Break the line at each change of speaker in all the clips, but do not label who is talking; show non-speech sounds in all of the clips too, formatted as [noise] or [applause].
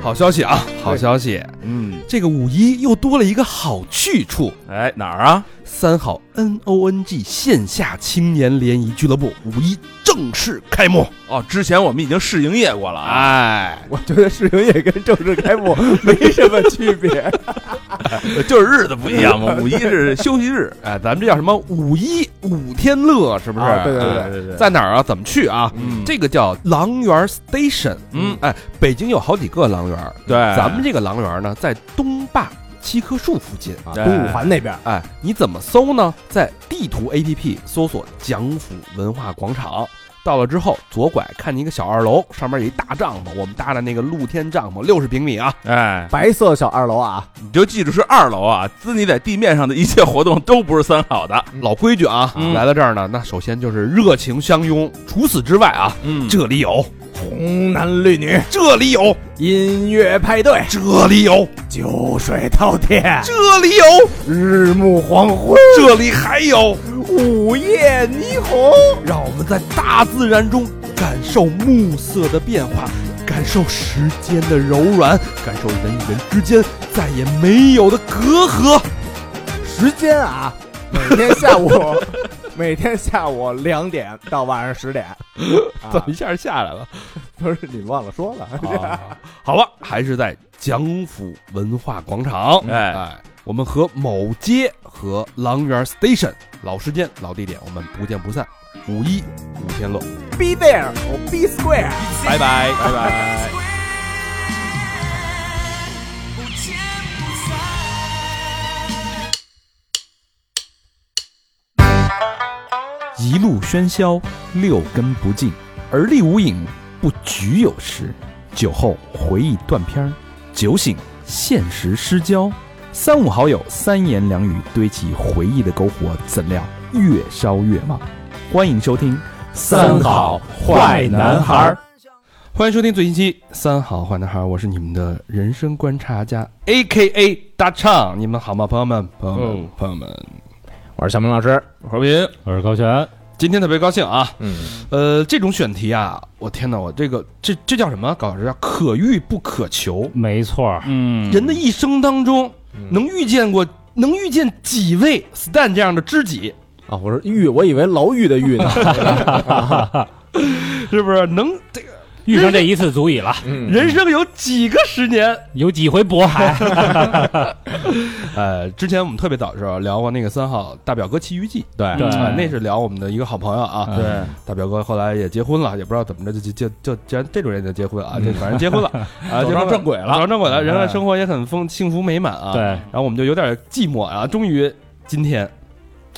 好消息啊，好消息！
嗯，
这个五一又多了一个好去处，
哎，哪儿啊？
三好 N O N G 线下青年联谊俱乐部五一正式开幕。
哦，之前我们已经试营业过了啊。
哎，
[laughs] 我觉得试营业跟正式开幕 [laughs] 没什么区别。
就是日子不一样啊嘛，
[laughs]
五一是休息日，
哎，咱们这叫什么？五一五天乐是不是？
啊对对
对对
在哪儿啊？怎么去啊？
嗯
这个叫狼园 Station。
嗯
哎，北京有好几个狼园，
对，
咱们这个狼园呢，在东坝七棵树附近啊。
对
东五环那边，
哎，你怎么搜呢？在地图 APP 搜索“蒋府文化广场”，到了之后左拐看见一个小二楼，上面有一大帐篷，我们搭的那个露天帐篷，六十平米啊。
哎，
白色小二楼啊，
你就记住是二楼啊，滋你在地面上的一切活动都不是三好的。
老规矩啊，
嗯
来到这儿呢，那首先就是热情相拥。除此之外啊，
嗯
这里有，
红男绿女
这里有，
音乐派对，
这里有，
酒水饕餮，
这里有，
日暮黄昏，
这里还有。
午夜霓虹。
让我们在大自然中感受暮色的变化，感受时间的柔软，感受人与人之间再也没有的隔 [laughs] 阂。
时间啊，每天下 [laughs] 午，每天下午两点到晚上 [laughs] 十点。啊，
一下下来了？
不是你忘了说了，
啊好了，还是在蒋府文化广场。
哎
哎，我们和某街和狼园 Station 老时间老地点，我们不见不散。五一五天乐。
Be there or be square。
拜拜，拜拜。
不见不散。
一路喧嚣，六根不净，而立无影，不局有时。酒后回忆断片儿，酒醒现实失焦。三五好友，三言两语堆起回忆的篝火，怎料越烧越旺。欢迎收听《
三好坏男孩儿
欢迎收听最新期《三好坏男孩》，我是你们的人生观察家，A K A 大唱，你们好吗，朋友们？朋友们，朋友们，
我是小明老师，
和平，
我是高璇，
今天特别高兴啊！
嗯，
呃，这种选题啊，我天哪，我这个这这叫什么？搞这叫可遇不可求。
没错儿，
嗯
人的一生当中，
嗯
能遇见过，能遇见几位 Stan 这样的知己，
啊，我说玉，我以为牢狱的狱 [laughs] 呢。
是不是？能这个
遇上这一次足
[laughs]
以了，
嗯
人生有几个十年？
有几回
[laughs]
渤海，
嗯
呃，之前我们特别早的时候聊过那个三好大表哥奇遇记，
对嗯
对
啊，那是聊我们的一个好朋友啊，
对
大表哥后来也结婚了，也不知道怎么着就就就就然这种人就结婚啊，这反正
[laughs]
结婚了啊，
嗯走
结
上
婚
正轨
了，
了，
走
嗯
上正轨了，人的生活也很丰幸福美满啊。，
对，
然后我们就有点寂寞啊，终于今天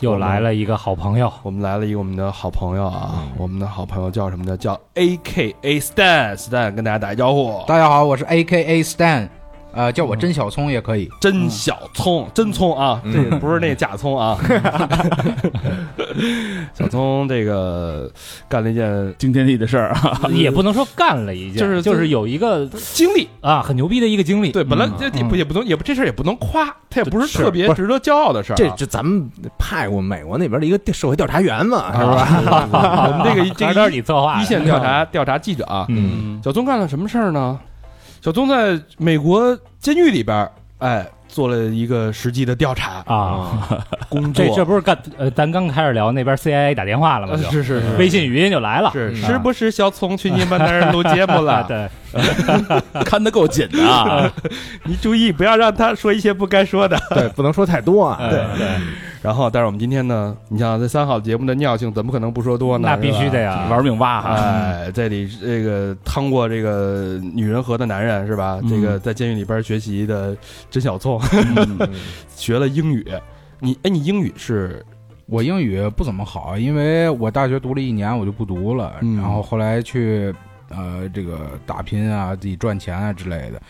又来了一个好朋友，
我们来了一个我们的好朋友啊，
嗯
我们的好朋友叫什么呢？叫 A K A Stan Stan 跟大家打一招呼，
大家好，我是 A K A Stan，呃，叫我真小葱也可以。
真
嗯
小葱，真葱啊，这个不是那假葱
[laughs]
啊。小葱这个干了一件
惊天地的事儿啊，
也不能说干了一件，
就是
就是有一个
经历，
啊很牛逼的一个经历，
对，本来这也
嗯
不也不能也不这事儿也不能夸，他也不是特别值得骄傲的事儿啊。
这这咱们派过美国那边的一个社会调查员嘛，是
啊
吧？
[laughs]
吧？我们这个一
啊这
这
都
个
是你策划
一
的
一线调查调查记者啊，
嗯，
小宗干了什么事儿呢？小宗在美国监狱里边儿，哎，做了一个实际的调查
啊， [laughs]
工
这这
作。
不是干呃，咱刚开始聊那边 CIA 打电话了吗？
呃
就
是
是嗯
是
微信语音就来了，
是，
啊
是不是小聪去你们那儿
[laughs]
录节目
啊
了？
对，
看得够紧的啊。
你注意，不要让他说一些不该说的。 [laughs]
对，不能说太多啊。
呃对，
然后，但是我们今天呢，你想这三好节目的尿性，怎么可能不说多呢？
那必须啊
是吧
的呀，
玩命挖哈，
啊
哎，这里这个趟过这个女人河的男人是吧？
嗯
这个在监狱里边学习的真小聪，
嗯
[laughs] 学了英语。你哎，你英语是
我英语不怎么好，因为我大学读了一年，我就不读了，
嗯
然后后来去呃这个打拼啊，自己赚钱啊之类的，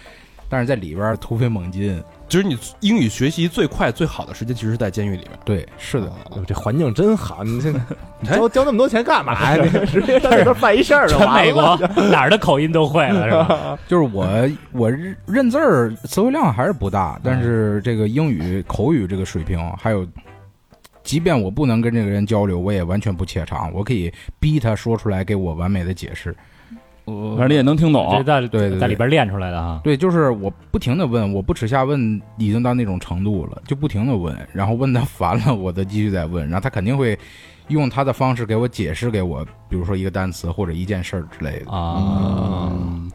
但是在里边儿突飞猛进。
就是你英语学习最快最好的时间，其实是在监狱里边。
对，是的，
哎呦这环境真好，你这
哎
交交那么多钱干嘛呀？你直接上这边办一事儿就
全
完
美
了。
国哪儿的口音都会了是吧？
就是我
嗯
我认认字儿词汇量还是不大，但是这个英语口语这个水平还有。即便我不能跟这个人交流，我也完全不怯场，我可以逼他说出来，给我完美的解释。呃
反正你也能听
这
懂。啊
在
哦对对对
在里边练出来的啊。
对，就是我不停的问，我不耻下问，已经到那种程度了，就不停的问，然后问他 [laughs] 烦了，我再继续再问，然后他肯定会用他的方式给我解释给我，比如说一个单词或者一件事儿之类的。
啊，
嗯，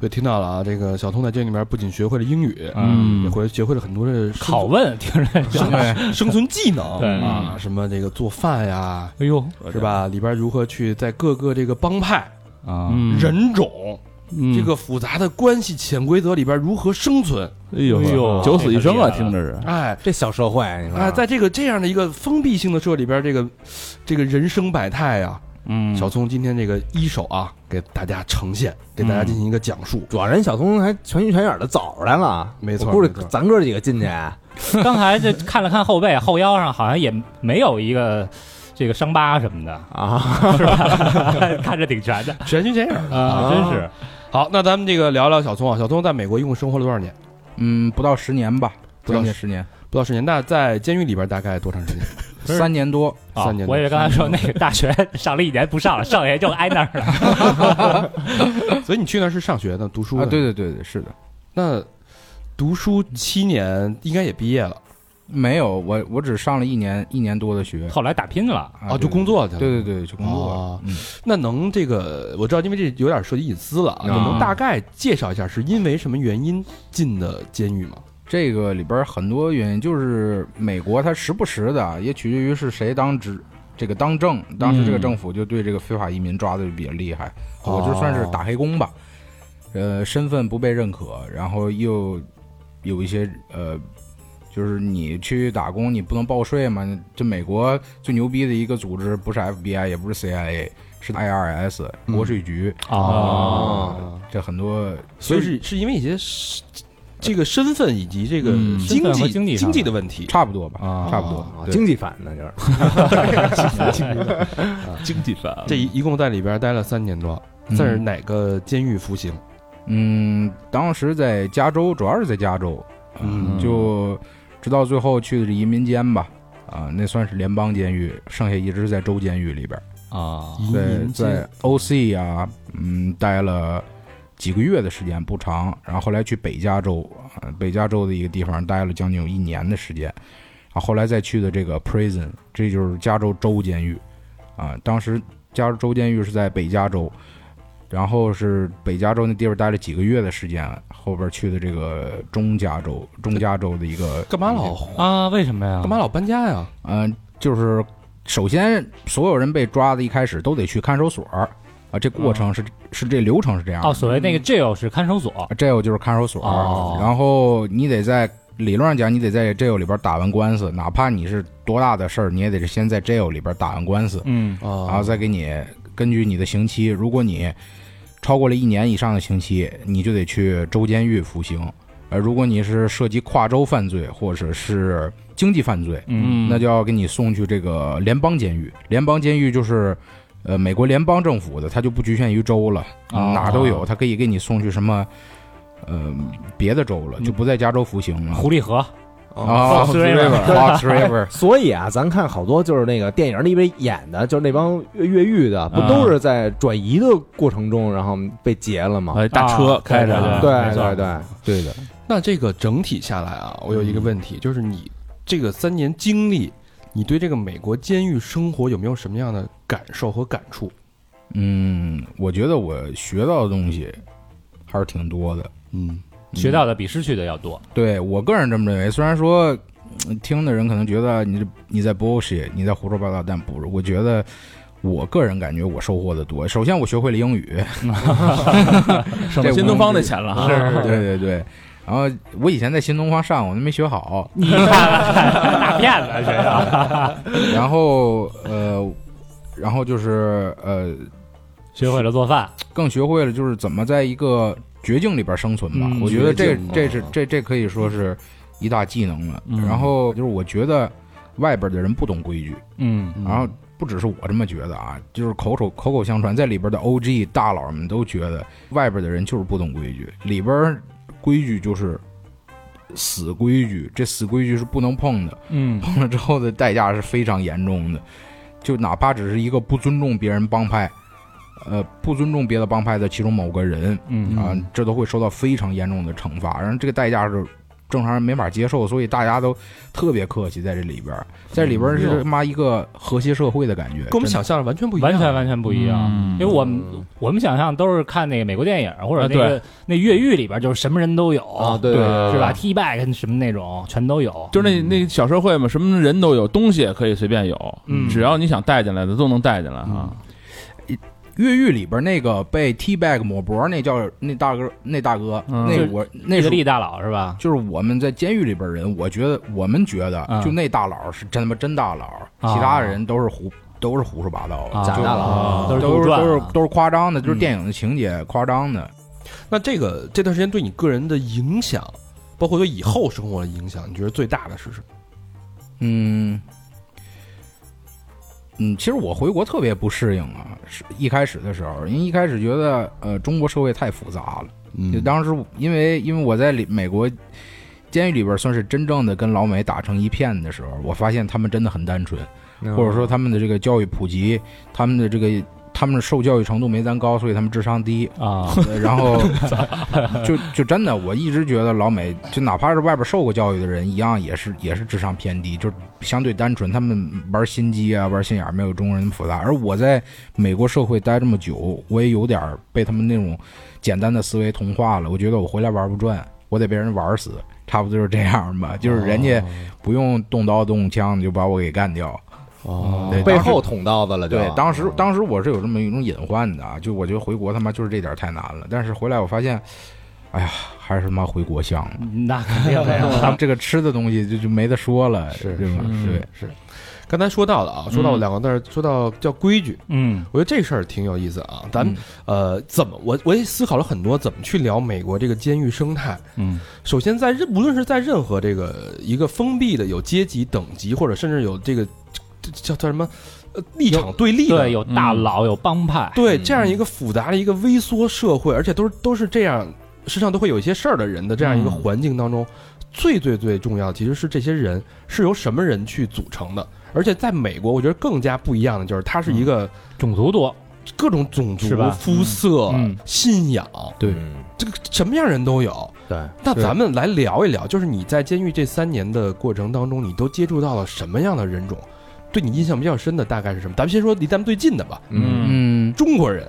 对，听到了啊，这个小童在这里面不仅学会了英语，啊
嗯
也会学会了很多的生
拷问听着
[laughs]
就，
对，
生存技能
对
啊，什么这个做饭呀，
哎呦
是吧？里边如何去在各个这个帮派、
啊，
嗯，
人种
嗯
这，个复杂的关系潜规则里边如何生存？
哎呦
哎呦
九死一生啊，
这个厉害了
听着是。
哎
这小社会，你
哎，
说
在这个这样的一个封闭性的社里边，这个这个人生百态啊，
嗯
小聪今天这个一手啊，给大家呈现，给大家进行一个讲述。
主要人小聪还全心全意的走出来了，
没错
我估计
没错
咱哥几个进去，啊
刚才这看了看后背，后腰上好像也没有一个这个伤疤什么的啊，是吧？ [laughs] 看着挺全的
全心全影。
啊，真是
好，那咱们这个聊聊小聪啊，小聪在美国一共生活了多少年？
嗯，不到十年吧，
不到
将近十年，
不到十年。那在监狱里边大概多长时间？ [laughs]
不是
三年多。
啊
三年多
我以为刚才说那个大学上了一年不上了，上学就挨那儿了。
所以你去那儿是上学呢，读书
啊，
呢
对对对对，是的，
那读书七年应该也毕业了
没有，我我只上了一年一年多的学
后来打拼了，
啊
啊，就工。作去了。
对对对对，就工作了。
啊
嗯
那能这个我知道，因为这有点涉及隐私了啊，你能大概介绍一下是因为什么原因进的监狱吗？
这个里边儿很多原因，就是美国它时不时的，也取决于是谁当执这个当政，当时这个政府就对这个非法移民抓的就比较厉害，
哦
我就算是打黑工吧，呃，身份不被认可，然后又有一些呃。就是你去打工，你不能报税嘛？这美国最牛逼的一个组织不是 FBI，也不是 CIA，是 IRS
嗯
国税局。
哦，
啊
这很多
所以是是因为一些是这个身份以及这个
嗯
身
经
份和
济
经济上
经济的问题，
差不多吧，
啊
差不多。
啊
对
经济犯那就是
啊 [laughs]
经济犯
这一一共在里边待了三年多，
嗯
在哪个监狱服刑？
嗯，当时在加州，主要是在加州，啊
嗯
就直到最后去的是移民监吧，啊、那算是联邦监狱，剩下一直是在州监狱里边儿，
啊
移
在
民监
在 OC 啊，嗯，待了几个月的时间，不长，然后后来去北加州，呃北加州的一个地方待了将近有一年的时间，啊，后来再去的这个 prison，这就是加州州监狱，啊，当时加州州监狱是在北加州，然后是北加州那地方待了几个月的时间，后边去的这个中加州，中加州的一个
干嘛老
啊！为什么呀？
干嘛老搬家呀？
嗯、就是首先所有人被抓的一开始都得去看守所儿啊，这过程是、是这流程是这样的
嗯哦，所谓那个 jail 是看守所
啊这有就是看守所儿，
哦
然后你得在理论上讲，你得在 jail 里边打完官司，哪怕你是多大的事儿，你也得是先在 jail 里边打完官司，
嗯
然后
啊，
再给你根据你的刑期，如果你超过了一年以上的刑期，你就得去州监狱服刑。呃，如果你是涉及跨州犯罪或者是经济犯罪，
嗯，
那就要给你送去这个联邦监狱。联邦监狱就是，呃，美国联邦政府的，它就不局限于州了，
哦
哪都有，它可以给你送去什么，呃，别的州了，就不在加州服刑了。
狐狸河
哦
啊
Fox
River，Fox River，
所以啊，咱看好多就是那个电影里边演的，就是那帮越越狱的，不都是在转移的过程中，然后被劫了吗？
哎，大车
啊
开着
对
的，
对
没错
对对对的，
那这个整体下来啊，我有一个问
嗯
题，就是你这个三年经历，你对这个美国监狱生活有没有什么样的感受和感触？
嗯，我觉得我学到的东西还是挺多的。
嗯，
学到的比失去的要多。
对我个人这么认为，虽然说嗯听的人可能觉得你这你在 bullshit，你在胡说八道，但不是，我觉得。我个人感觉我收获的多。首先，我学会了英
[laughs]
语，
省了新东方的钱了啊。
[laughs] 对对对。然后我以前在新东方上，我都没学好。
你看看， [laughs] 大骗子这是。
然后呃，然后就是呃，
学会了做饭，
更学会了就是怎么在一个绝境里边生存吧。
嗯
我觉得这
绝境
这是
啊
这这可以说是一大技能了。
嗯
然后就是我觉得外边的人不懂规矩，
嗯
然后不只是我这么觉得啊，就是口口口口相传，在里边的 OG 大佬们都觉得外边的人就是不懂规矩，里边规矩就是死规矩，这死规矩是不能碰的，
嗯
碰了之后的代价是非常严重的，就哪怕只是一个不尊重别人帮派，呃不尊重别的帮派的其中某个人
嗯
啊，这都会受到非常严重的惩罚，然后这个代价是。正常人没法接受，所以大家都特别客气，在这里边儿，在里
嗯
边儿是他妈一个和谐社会的感觉，
跟我们
真的
想象的完全不一样，
完全完全不一样。
嗯
因为我们我们想象都是看那个美国电影或者
啊
那个、那越狱里边就是什么人都有
啊，对对对
是吧？T back 什么那种全都有，
就是那那小社会嘛，什么人都有，东西也可以随便有，
嗯
只要你想带进来的都能带进来啊。
越狱里边那个被 T bag 抹脖那叫那大哥，那大哥，
嗯
那我那
意大
是
利大佬是吧？
就是我们在监狱里边人，我觉得我们觉得
啊
就那大佬是真他妈真大佬，其他人都是胡都是胡说八道
啊
的，就
大佬
啊
都
都
是
是杜
都是
撰啊嗯
都是都是夸张的，就是电影的情节夸张的。
那这个这段时间对你个人的影响，包括对以后生活的影响，你觉得最大的是什么？
嗯，嗯，其实我回国特别不适应啊，是一开始的时候，因为一开始觉得呃中国社会太复杂了，
嗯
嗯
就当时因为因为我在里美国监狱里边算是真正的跟老美打成一片的时候，我发现他们真的很单纯，或
哦
者说他们的这个教育普及，他们的这个。他们受教育程度没咱高，所以他们智商低。
啊，
呃然后就就真的，我一直觉得老美就哪怕是外边受过教育的人，一样也是也是智商偏低，就是相对单纯。他们玩心机啊，玩心眼儿没有中国人那么复杂。而我在美国社会待这么久，我也有点儿被他们那种简单的思维同化了。我觉得我回来玩不转，我得被人玩死，差不多就是这样吧。就是人家不用动刀动枪就把我给干掉。
哦
[laughs] 对
背
当时
后捅刀子了就，啊
对，当时当时我是有这么一种隐患的啊，就我觉得回国他妈就是这点儿太难了，但是回来我发现，哎呀，还是他妈回国香，
那肯定的
[laughs]
呀。
他们这个吃的东西就就没得说了，
是
对吗？
是
对，
刚才说到了啊，说到
嗯
两个字儿，说到叫规矩，
嗯
我觉得这事儿挺有意思啊。咱们、呃，怎么我我也思考了很多，怎么去聊美国这个监狱生态。
嗯，
首先在任无论是在任何这个一个封闭的有阶级等级，或者甚至有这个这叫叫什么呃立场对立的
对，有大佬，有帮派，
对
嗯
这样一个复杂的一个微缩社会，而且都是都是这样身上都会有一些事儿的人的这样一个
嗯
环境当中，最最最重要的其实是这些人是由什么人去组成的。而且在美国，我觉得更加不一样的就是，它是一个
种族多，
各种种族
是、吧
肤色、
嗯
信仰，
对
这个什么样人都有。
对，
那
是
咱们来聊一聊，就是你在监狱这三年的过程当中，你都接触到了什么样的人种？对你印象比较深的大概是什么？咱们先说离咱们最近的吧，
嗯
嗯，
中国人。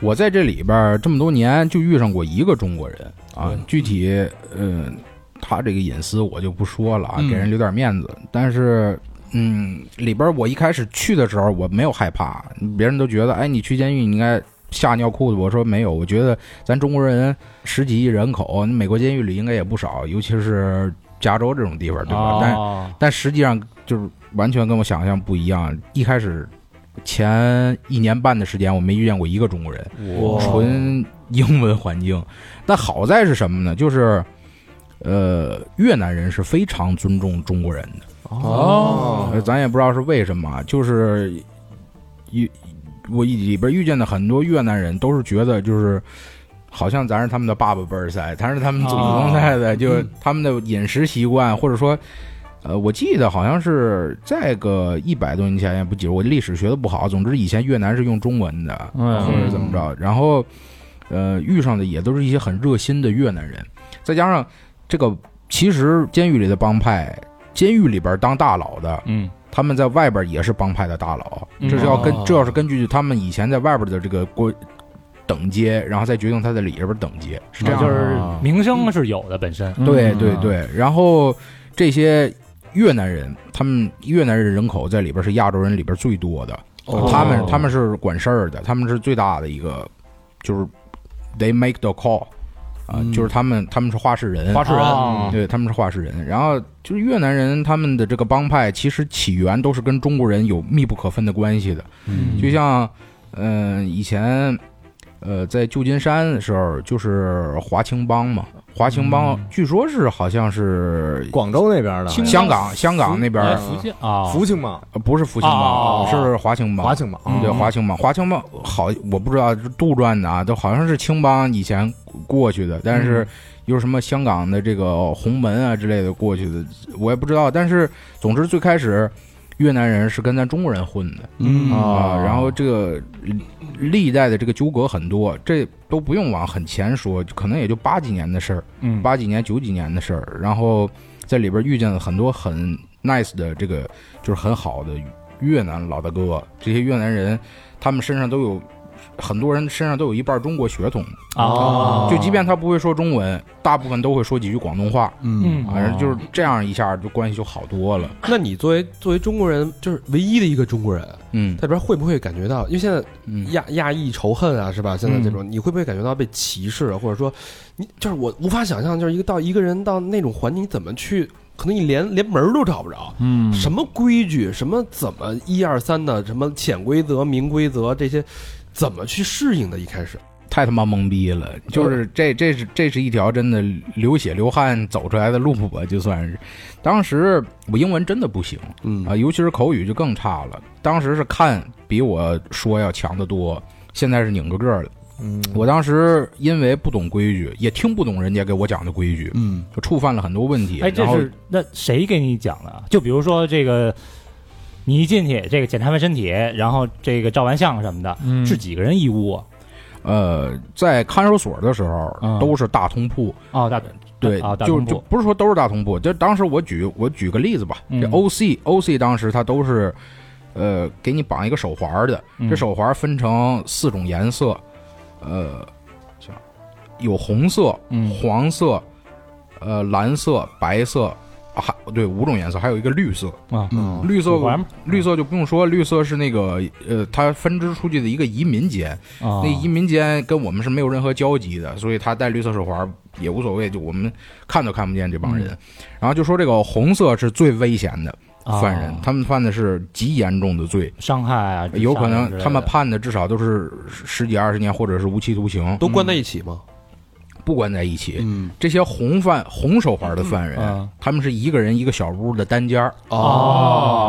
我在这里边儿这么多年就遇上过一个中国人啊，具体呃，他这个隐私我就不说了啊，
嗯
给人留点面子。但是嗯，里边儿我一开始去的时候我没有害怕，别人都觉得哎，你去监狱你应该吓尿裤子。我说没有，我觉得咱中国人十几亿人口，美国监狱里应该也不少，尤其是加州这种地方，对吧？但
哦，
但实际上就是完全跟我想象不一样。一开始前一年半的时间，我没遇见过一个中国人，
哇
纯英文环境。但好在是什么呢？就是，呃，越南人是非常尊重中国人的，
哦
呃咱也不知道是为什么啊，就是一我里边遇见的很多越南人都是觉得就是。好像咱是他们的爸爸辈儿在，咱是他们祖宗在
哦
的，就他们的饮食习惯，或者说，呃，我记得好像是在个一百多年前，也不记得，我历史学的不好。总之以前越南是用中文的，
嗯
或者怎么着，然后，呃，遇上的也都是一些很热心的越南人，再加上这个，其实监狱里的帮派，监狱里边当大佬的，
嗯
他们在外边也是帮派的大佬，
嗯
这是要根
哦，
这要是根据他们以前在外边的这个过等阶，然后再决定他在里边等阶，是这样的。啊嗯
就是名声是有的本身，
对对对，然后这些越南人，他们越南人人口在里边是亚洲人里边最多的，
哦
他们他们是管事儿的，他们是最大的一个，就是 they make the call 啊、
嗯
就是他们他们是话事人，
花式人，
哦
对，他们是话事人。然后就是越南人他们的这个帮派，其实起源都是跟中国人有密不可分的关系的。
嗯
就像，嗯、以前，呃，在旧金山的时候，就是华侨帮嘛，华侨帮
嗯
据说是好像是
广州那边的
清
香港香港那边
哎
儿、
福建啊，
福清嘛，
呃不是福清
哦
帮，
哦哦
是华侨帮
华。清嘛，
嗯对，华侨帮，华侨帮好，我不知道是杜撰的啊，都好像是青帮以前过去的，但是有什么香港的这个红门啊之类的过去的，我也不知道。但是总之最开始，越南人是跟咱中国人混的
嗯
啊，然后这个历历代的这个纠葛很多，这都不用往很前说，可能也就八几年的事儿，
嗯
八几年九几年的事儿，然后在里边遇见了很多很 nice 的这个就是很好的越南老大哥，这些越南人他们身上都有。很多人身上都有一半中国血统，
啊，
就即便他不会说中文，大部分都会说几句广东话，
嗯，
啊
反正就是这样一下就关系就好多了。
那你作为作为中国人，就是唯一的一个中国人，
嗯
在这边会不会感觉到？因为现在
嗯，
亚亚裔仇恨啊，是吧？现在这种，你会不会感觉到被歧视啊？或者说，你就是我无法想象，就是一个到一个人到那种环境，你怎么去？可能你连连门儿都找不着，
嗯
什么规矩，什么怎么一二三的，什么潜规则、明规则这些，怎么去适应的？一开始，
太他妈懵逼了，
哦
就是这这是这是一条真的流血流汗走出来的路吧，就算是。当时我英文真的不行
嗯
啊，尤其是口语就更差了。当时是看比我说要强得多，现在是拧个个儿了。
嗯，
我当时因为不懂规矩，也听不懂人家给我讲的规矩，
嗯
就触犯了很多问题。
哎，这
然后
是那谁给你讲的啊？就比如说这个，你一进去，这个检查完身体，然后这个照完相什么的，
嗯
是几个人一屋啊？
呃，在看守所的时候、
嗯
都是大通铺，
哦，大
对，
啊，大
就
通
就
铺
不是说都是大同步，就当时我举我举个例子吧，这
嗯
OC OC 当时它都是，呃，给你绑一个手环儿的，
嗯
这手环儿分成四种颜色，呃，像有红色、
嗯
黄色、呃蓝色、白色，啊还、对五种颜色，还有一个绿色，
啊，
嗯
绿色
手环嘛
绿色就不用说，绿色是那个呃，它分支出去的一个移民间，
啊
那移民间跟我们是没有任何交集的，所以他戴绿色手环也无所谓，就我们看都看不见这帮人。
嗯
然后就说这个红色是最危险的犯人，
啊
他们犯的是极严重的罪，
伤害啊，
有可
杀人之
能
类的
他们判的至少都是十几二十年或者是无期徒刑，
都关在一起吗？
不关在一起。
嗯，
这些红犯红手环的犯人，
嗯
他们是一个人一个小屋的单间儿，啊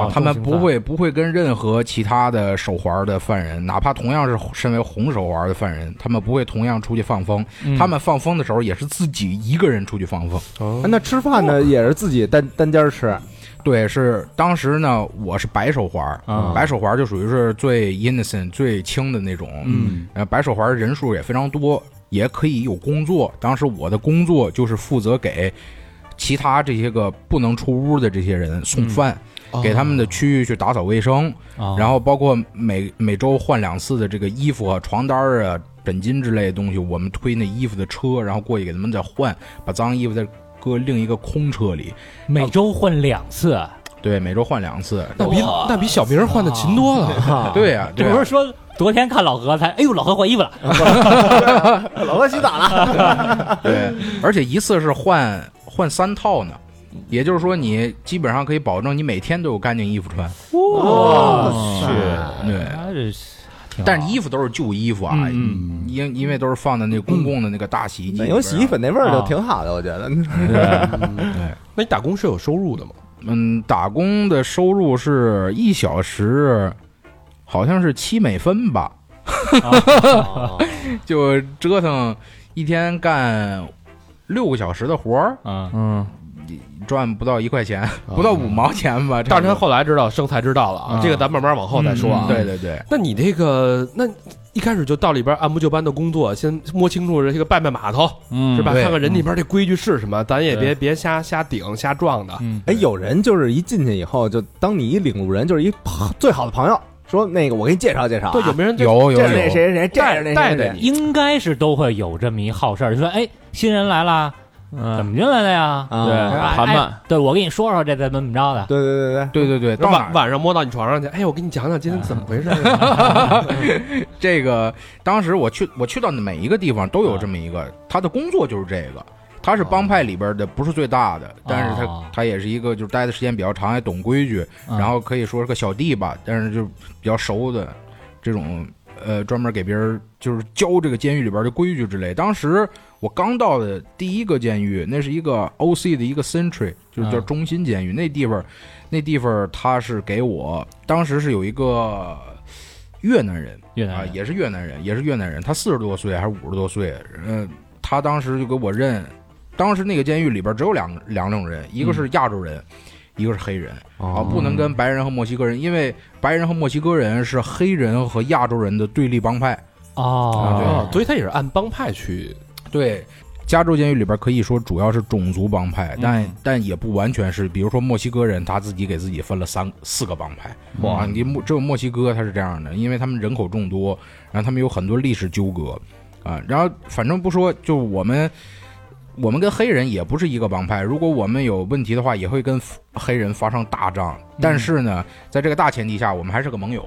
哦，
他们
重刑
不
犯
会不会跟任何其他的手环的犯人，哪怕同样是身为红手环的犯人，他们不会同样出去放风。
嗯
他们放风的时候也是自己一个人出去放风。
啊那吃饭呢也是自己单单间儿吃
对，是当时呢，我是白手环，
啊
白手环就属于是最 innocent、最轻的那种。
嗯，
呃，白手环人数也非常多，也可以有工作。当时我的工作就是负责给其他这些个不能出屋的这些人送饭，
哦
哦给他们的区域去打扫卫生。
哦
啊
嗯然后包括每每周换两次的这个衣服啊、床单儿啊、枕巾之类的东西，我们推那衣服的车，然后过去给他们再换，把脏衣服再搁另一个空车里。
每周换两次，
对，每周换两次。
那比那比小明换的勤多了。
啊，
哦 [laughs] 对呀、
这
对
不
呀、
是说昨天看老何才，哎呦，老何换衣服了，
老哥洗澡了，
对，而且一次是换换三套呢，也就是说你基本上可以保证你每天都有干净衣服穿。
哦
哇
去对
啊哦这是挺好
但是衣服都是旧衣服啊，
嗯
因因为都是放在那公共的那个大洗衣机里边啊。
有洗衣粉那味儿就挺好的，我觉得。
那你打工是有收入的吗？
嗯，打工的收入是一小时，好像是七美分吧，
哦
[laughs] 就折腾一天干六个小时的活儿，
啊，
嗯
赚不到一块钱，
哦
不到五毛钱吧。
但
差
是
不
他
多
后来知道生财之道了
嗯
啊
啊，这个咱慢慢往后再说啊。
嗯
对对对，
那你这个，那一开始就到里边按部就班的工作，先摸清楚这个拜拜码头
嗯
是吧？
对
看看人里边这规矩是什么，咱也别别瞎瞎顶瞎撞的。
嗯
[laughs] 哎，有人就是一进去以后，就当你一领路人，就是一朋最好的朋友，说那个我给你介绍介绍啊，
对，有没有人就
有有
这是那
有，
谁谁谁，这
带
是那谁
带带
谁
你
应该是都会有这么一好事儿，就说哎，新人来啦，怎
嗯
么进来的呀？
啊，
对
是吧
盘盘
哎对我跟你说说这怎么怎么着的，
对对对对，
对对对，到哪
晚
儿嗯
晚上摸到你床上去？哎，我给你讲讲今天怎么回事。啊
[laughs] 这个，当时我去我去到每一个地方都
嗯
有这么一个，他的工作就是这个。他是帮派里边的，不是最大的，但是
哦
他他也是一个，就是待的时间比较长，也懂规矩，
嗯
然后可以说是个小弟吧，但是就比较熟的这种，呃，专门给别人就是教这个监狱里边的规矩之类。当时我刚到的第一个监狱，那是一个 OC 的一个 Century，就是叫
嗯
中心监狱。那地方，那地方他是给我当时是有一个越南人
嗯越
啊
南，人
也是越南人，也是越南人，他四十多岁还是五十多岁，嗯、他
嗯
当时就给我认，当时那个监狱里边只有两两种人，一个是亚洲人。一个是黑人啊，
哦
不能跟白人和墨西哥人，因为白人和墨西哥人是黑人和亚洲人的对立帮派。
哦
啊
哦，，
所以他也是按帮派去
对，加州监狱里边可以说主要是种族帮派，但、
嗯
但也不完全是，比如说墨西哥人他自己给自己分了三四个帮派，啊，你墨只有墨西哥他是这样的，因为他们人口众多，然后他们有很多历史纠葛啊，然后反正不说，就我们。我们跟黑人也不是一个帮派，如果我们有问题的话，也会跟黑人发生大仗。但是呢，在这个大前提下，我们还是个盟友，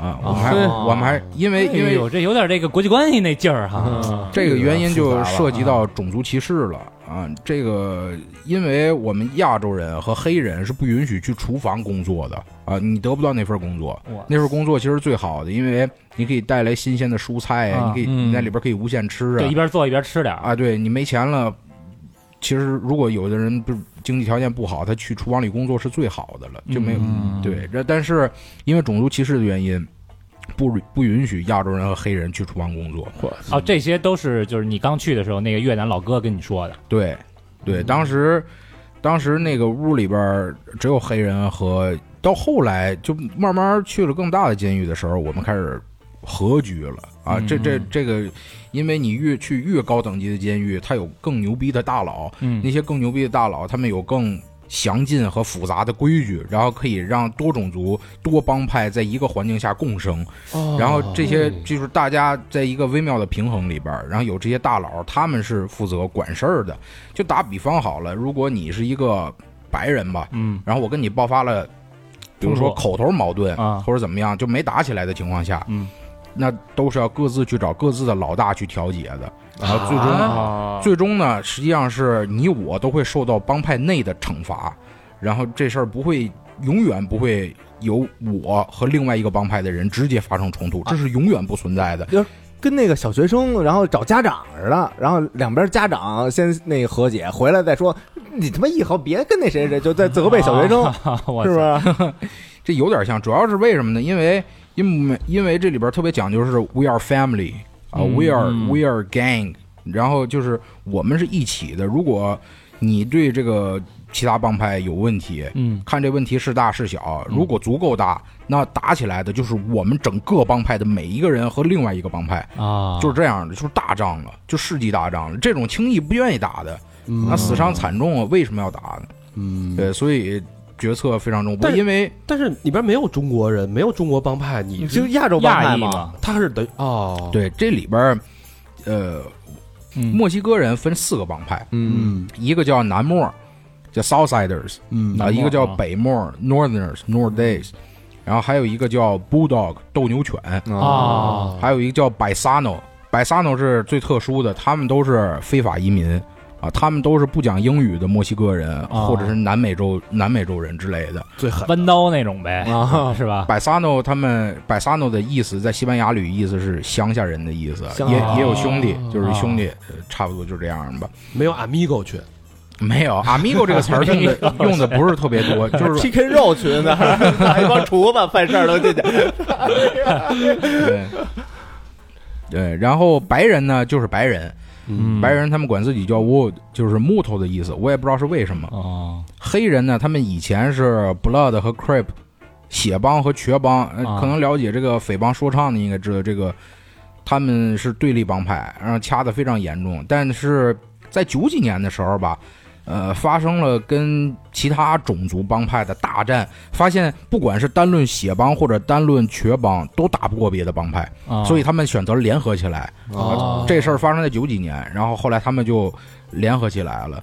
啊，我们还、
哦
我们还因为因为嗯
有哎这有点这个国际关系那劲儿哈，
这个原因就涉及
啊
到种族歧视了啊！这个，因为我们亚洲人和黑人是不允许去厨房工作的啊，你得不到那份工作
哇。
那份工作其实最好的，因为你可以带来新鲜的蔬菜呀，
啊
你可以
嗯
你在里边可以无限吃
对，
啊
一边做一边吃点儿，
啊！对你没钱了，其实如果有的人不经济条件不好，他去厨房里工作是最好的了，就没有对。这但是因为种族歧视的原因，不不允许亚洲人和黑人去厨房工作。
哦，这些都是就是你刚去的时候那个越南老哥跟你说的，
对，对，当时当时那个屋里边儿只有黑人和，到后来就慢慢去了更大的监狱的时候，我们开始合居了啊。这这这个，因为你越去越高等级的监狱，它有更牛逼的大佬，那些更牛逼的大佬，他们有更。详尽和复杂的规矩，然后可以让多种族、多帮派在一个环境下共生，哦
哦
然后这些就是大家在一个微妙的平衡里边儿，然后有这些大佬，他们是负责管事儿的。就打比方好了，如果你是一个白人吧，
嗯，
然后我跟你爆发了，比如说
冲突
口头矛盾
啊
或者怎么样，就没打起来的情况下，
嗯，
那都是要各自去找各自的老大去调解的。然后最终，
啊
最终呢，实际上是你我都会受到帮派内的惩罚，然后这事儿不会永远不会有我和另外一个帮派的人直接发生冲突，这是永远不存在的。
跟那个小学生，然后找家长似的，然后两边家长先那和解，回来再说，你他妈以后别跟那谁谁就再责备小学 [laughs] 生，
我
是不
操
是？
这有点像，主要是为什么呢？因为因为因为这里边特别讲究是 we are family 啊、w
嗯
e are we are gang，然后就是我们是一起的。如果你对这个其他帮派有问题，
嗯，
看这问题是大是小，如果足够大，那打起来的就是我们整个帮派的每一个人和另外一个帮派，
啊，
就是这样的，就是大仗了，就世纪大仗了。这种轻易不愿意打的，那死伤惨重啊，为什么要打呢？
嗯，
对，所以决策非常重要，
但是
因为。
但是里边没有中国人，没有中国帮派，你
就亚洲帮
亚
派
裔
嘛，
嘛，
他是等于哦，，
对，这里边儿，呃，
嗯
墨西哥人分四个帮派，
嗯，
一个叫南墨，叫 Southsiders，
嗯
啊，
南墨
一个叫
啊
北墨 Northerners Nordays，然后还有一个叫 Bulldog 斗牛犬，
嗯
啊，
还有一个叫 Bisano。Bisano 是最特殊的，他们都是非法移民啊，他们都是不讲英语的墨西哥人，
啊
或者是南美洲南美洲人之类的。
最狠
弯刀那种
啊
呗，
啊
[laughs]
是吧？
Bisano 他们 Bisano 的意思在西班牙语意思是乡下人的意思，
乡
也
下
也有兄弟，就是
哦
兄弟，呃差不多就这样吧。
没有 amigo
啊
去，
没有，amigo 这个词儿用的用的不是特别多，就是
PK 肉群呢，一帮厨子犯事儿都进去，
对对。然后白人呢，就是白人，
嗯
白人他们管自己叫 wood，就是木头的意思，我也不知道是为什么。
哦，
黑人呢，他们以前是 blood 和 crip，血帮和瘸帮，呃
啊
可能了解这个匪帮说唱的应该知道这个，他们是对立帮派，然后掐得非常严重。但是在九几年的时候吧，呃，发生了跟其他种族帮派的大战，发现不管是单论血帮或者单论瘸帮，都打不过别的帮派，
啊
所以他们选择联合起来。
哦
啊这事儿发生在九几年，然后后来他们就联合起来了。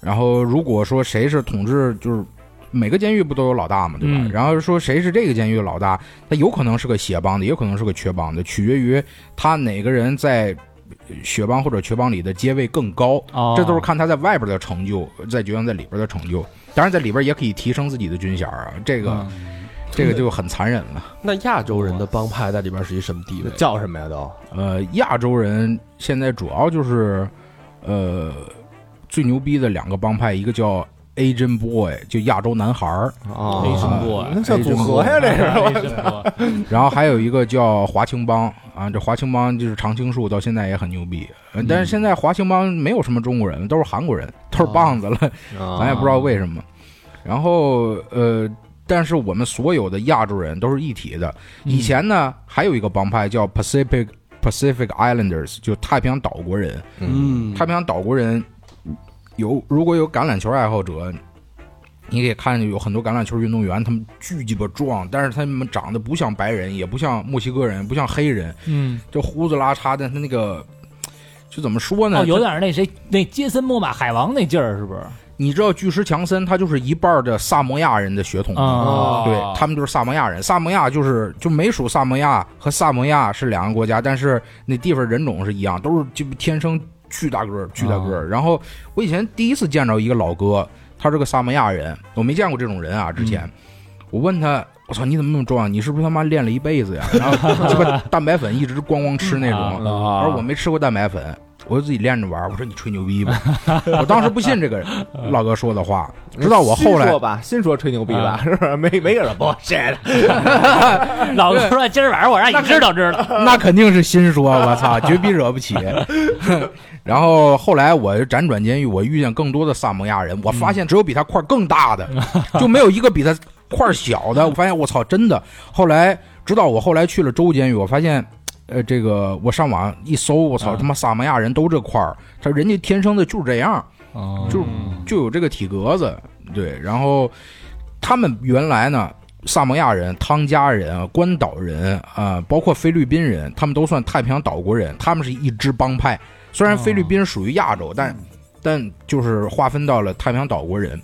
然后如果说谁是统治，就是每个监狱不都有老大嘛，对吧？
嗯
然后说谁是这个监狱的老大，他有可能是个血帮的，也有可能是个瘸帮的，取决于他哪个人在血帮或者瘸帮里的阶位更高。
哦，
这都是看他在外边的成就，再决定在里边的成就。当然，在里边也可以提升自己的军衔儿啊，这个、
嗯
这个就很残忍了。
那亚洲人的帮派在里边是一什么地位？啊
叫什么呀都？
呃，亚洲人现在主要就是，呃，最牛逼的两个帮派，一个叫 Asian Boy，就亚洲男孩儿，
啊
黑熊
[laughs]
部，
那叫组合呀，这是。
[laughs] 黑熊部，
然后还有一个叫华青帮啊，这华青帮就是常青树，到现在也很牛逼。呃但是现
哎哦啊
在华青帮没有什么中国人，都是韩国人，都是棒子了，咱也不知道为什么。然后呃，但是我们所有的亚洲人都是一体的。以前呢，还有一个帮派叫 Pacific Pacific Islanders，就太平洋岛国人。
嗯
太平洋岛国人有如果有橄榄球爱好者，你可以看见有很多橄榄球运动员，他们巨鸡巴壮，但是他们长得不像白人，也不像墨西哥人，不像黑人，
嗯，
就胡子拉碴的，他那个就怎么说呢？
哦，有
他
点那谁那杰森·莫玛海王那劲儿，是不是？
你知道巨石强森他就是一半儿的萨摩亚人的血统吗
啊
对他们就是萨摩亚人。萨摩亚就是就美属萨摩亚和萨摩亚是两个国家，但是那地方人种是一样，都是就天生巨大个儿，巨大
啊
个儿。然后我以前第一次见着一个老哥，他是个萨摩亚人，我没见过这种人啊。之前、我问他。我操，你怎么那么壮？啊你是不是他妈练了一辈子呀？然后 [laughs] 鸡巴蛋白粉一直光光吃那种。
啊
他说我没吃过蛋白粉，我就自己练着玩儿。我说你吹牛逼吧，我当时不信这个老哥说的话，直到我后
新
来
说吧，新说吹牛逼吧，是不是？没没人不谁的，
老子说今儿晚上我让你知道知道，
[laughs] 那肯定是心说，我操，绝逼惹不起。 [laughs] 然后后来我辗转监狱，我遇见更多的萨摩亚人，我发现只有比他块儿更大的， [laughs] 就没有一个比他块儿小的。我发现我操，真的。后来直到我后来去了州监狱，我发现。呃，这个我上网一搜，我操，他妈萨摩亚人都这块儿，他人家天生的就是这样，就就有这个体格子，对。然后他们原来呢，萨摩亚人、汤加人、关岛人啊、呃包括菲律宾人，他们都算太平洋岛国人，他们是一支帮派。虽然菲律宾属于亚洲，但但就是划分到了太平洋岛国人。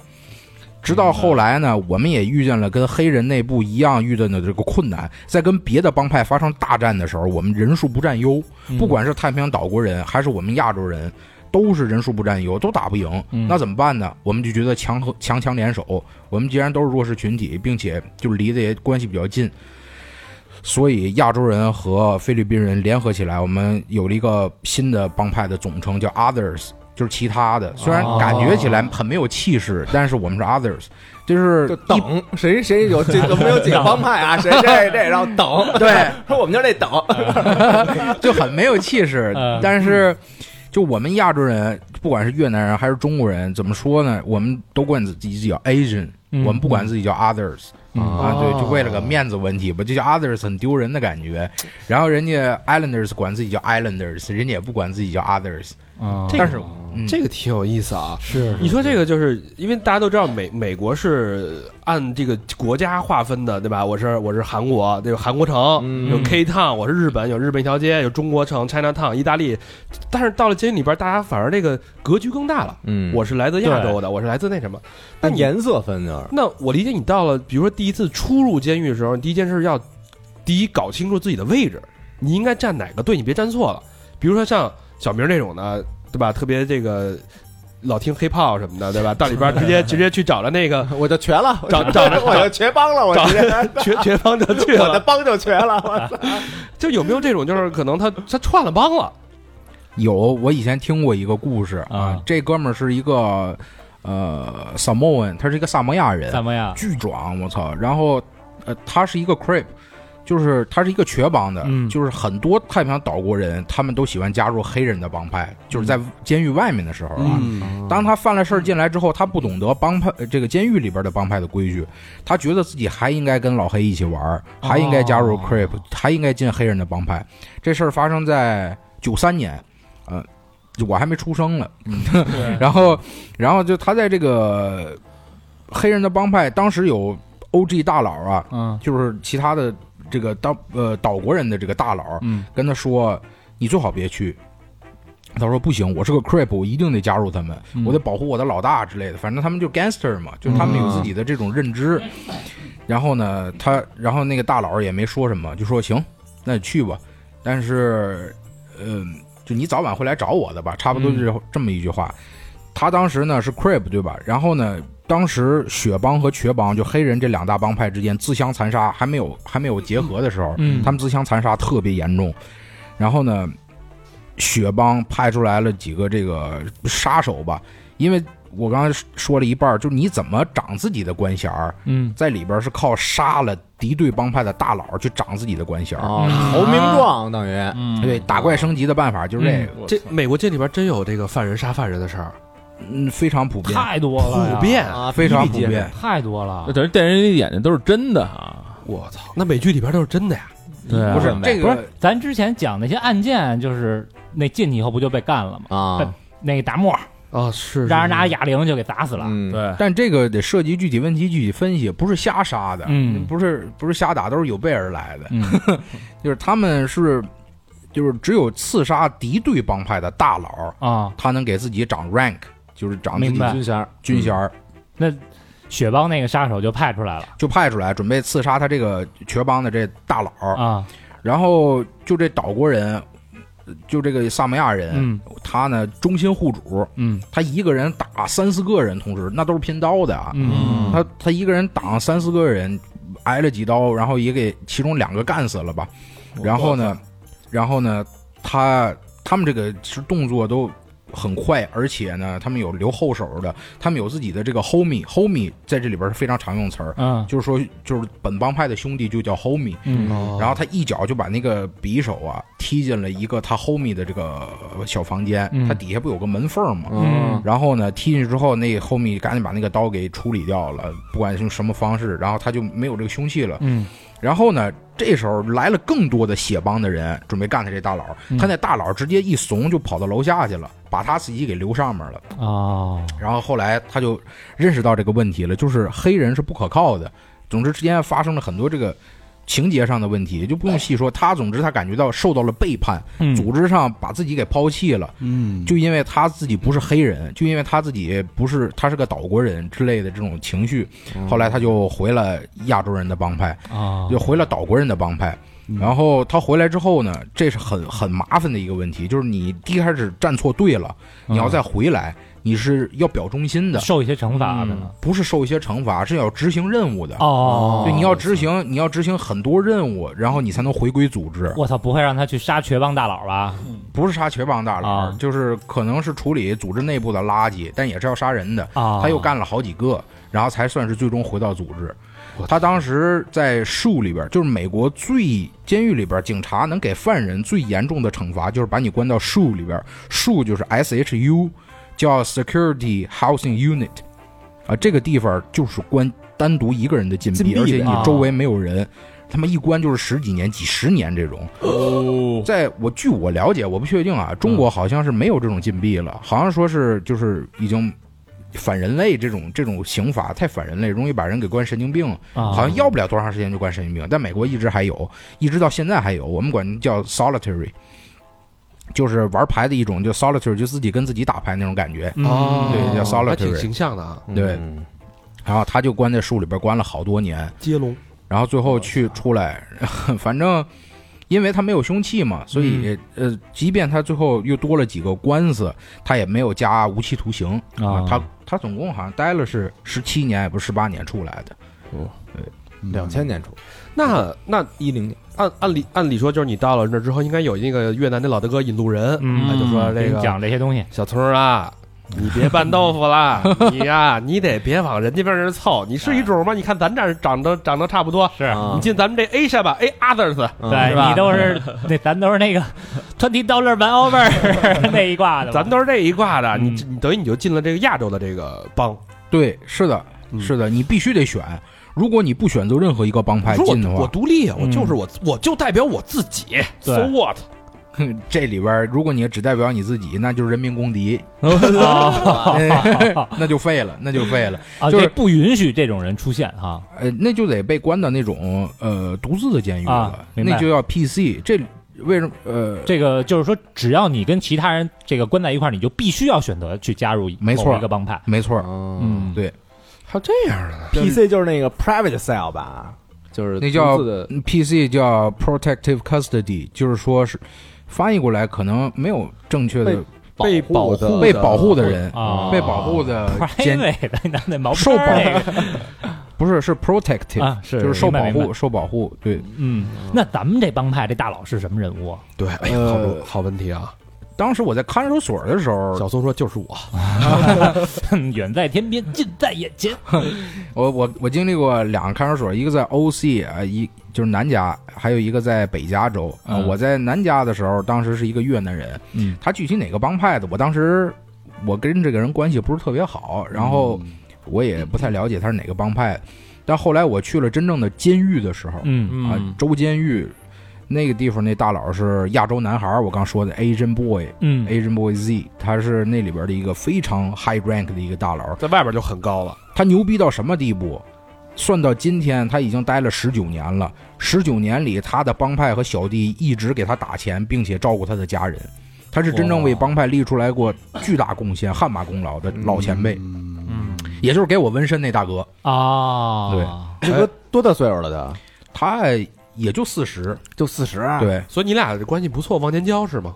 直到后来呢，我们也遇见了跟黑人内部一样遇见的这个困难，在跟别的帮派发生大战的时候，我们人数不占优，不管是太平洋岛国人还是我们亚洲人，都是人数不占优，都打不赢。那怎么办呢？我们就觉得强和强强联手，我们既然都是弱势群体，并且就离得也关系比较近，所以亚洲人和菲律宾人联合起来，我们有了一个新的帮派的总称，叫 Others，就是其他的。虽然感觉起来很没有气势，但是我们是 Others，就是
就
一
等谁谁有这有没有几个帮派 [laughs] 啊？谁这这，然后等，
对，
[laughs] 说我们就这等，
就很没有气势
嗯。
但是，就我们亚洲人，不管是越南人还是中国人，怎么说呢？我们都管自己叫 Asian，
嗯
我们不管自己叫 others。啊，对，就为了个
哦
面子问题吧，就叫 others 很丢人的感觉。然后人家 islanders 管自己叫 islanders，人家也不管自己叫 others。
这
但是
个
哦
嗯
这个挺有意思啊。
是
你说这个就是因为大家都知道美美国是按这个国家划分的，对吧？我是我是韩国，对吧？韩国城
嗯
有 K town，我是日本有日本一条街，有中国城 China town，意大利。但是到了监狱里边，大家反而这个格局更大了。
嗯
我是来自亚洲的，我是来自那什么？那
按
你
颜色分的，
那我理解你到了，比如说第一次初入监狱的时候，你第一件事要第一搞清楚自己的位置，你应该站哪个队，你别站错了。比如说像小明这种的，对吧？特别这个老听黑炮啊什么的， [laughs] 对吧？到里边直接直接去找着那个 [laughs]
我就瘸了，
找找着
我就瘸帮了，我
找
直接
瘸瘸帮就去
我的
了。
帮就瘸了，我操
就有没有这种，就是可能他他串了帮了，
有，我以前听过一个故事啊
啊，
这哥们儿是一个呃 Samoan，他是一个萨摩亚人，
怎么样？
巨壮，我操！然后，呃，他是一个 creep，就是他是一个瘸帮的，
嗯
就是很多太平洋岛国人，他们都喜欢加入黑人的帮派，就是在监狱外面的时候啊。
嗯
当他犯了事儿进来之后，他不懂得帮派呃这个监狱里边的帮派的规矩，他觉得自己还应该跟老黑一起玩儿，
哦
还应该加入 creep，、还应该进黑人的帮派。这事儿发生在九三年，呃，我还没出生呢。
嗯
[laughs] 然后，然后就他在这个黑人的帮派，当时有 OG 大佬啊，
嗯
就是其他的这个当呃岛国人的这个大佬，
嗯，
跟他说：“你最好别去。”他说：“不行，我是个 creep，我一定得加入他们，
嗯
我得保护我的老大之类的。反正他们就 gangster 嘛，就他们有自己的这种认知。然后呢，他然后那个大佬也没说什么，就说：“行，那你去吧。”但是，嗯、就你早晚会来找我的吧，差
嗯
不多就是这么一句话。他当时呢是 creep 对吧？然后呢，当时血帮和瘸帮就黑人这两大帮派之间自相残杀，还没有还没有结合的时候，
嗯
他们自相残杀特别严重。然后呢，血帮派出来了几个这个杀手吧，因为我刚才说了一半儿，就是你怎么长自己的官衔儿，
嗯，
在里边儿是靠杀了敌对帮派的大佬去长自己的官衔
啊
儿。
哦投名状等于
嗯
对，打怪升级的办法就是这个。
这美国监里边真有这个犯人杀犯人的事儿，
嗯非常普遍，
太多了呀，
普遍，
啊，
非常
比
普
比皆是
遍。
太多了
那。等于电视里演的都是真的啊，
我操，那美剧里边都是真的呀，
对啊，
不
嗯
是这
不
个，
咱之前讲那些案件，就是那进去以后不就被干了吗？
啊，
那个达莫
啊是，
让人
是
拿哑铃就给砸死了。
嗯，
对，
但这个得涉及具体问题具体分析，不是瞎杀的，
嗯
不是不是瞎打，都是有备而来的。
嗯
[laughs] 就是他们是，就是只有刺杀敌对帮派的大佬，
啊，
他能给自己涨 rank，就是涨啊自
明
己
白
军衔儿
军衔儿，
雪帮那个杀手就派出来了
就派出来准备刺杀他这个瘸帮的这大佬。
啊，
然后就这岛国人，呃就这个萨摩亚人，
嗯
他呢忠心护主，
嗯
他一个人打三四个人，同时那都是拼刀的啊。
嗯
他他一个人挡三四个人，挨了几刀，然后也给其中两个干死了吧。然后呢，然后呢，他他们这个是动作都很快，而且呢，他们有留后手的，他们有自己的这个 homie homie 在这里边是非常常用词儿，
嗯
就是说就是本帮派的兄弟就叫 homie。
嗯
哦
然后他一脚就把那个匕首啊踢进了一个他 homie 的这个小房间，
嗯
他底下不有个门缝吗？
嗯
然后呢，踢进去之后，那 homie 赶紧把那个刀给处理掉了，不管是用什么方式，然后他就没有这个凶器了。
嗯
然后呢，这时候来了更多的血帮的人，准备干他这大佬。
嗯
他那大佬直接一怂就跑到楼下去了，把他自己给留上面了。
哦，
然后后来他就认识到这个问题了，就是黑人是不可靠的。总之之间发生了很多这个情节上的问题，就不用细说。他总之他感觉到受到了背叛，
嗯
组织上把自己给抛弃了，
嗯，
就因为他自己不是黑人，就因为他自己不是他是个岛国人之类的这种情绪。后来他就回了亚洲人的帮派，
啊
就回了岛国人的帮派。
嗯
然后他回来之后呢，这是很很麻烦的一个问题，就是你第一开始站错队了，你
嗯
要再回来，你是要表忠心的，哦
受一些惩罚的呢。
不是受一些惩罚，是要执行任务的。
哦，
对，你要执行，你要执行很多任务，然后你才能回归组织。
我操，不会让他去杀瘸帮大佬吧？
不是杀瘸帮大佬，
啊
就是可能是处理组织内部的垃圾，但也是要杀人的。
啊，
他又干了好几个，然后才算是最终回到组织。他当时在树里边，就是美国最监狱里边，警察能给犯人最严重的惩罚就是把你关到树里边。树就是 S H U，叫 Security Housing Unit，啊，这个地方就是关单独一个人的禁闭，
禁闭的
而且
啊
你周围没有人。他妈一关就是十几年、几十年这种，
哦，
在我据我了解，我不确定啊，中国好像是没有这种禁闭了，好像说是就是已经反人类这种这种刑罚太反人类，容易把人给关神经病，
啊，
好像要不了多长时间就关神经病，但美国一直还有，一直到现在还有，我们管叫 solitary，就是玩牌的一种，就 solitary，就自己跟自己打牌那种感觉。
嗯
哦，
对叫 solitary
还挺形象的啊，
对
嗯
然后他就关在树里边关了好多年，
接龙
然后最后去出来， [laughs] 反正因为他没有凶器嘛，所以、呃，即便他最后又多了几个官司，他也没有加无期徒刑
啊
他他总共好像待了是十七年，也不是十八年出来的。
哦
呃
两千年初
那那
一零年，
按按理按理说，就是你到了那之后，应该有那个越南的老大哥引路人，
嗯
哎就说
给
这
你
个
讲这些东西，
小聪儿啊，你别拌豆腐
[laughs]
啦，你呀、你得别往人家边儿凑，你是一种吗？你看咱这儿长得长得差不多，
是
啊
你进咱们这 A 社吧，A others，
嗯
是吧
对你都是那咱都是那个 twenty dollar one over [laughs] 那一挂的吧，
咱都是这一挂的，你
嗯
你等于你就进了这个亚洲的这个帮，
对，是的，
嗯
是的，你必须得选。如果你不选择任何一个帮派
说
进的
我我
话，
独立啊，我
嗯
就是我，我就代表我自己
对
，so what？
[laughs] 这里边如果你只代表你自己，那就是人民公
[laughs]
敌，
哦
哎
啊
那就废了，那就废了。
啊，
哦就是
这不允许这种人出现哈。
呃，那就得被关到那种呃独自的监狱了，
啊明白
那就要 PC。这为什么？呃，
这个就是说，只要你跟其他人这个关在一块儿，你就必须要选择去加入
没错
某一个帮派。
没错儿，
嗯
嗯，
对
还有这样的呢？
，PC 就是那个 private cell 吧，就是
那叫
独自的
PC 叫 protective custody，就是说是翻译过来可能没有正确的
被
保
保护
被保护的人，
啊，
嗯被保护的监
private 的那那毛
受
边儿那个
不是是 protective，、
啊，是
就是受
明白
保
明白
护，受保护。对，
嗯，那咱们这帮派这大佬是什么人物？ [laughs]
对，哎呀，好
呃
好问题啊！
当时我在看守所的时候，
小松说就是我，
哼远在天边，近在眼前。
我我我经历过两个看守所，一个在 OC 啊、一就是南加，还有一个在北加州。啊、
嗯
我在南加的时候，当时是一个越南人，
嗯
他具体哪个帮派的，我当时我跟这个人关系不是特别好，然后
嗯
我也不太了解他是哪个帮派。但后来我去了真正的监狱的时候，
嗯
啊，州监狱那个地方那大佬是亚洲男孩儿，我刚说的 Asian Boy。
嗯
Asian Boy Z，他是那里边的一个非常 high rank 的一个大佬，
在外边就很高了，
他牛逼到什么地步？算到今天，他已经待了十九年了。十九年里，他的帮派和小弟一直给他打钱，并且照顾他的家人。他是真正为帮派立出来过巨大贡献、汗马功劳的老前辈，
嗯，
也就是给我纹身那大哥。
啊，
对
这哥多大岁数了他？
他也就四十，
就四十，
啊
对，
所以你俩关系不错，忘年交是吗？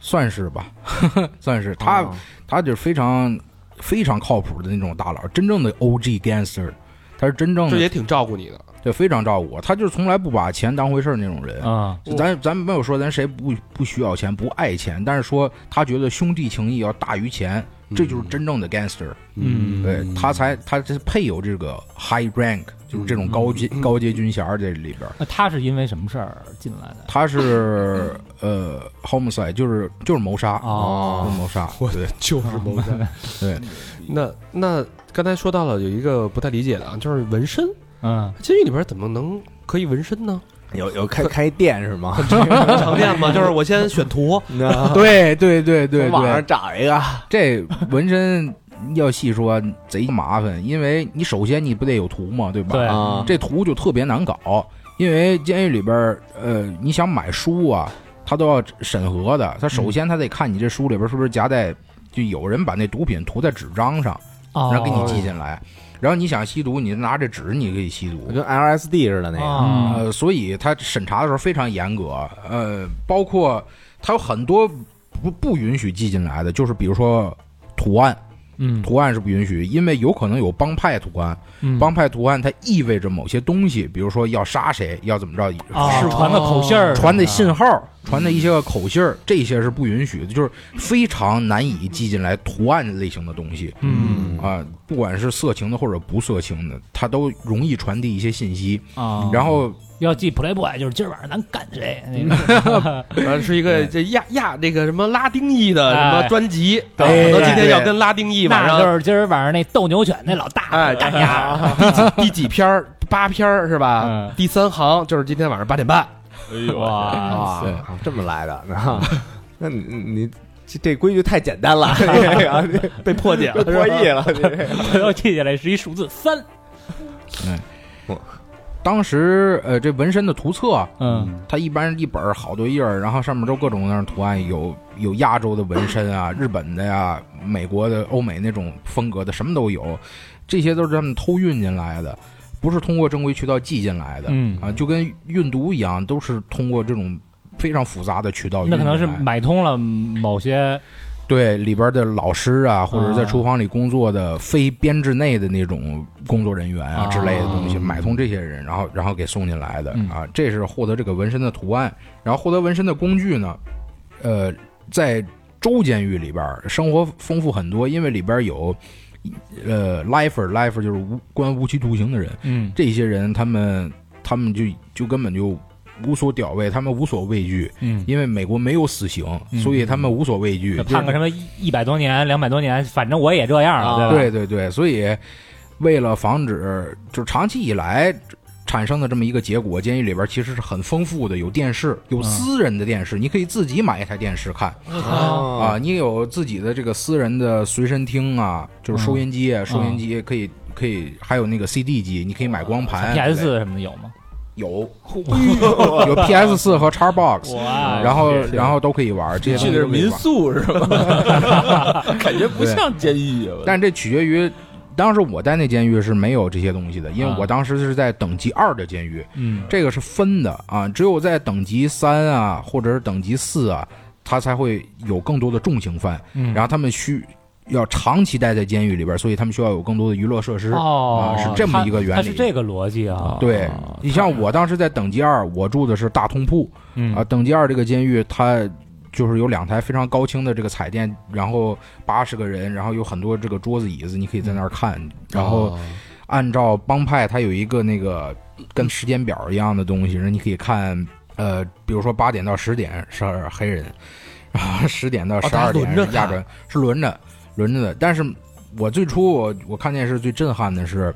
算是吧， [laughs] 算是他，
哦
啊
他就是非常非常靠谱的那种大佬，真正的 OG gangster，他是真
嗯
正
这
的，
也挺照顾你的，
对，非常照顾我，他就是从来不把钱当回事儿那种人。
嗯
啊，
咱咱没有说咱谁不不需要钱不爱钱，但是说他觉得兄弟情谊要大于钱，这就是真正的 gangster，、
嗯
对他才他才配有这个 high rank，就是这种高阶、高阶军衔儿这里边儿。
那他是因为什么事儿进来的？
他是呃 homicide，就是就是谋杀，
啊
哦
就是谋杀，对，
就是谋杀。
对，
[laughs] 那那刚才说到了有一个不太理解的啊，就是纹身，
嗯，
监狱里边怎么能可以纹
[laughs]
身呢？
嗯有有开开店是吗？
常见吗？ [laughs] 就是我先选
[laughs]
图，
那
对对
[laughs]
对对
网
对
上，找一个，
这纹身要细说贼麻烦，因为你首先你不得有图嘛，对吧？
对
啊
这图就特别难搞，因为监狱里边儿，呃，你想买书啊，他都要审核的。他首先他得看你这书里边是不是夹带，就有人把那毒品涂在纸张上，
哦
然后给你寄进来。然后你想吸毒，你拿着纸你可以吸毒。
跟 LSD 似的那个，
啊，
呃，所以他审查的时候非常严格，呃，包括他有很多不不允许寄进来的，就是比如说图案，
嗯
图案是不允许，因为有可能有帮派图案，
嗯
帮派图案它意味着某些东西，比如说要杀谁，要怎么着，
啊
是
传个口信儿，
传的信号，传的一些个口信儿，这些是不允许的，就是非常难以记进来图案类型的东西
嗯
啊、不管是色情的或者不色情的，它都容易传递一些信息。
啊，
嗯然后
要记 play boy 就是今儿晚上咱干谁，那个
呃，是一个这亚亚这个什么拉丁裔的什么
哎
专辑，啊
对
我都今天
对
要跟拉丁裔晚
那
上
就是今儿晚上那斗牛犬那老大
哎
干 [laughs] 呀，
第几篇儿八篇儿是吧？
嗯
第三行就是今天晚上八点半，
哎呦，
哇，
啊，这么来的， [laughs] 那那你你这这规矩太简单了， [laughs] 这个
被破解了
[laughs]
这破译了，这个
回头记下来是一数字三，
当时呃，这纹身的图册，啊
嗯
它一般一本儿好多页儿，然后上面都各种各样的图案，有有亚洲的纹身啊，日本的呀、美国的、欧美那种风格的，什么都有。这些都是他们偷运进来的，不是通过正规渠道寄进来的、
嗯
啊，就跟运毒一样，都是通过这种非常复杂的渠道运
那
进
可
哦来。
能是买通了某些
对里边的老师啊，或者是在
啊
厨房里工作的非编制内的那种工作人员啊
啊
之类的东西，买通这些人，然后然后给送进来的
嗯
啊。这是获得这个纹身的图案，然后获得纹身的工具呢，呃，在州监狱里边儿生活丰富很多，因为里边有。呃，lifer lifer 就是无关无期徒刑的人，
嗯
这些人他们他们就就根本就无所屌位，他们无所畏惧，
嗯
因为美国没有死刑，
嗯
所以他们无所畏惧。
判个什么一一百多年、两百多年，反正我也这样
啊
了，吧？
对对对，所以为了防止就长期以来产生的这么一个结果，监狱里边其实是很丰富的，有电视，有私人的电视，你可以自己买一台电视看
嗯
啊，
啊
你有自己的这个私人的随身听啊，就是收音机，收音机可以可以，还有那个 CD 机，你可以买光盘
PS 四什么的有吗？
有
哎
有 PS 四和 Xbox。
哇
然后，
是
然后都可以玩这些东西
去的是
都可以
民
玩。
宿是吧？感觉不像监狱啊，
但这取决于，当时我在那监狱是没有这些东西的，因为
啊
我当时是在等级二的监狱，
嗯
这个是分的啊，只有在等级三啊，或者是等级四啊，他才会有更多的重刑犯，
嗯
然后他们需要长期待在监狱里边，所以他们需要有更多的娱乐设施。
哦
啊，是这么一个原
它它
理
是这个逻辑啊。
对
哦
你像我当时在等级二，我住的是大通铺
嗯
啊，等级二这个监狱它。就是有两台非常高清的这个彩电，然后八十个人，然后有很多这个桌子椅子，你可以在那儿看，
哦
然后按照帮派，它有一个那个跟时间表一样的东西，然后你可以看，呃，比如说八点到十点是黑人，然后十点到
哦
十
它
二
还
点
轮着
是亚
看
洲人，是轮着。轮着的。但是我最初我我看电视最震撼的是，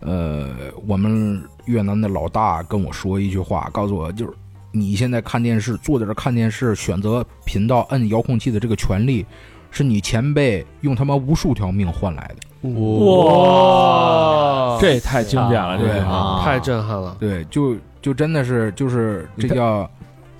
呃，我们越南的老大跟我说一句话，告诉我就是你现在看电视，坐在这儿看电视，选择频道、摁遥控器的这个权利，是你前辈用他妈无数条命换来的。
哦
哇，
这也太经典了，这
对
个
啊
太震撼了！
对，就就真的是就是这叫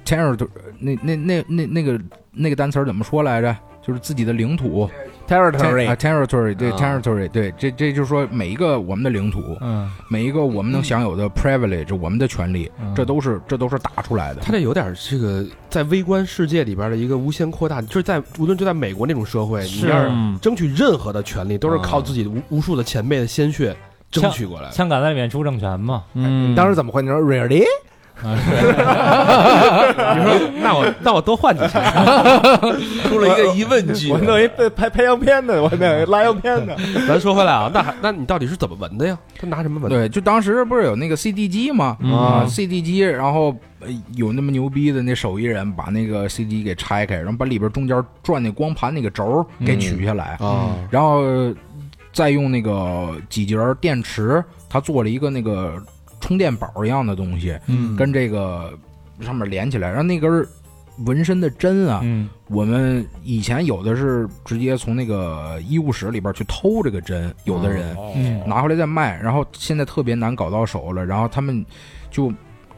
territory，那那那那那个那个单词儿怎么说来着？就是自己的领土
territory，
啊 territory，对
啊
territory，对，这这就是说每一个我们的领土，
嗯，
每一个我们能享有的 privilege，我们的权利，这都是这都是打出来的。
他这有点这个在微观世界里边的一个无限扩大，就是在无论就在美国那种社会，你要是
嗯
争取任何的权利，都是靠自己的
嗯
无无数的前辈的鲜血争取过来的。
枪杆子里面出政权嘛，
嗯
当时怎么会？你说 really？
[laughs] 你说，那我那我多换几枪，
[laughs] 出了一个疑问句
我弄一拍拍拍洋片的，我弄一拉洋片的，
咱说回来啊，那还那你到底是怎么纹的呀？他拿什么纹的？
对，就当时不是有那个 CD 机吗？
嗯
啊，CD 机，然后呃有那么牛逼的那手艺人把那个 CD 给拆开，然后把里边中间转那光盘那个轴儿给取下来，
啊，
然后再用那个几节儿电池，它做了一个那个充电宝一样的东西，
嗯
跟这个上面连起来，然后那根儿纹身的针啊，
嗯
我们以前有的是直接从那个医务室里边去偷这个针，有的人。
哦
嗯
拿回来再卖，然后现在特别难搞到手了，然后他们就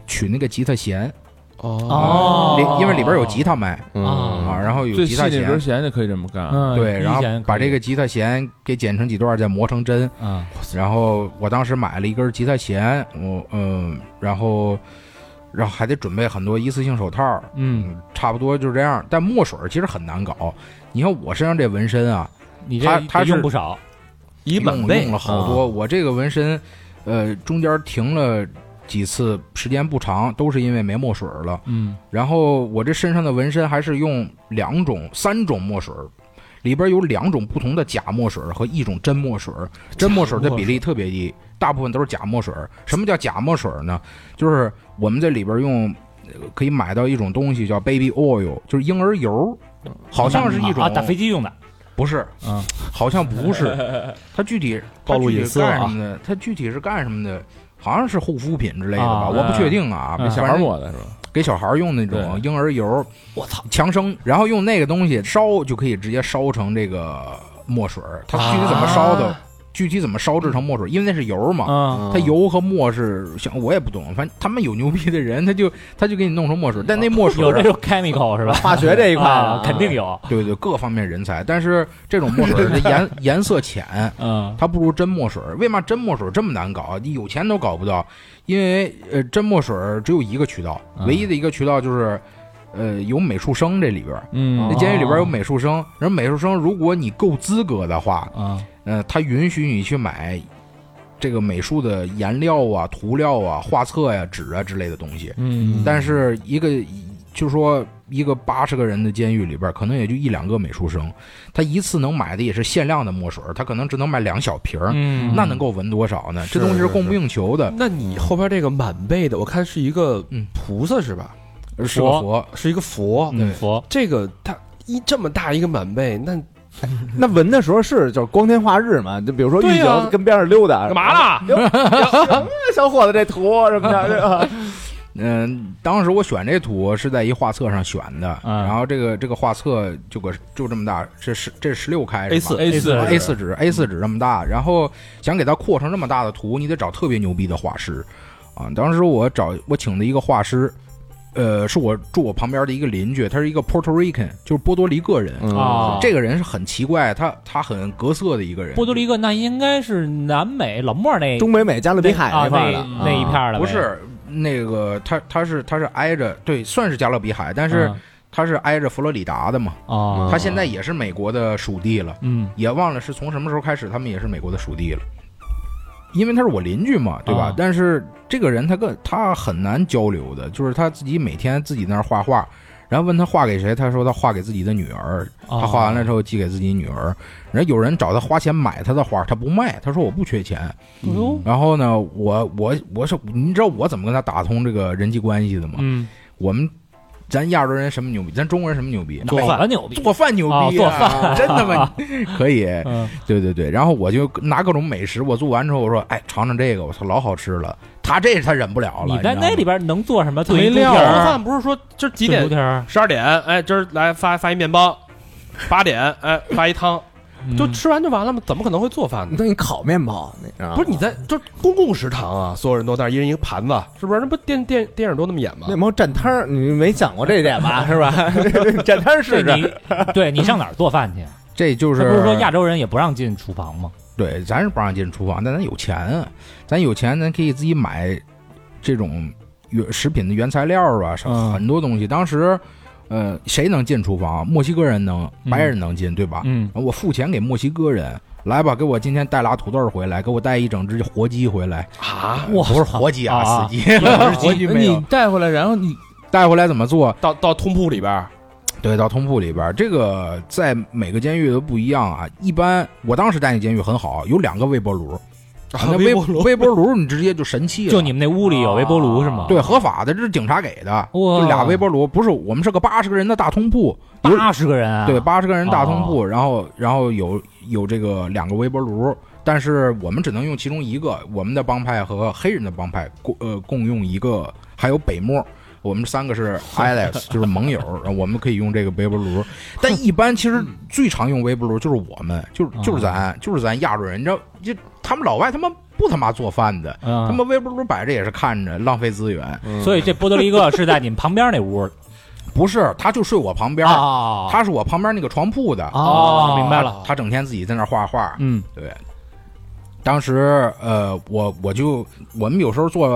取那个吉他弦，
哦，
哦
里因为里边有吉他卖、
啊
啊，然后有
最
吉
细
他
那
弦，
根弦就可以这么干。
嗯
对，然后
一弦可以
把这个吉他弦给剪成几段，再磨成针。
啊
然后我当时买了一根吉他弦，我嗯，然后然后还得准备很多一次性手套，
嗯，
嗯，差不多就是这样。但墨水其实很难搞，你看我身上这纹身啊，
你
他
这
他
得用
是
不少，
以满
用
背
用了好多。我这个纹身，呃，中间停了几次，时间不长，都是因为没墨水了。
嗯
然后我这身上的纹身还是用两种、三种墨水，里边有两种不同的假墨水和一种真墨水。真墨水的比例特别低，大部分都是假墨水。什么叫假墨水呢？就是我们在里边用。呃可以买到一种东西叫 baby oil，就是婴儿油，好像是一种
啊打飞机用的，
不是，啊
嗯，
好像不是。它具体它
暴露
具体
隐
是
私了啊
干什么的？它具体是干什么的？好像是护肤品之类的吧，
啊
我不确定啊。
嗯
小
小
孩
孩
儿
抹的是吧？
给小孩儿用那种婴儿油，我操，强生，然后用那个东西烧就可以直接烧成这个墨水儿。
啊
它具体怎么烧的？具体怎么烧制成墨水？因为那是油嘛，
嗯
啊
它油和墨是像我也不懂，反正他们有牛逼的人，他就他就给你弄成墨水，但那墨水啊
有这种 chemical 是吧？
化学这一块
哎
啊肯定有，
对对，各方面人才，但是这种墨水儿的颜 [laughs] 颜色浅，
嗯
它不如真墨水儿。为嘛真墨水儿这么难搞？啊你有钱都搞不到，因为呃，真墨水儿只有一个渠道，唯一的一个渠道就是，呃，有美术生这里边儿，
嗯
那监狱里边儿有美术生，然后美术生如果你够资格的话，
啊
呃，他允许你去买这个美术的颜料啊、涂料啊、画册呀、纸啊之类的东西。
嗯
但是一个就说一个八十个人的监狱里边儿，可能也就一两个美术生，他一次能买的也是限量的墨水儿，他可能只能买两小瓶儿，
嗯
那能够闻多少呢？这东西
是
是供不应求的，
那你后边这个满背的，我看是一个
嗯
菩萨是吧？
是个佛。
是一个佛。
对
佛
这个他一这么大一个满背，那
那纹的时候是就是光天化日嘛，就比如说
对
狱
呀
警跟边上溜达，
干嘛啦？
哎小伙子这图什么的，啊
嗯，当时我选这图是在一画册上选的，
嗯
然后这个这个画册就个就这么大，这是这十六开
A
是吧
四
A
哎
四嗯
A 四纸 A 四纸这么大，然后想给它扩成这么大的图，你得找特别牛逼的画师啊。当时我找我请的一个画师，呃，是我住我旁边的一个邻居，他是一个 Puerto Rican，就是波多黎各人。
啊，
这个人是很奇怪，他他很格色的一个人。
波多黎各那应该是南美老莫那
中美美加勒比海
啊
块儿的
那那一片
啊
儿了呗，
不是那个他他是他是挨着对，算是加勒比海，但是
嗯
他是挨着佛罗里达的嘛。
哦，
他现在也是美国的属地了。
嗯
也忘了是从什么时候开始，他们也是美国的属地了。因为他是我邻居嘛，对吧？
啊
但是这个人他跟他很难交流的，就是他自己每天自己那儿画画，然后问他画给谁，他说他画给自己的女儿，
哦
他画
啊
完了之后寄给自己女儿。然后有人找他花钱买他的画，他不卖，他说我不缺钱。
哟
然后呢，我我我是你知道我怎么跟他打通这个人际关系的吗？
嗯
我们咱亚洲人什么牛逼？咱中国人什么牛逼？
做饭牛逼，
做饭牛逼、啊
哦做饭
[laughs] 真的
[laughs]
吗？可以，
嗯
对对对。然后我就拿各种美食，我做完之后我说，哎，尝尝这个，我操，老好吃了。他这他忍不了了。
你在
知道
那
吗
里边能做什么？炖
没
一猪蹄
料
儿
饭不是说今儿几
炖
点
猪蹄儿，
十二点，哎，今儿来发发一面包，八点，哎，发一汤，就
嗯
吃完就完了吗？怎么可能会做饭呢？
那你烤面包，你知道吗
不是你在就是公共食堂啊，所有人都在那儿，一人一个盘子，是不是？那不电电电影都那么演吗
面？包蘸摊儿，你没想过这一点吧？是吧？ [laughs] 蘸摊儿试
对
试。
你，对你上哪儿做饭去？
这就
他
是
不是说亚洲人也不让进厨房吗？
对，咱是不让进厨房，但咱有钱啊，咱有钱，咱可以自己买这种原食品的原材料啊，什么
嗯
很多东西。当时，呃，谁能进厨房？墨西哥人能，
嗯
白人能进，对吧？
嗯，
我付钱给墨西哥人，来吧，给我今天带俩土豆儿回来，给我带一整只活鸡回来。
啊，
不是活鸡
啊
啊，
啊
死鸡，活鸡没有
你。带回来，然后你
带回来怎么做？
到到通铺里边儿， [laughs]
对，到通铺里边儿，这个在每个监狱都不一样啊。一般我当时待那监狱很好，有两个微波炉，啊那微
波炉
微波炉你直接就神器了，
就你们那屋里有微波炉是吗？
对，合法的，这是警察给的，
哇
就俩微波炉，不是我们是个八十个人的大通铺，有
八十个人啊，哦
对八十个人大通铺，然后然后有有这个两个微波炉，但是我们只能用其中一个，我们的帮派和黑人的帮派共呃共用一个，还有北漠。我们三
[laughs]
个是 Alex，就是盟友，然后我们可以用这个微波炉，但一般其
嗯
实最常用微波炉就是我们，就是就是
哦
咱，就是咱亚洲人，你知道，就他们老外他们不他妈做饭的，他
嗯，
们微波炉摆着也是看着浪费资源，
所以这波多黎各是在你们旁边那屋
不是，他就睡我旁 [laughs] 边儿，
啊
他是我旁边那个床铺的。
哦，明白了，
他整天自己在那儿画画。
嗯，
对。当时呃，我我就我们有时候做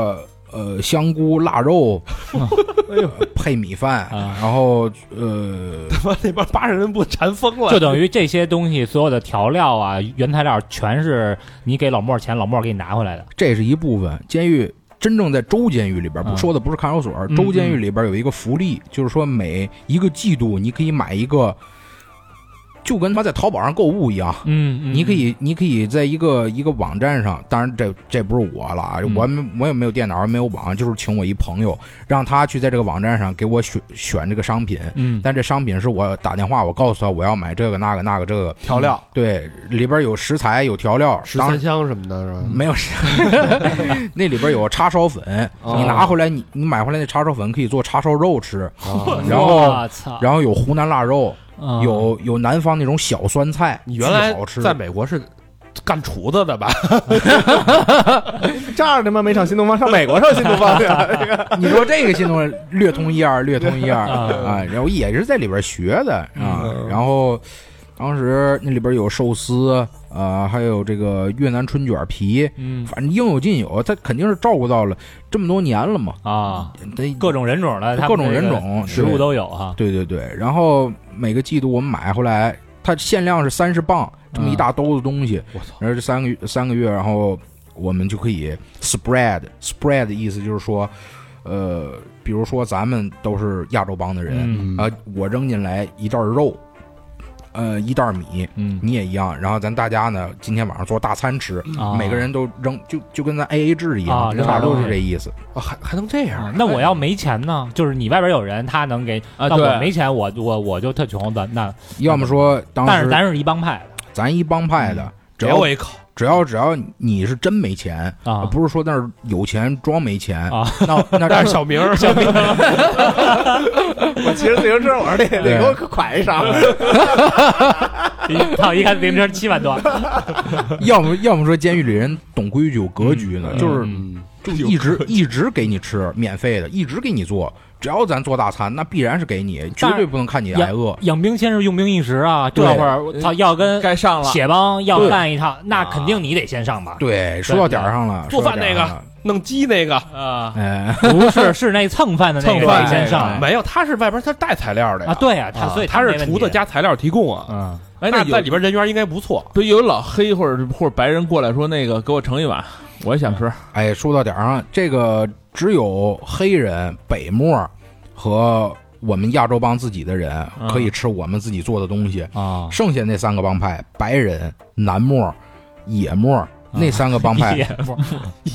呃香菇腊肉，
[laughs]
呃配米饭，
哎啊
然后呃
他妈那边八十人不馋疯了，
就等于这些东西所有的调料啊、原材料全是你给老莫钱，老莫给你拿回来的。
这是一部分。监狱真正在州监狱里边，不
嗯
说的不是看守所，州监狱里边有一个福利，就是说每一个季度你可以买一个，就跟他妈在淘宝上购物一样。
嗯
你可以，你可以在一个一个网站上，当然这这不是我了啊，
嗯
我没我也没有电脑，也没有网，就是请我一朋友，让他去在这个网站上给我选选这个商品。
嗯
但这商品是我打电话，我告诉他我要买这个那个那个这个，
调料
对，里边有食材有调料，
十
当
三香什么的，是吧？
没
[laughs]
有食，那里边有叉烧粉，
哦
你拿回来你你买回来那叉烧粉可以做叉烧肉吃，
嗯啊
然后
我操，
然后有湖南腊肉，
嗯
有有南方那种小酸菜，
[laughs] 你原来
巨好吃，
在美国是干厨子的吧？
这样他妈没上新东方，上美国上新东方去啊。这个
你说这个新东西略通一二，略通一二
啊嗯
啊，然后也是在里边学的啊，然后当时那里边有寿司，呃，还有这个越南春卷皮，
嗯
反正应有尽有，他肯定是照顾到了这么多年了嘛，
啊，
得
各种人种的，他们
各种
这
人
个
种
食物都有哈。
对对对，然后每个季度我们买回来，它限量是三十磅，这么一
嗯
大兜子东西。
我操
然后这三个月三个月，然后我们就可以 spread spread 的意思就是说，呃，比如说咱们都是亚洲帮的人，
嗯
啊，我扔进来一袋肉，呃，一袋米，
嗯，
你也一样。然后咱大家呢，今天晚上做大餐吃，
啊
每个人都扔，就就跟咱 A A 制一样，
啊
人
扔
俩
点
都
东
是
西
这意思。
啊还还能这样
啊？那我要没钱呢？就是你外边有人，他能给
啊
那我
对
没钱，我我我就特穷，咱那
要么说，当
但是
时
咱嗯是一帮派
咱一帮派的，只
给
要
我一口，
只要只要你是真没钱，
的啊，
不是说那儿有钱装没钱
啊，
那
[laughs]
那
[laughs] 但是小明儿小明儿
我骑着自行车，我说得得
对
给我款一上。
一套啊一看自行车七万多，
要么要么说监狱里人懂规矩有格局
嗯
呢，就是
嗯
就一直一直给你吃免费的，一直给你做，只要咱做大餐，那必然是给你，绝
但是
对不能看你
也
挨饿。
养兵千日，用兵一时啊。这
对
会儿我操，要跟
该上了，
血帮要干一趟，那肯定你得先上吧？
对，说到点儿上了，
做
说到
饭
点儿
那个
上了，
弄鸡那个
啊，
哎， [laughs]
不是，是那蹭饭的那个
蹭饭
得先
哎
上
没有，他是外边他带材料的呀
啊。，对啊，他所以
他
没
是
问题
厨子，加材料提供啊。
嗯，
哎，
那
那
在
有
里边人缘应该不错。 [laughs]
不有老黑或者或者白人过来说那个给我盛一碗，我也想吃。
哎，说到点儿上，这个只有黑人、北漠和我们亚洲帮自己的人
嗯
可以吃我们自己做的东西。
啊
剩下那三个帮派，白人、南漠、野漠那三个
[laughs]
帮派，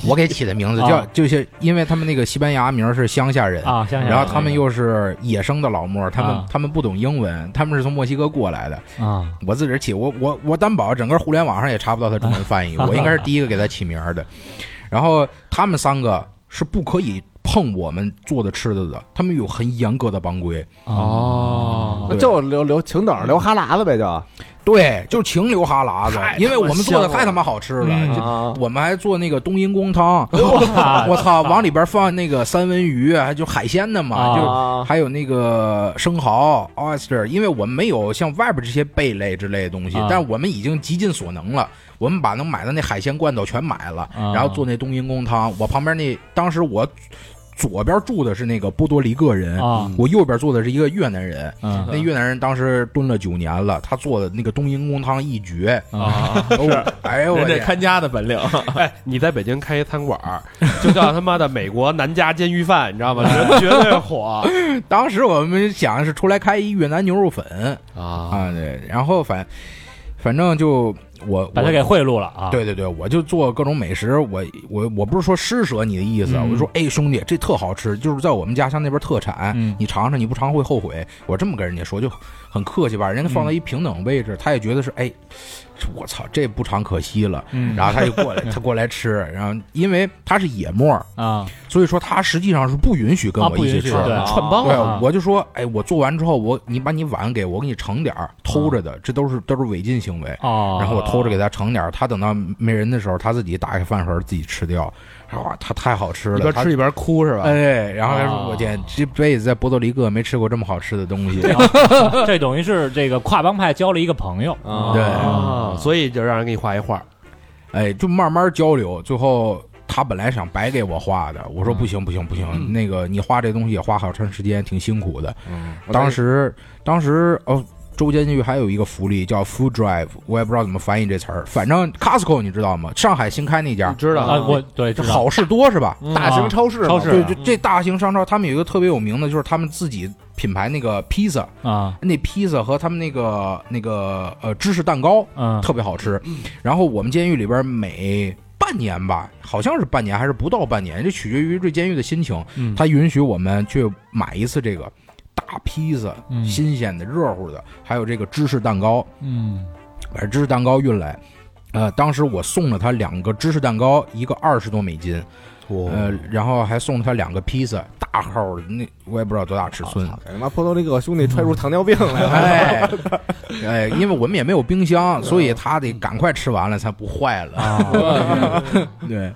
我给起的名字叫
啊
就是因为他们那个西班牙名是乡下人，
啊，想想，
然后他们又是野生的老墨，他们
啊
他们不懂英文，他们是从墨西哥过来的。
啊，
我自己起，我我我担保，整个互联网上也查不到他中文翻译，
啊
我应该是第一个给他起名儿的。然后他们三个是不可以碰我们做的吃的的，他们有很严格的帮规。
哦
那 [laughs] 就留留请等着留哈喇子呗，就
对，就请留哈喇子，因为我们做的太他妈好吃了。就
啊，
我们还做那个冬阴功汤，
哇
我
啊
操，往里边放那个三文鱼，还就海鲜的嘛，就
啊
还有那个生蚝 oyster，因为我们没有像外边这些贝类之类的东西，
啊
但我们已经极尽所能了。我们把能买的那海鲜罐头全买了，
啊
然后做那冬阴功汤。我旁边那当时我左边住的是那个波多黎各人，
啊，
我右边坐的是一个越南人。
嗯
那越南人当时蹲了九年了，他做的那个冬阴功汤一绝，
啊，
哦、哎 [laughs] 呦我
人这
天！
看家的本领，
哎，你在北京开一餐馆儿，就叫他妈的美国南家监狱饭，你知道吗？绝 [laughs] 绝对火
当时我们想是出来开一越南牛肉粉
啊！
啊，对，然后反反正就我
[laughs] 把他
我
给贿赂了啊，
[laughs] 对对对，我就做各种美食，我我我不是说施舍你的意思，
嗯
我就说，哎，兄弟，这特好吃，就是在我们家乡那边特产，
嗯
你尝尝，你不尝会后悔。我这么跟人家说，就很客气吧，人家
嗯
放到一平等位置，他也觉得是，哎，这我操，这不尝可惜了。
嗯
然后他就过来，他过来吃，然后因为他是野沫儿，
啊
所以说他实际上是不允许跟
啊，
我
不
一起
允许
吃。
对
串帮
对
啊，
我就说，哎，我做完之后，我你把你碗给我，我给你盛点儿，
啊
偷着的，这都是都是违禁行为。
哦，
然后我偷着给他盛点儿，他等到没人的时候，他自己打开饭盒自己吃掉。哇，他太好吃
一
了！
边
他
吃一啊边哭是吧？
哎，然后他说：“
哦
我天，这辈子在波多黎各没吃过这么好吃的东西。
[laughs] 这等于是这个跨帮派交了一个朋友，
啊
对
啊，所以就让人给你画一画。”
哎，就慢慢交流，最后。他本来想白给我画的，我说
嗯
不行不行不行，那个你画这东西也花好长时间，挺辛苦的。
嗯
当时当时哦，州监狱还有一个福利叫 Food Drive，我也不知道怎么翻译这词儿，反正 Costco 你知道吗？上海新开那家
你，知道嗯
啊，我对
这
知道
好事多是吧？
大型超市嘛
超市
对，就这大型商超，他们有一个特别有名的，就是他们自己品牌那个披萨，
啊，
那披萨和他们那个那个呃芝士蛋糕
嗯
特别好吃。然后我们监狱里边每半年吧，好像是半年还是不到半年，这取决于这监狱的心情
嗯，
他允许我们去买一次这个大披萨，
嗯
新鲜的、热乎的，还有这个芝士蛋糕，
嗯
把芝士蛋糕运来。呃，当时我送了他两个芝士蛋糕，一个二十多美金，呃，然后还送了他两个披萨，大号的，那我也不知道多大尺寸。
给他妈波多黎各兄弟揣出糖尿病来了，
哎，哎，因为我们也没有冰箱，所以他得赶快吃完了才不坏了。 [laughs] 对，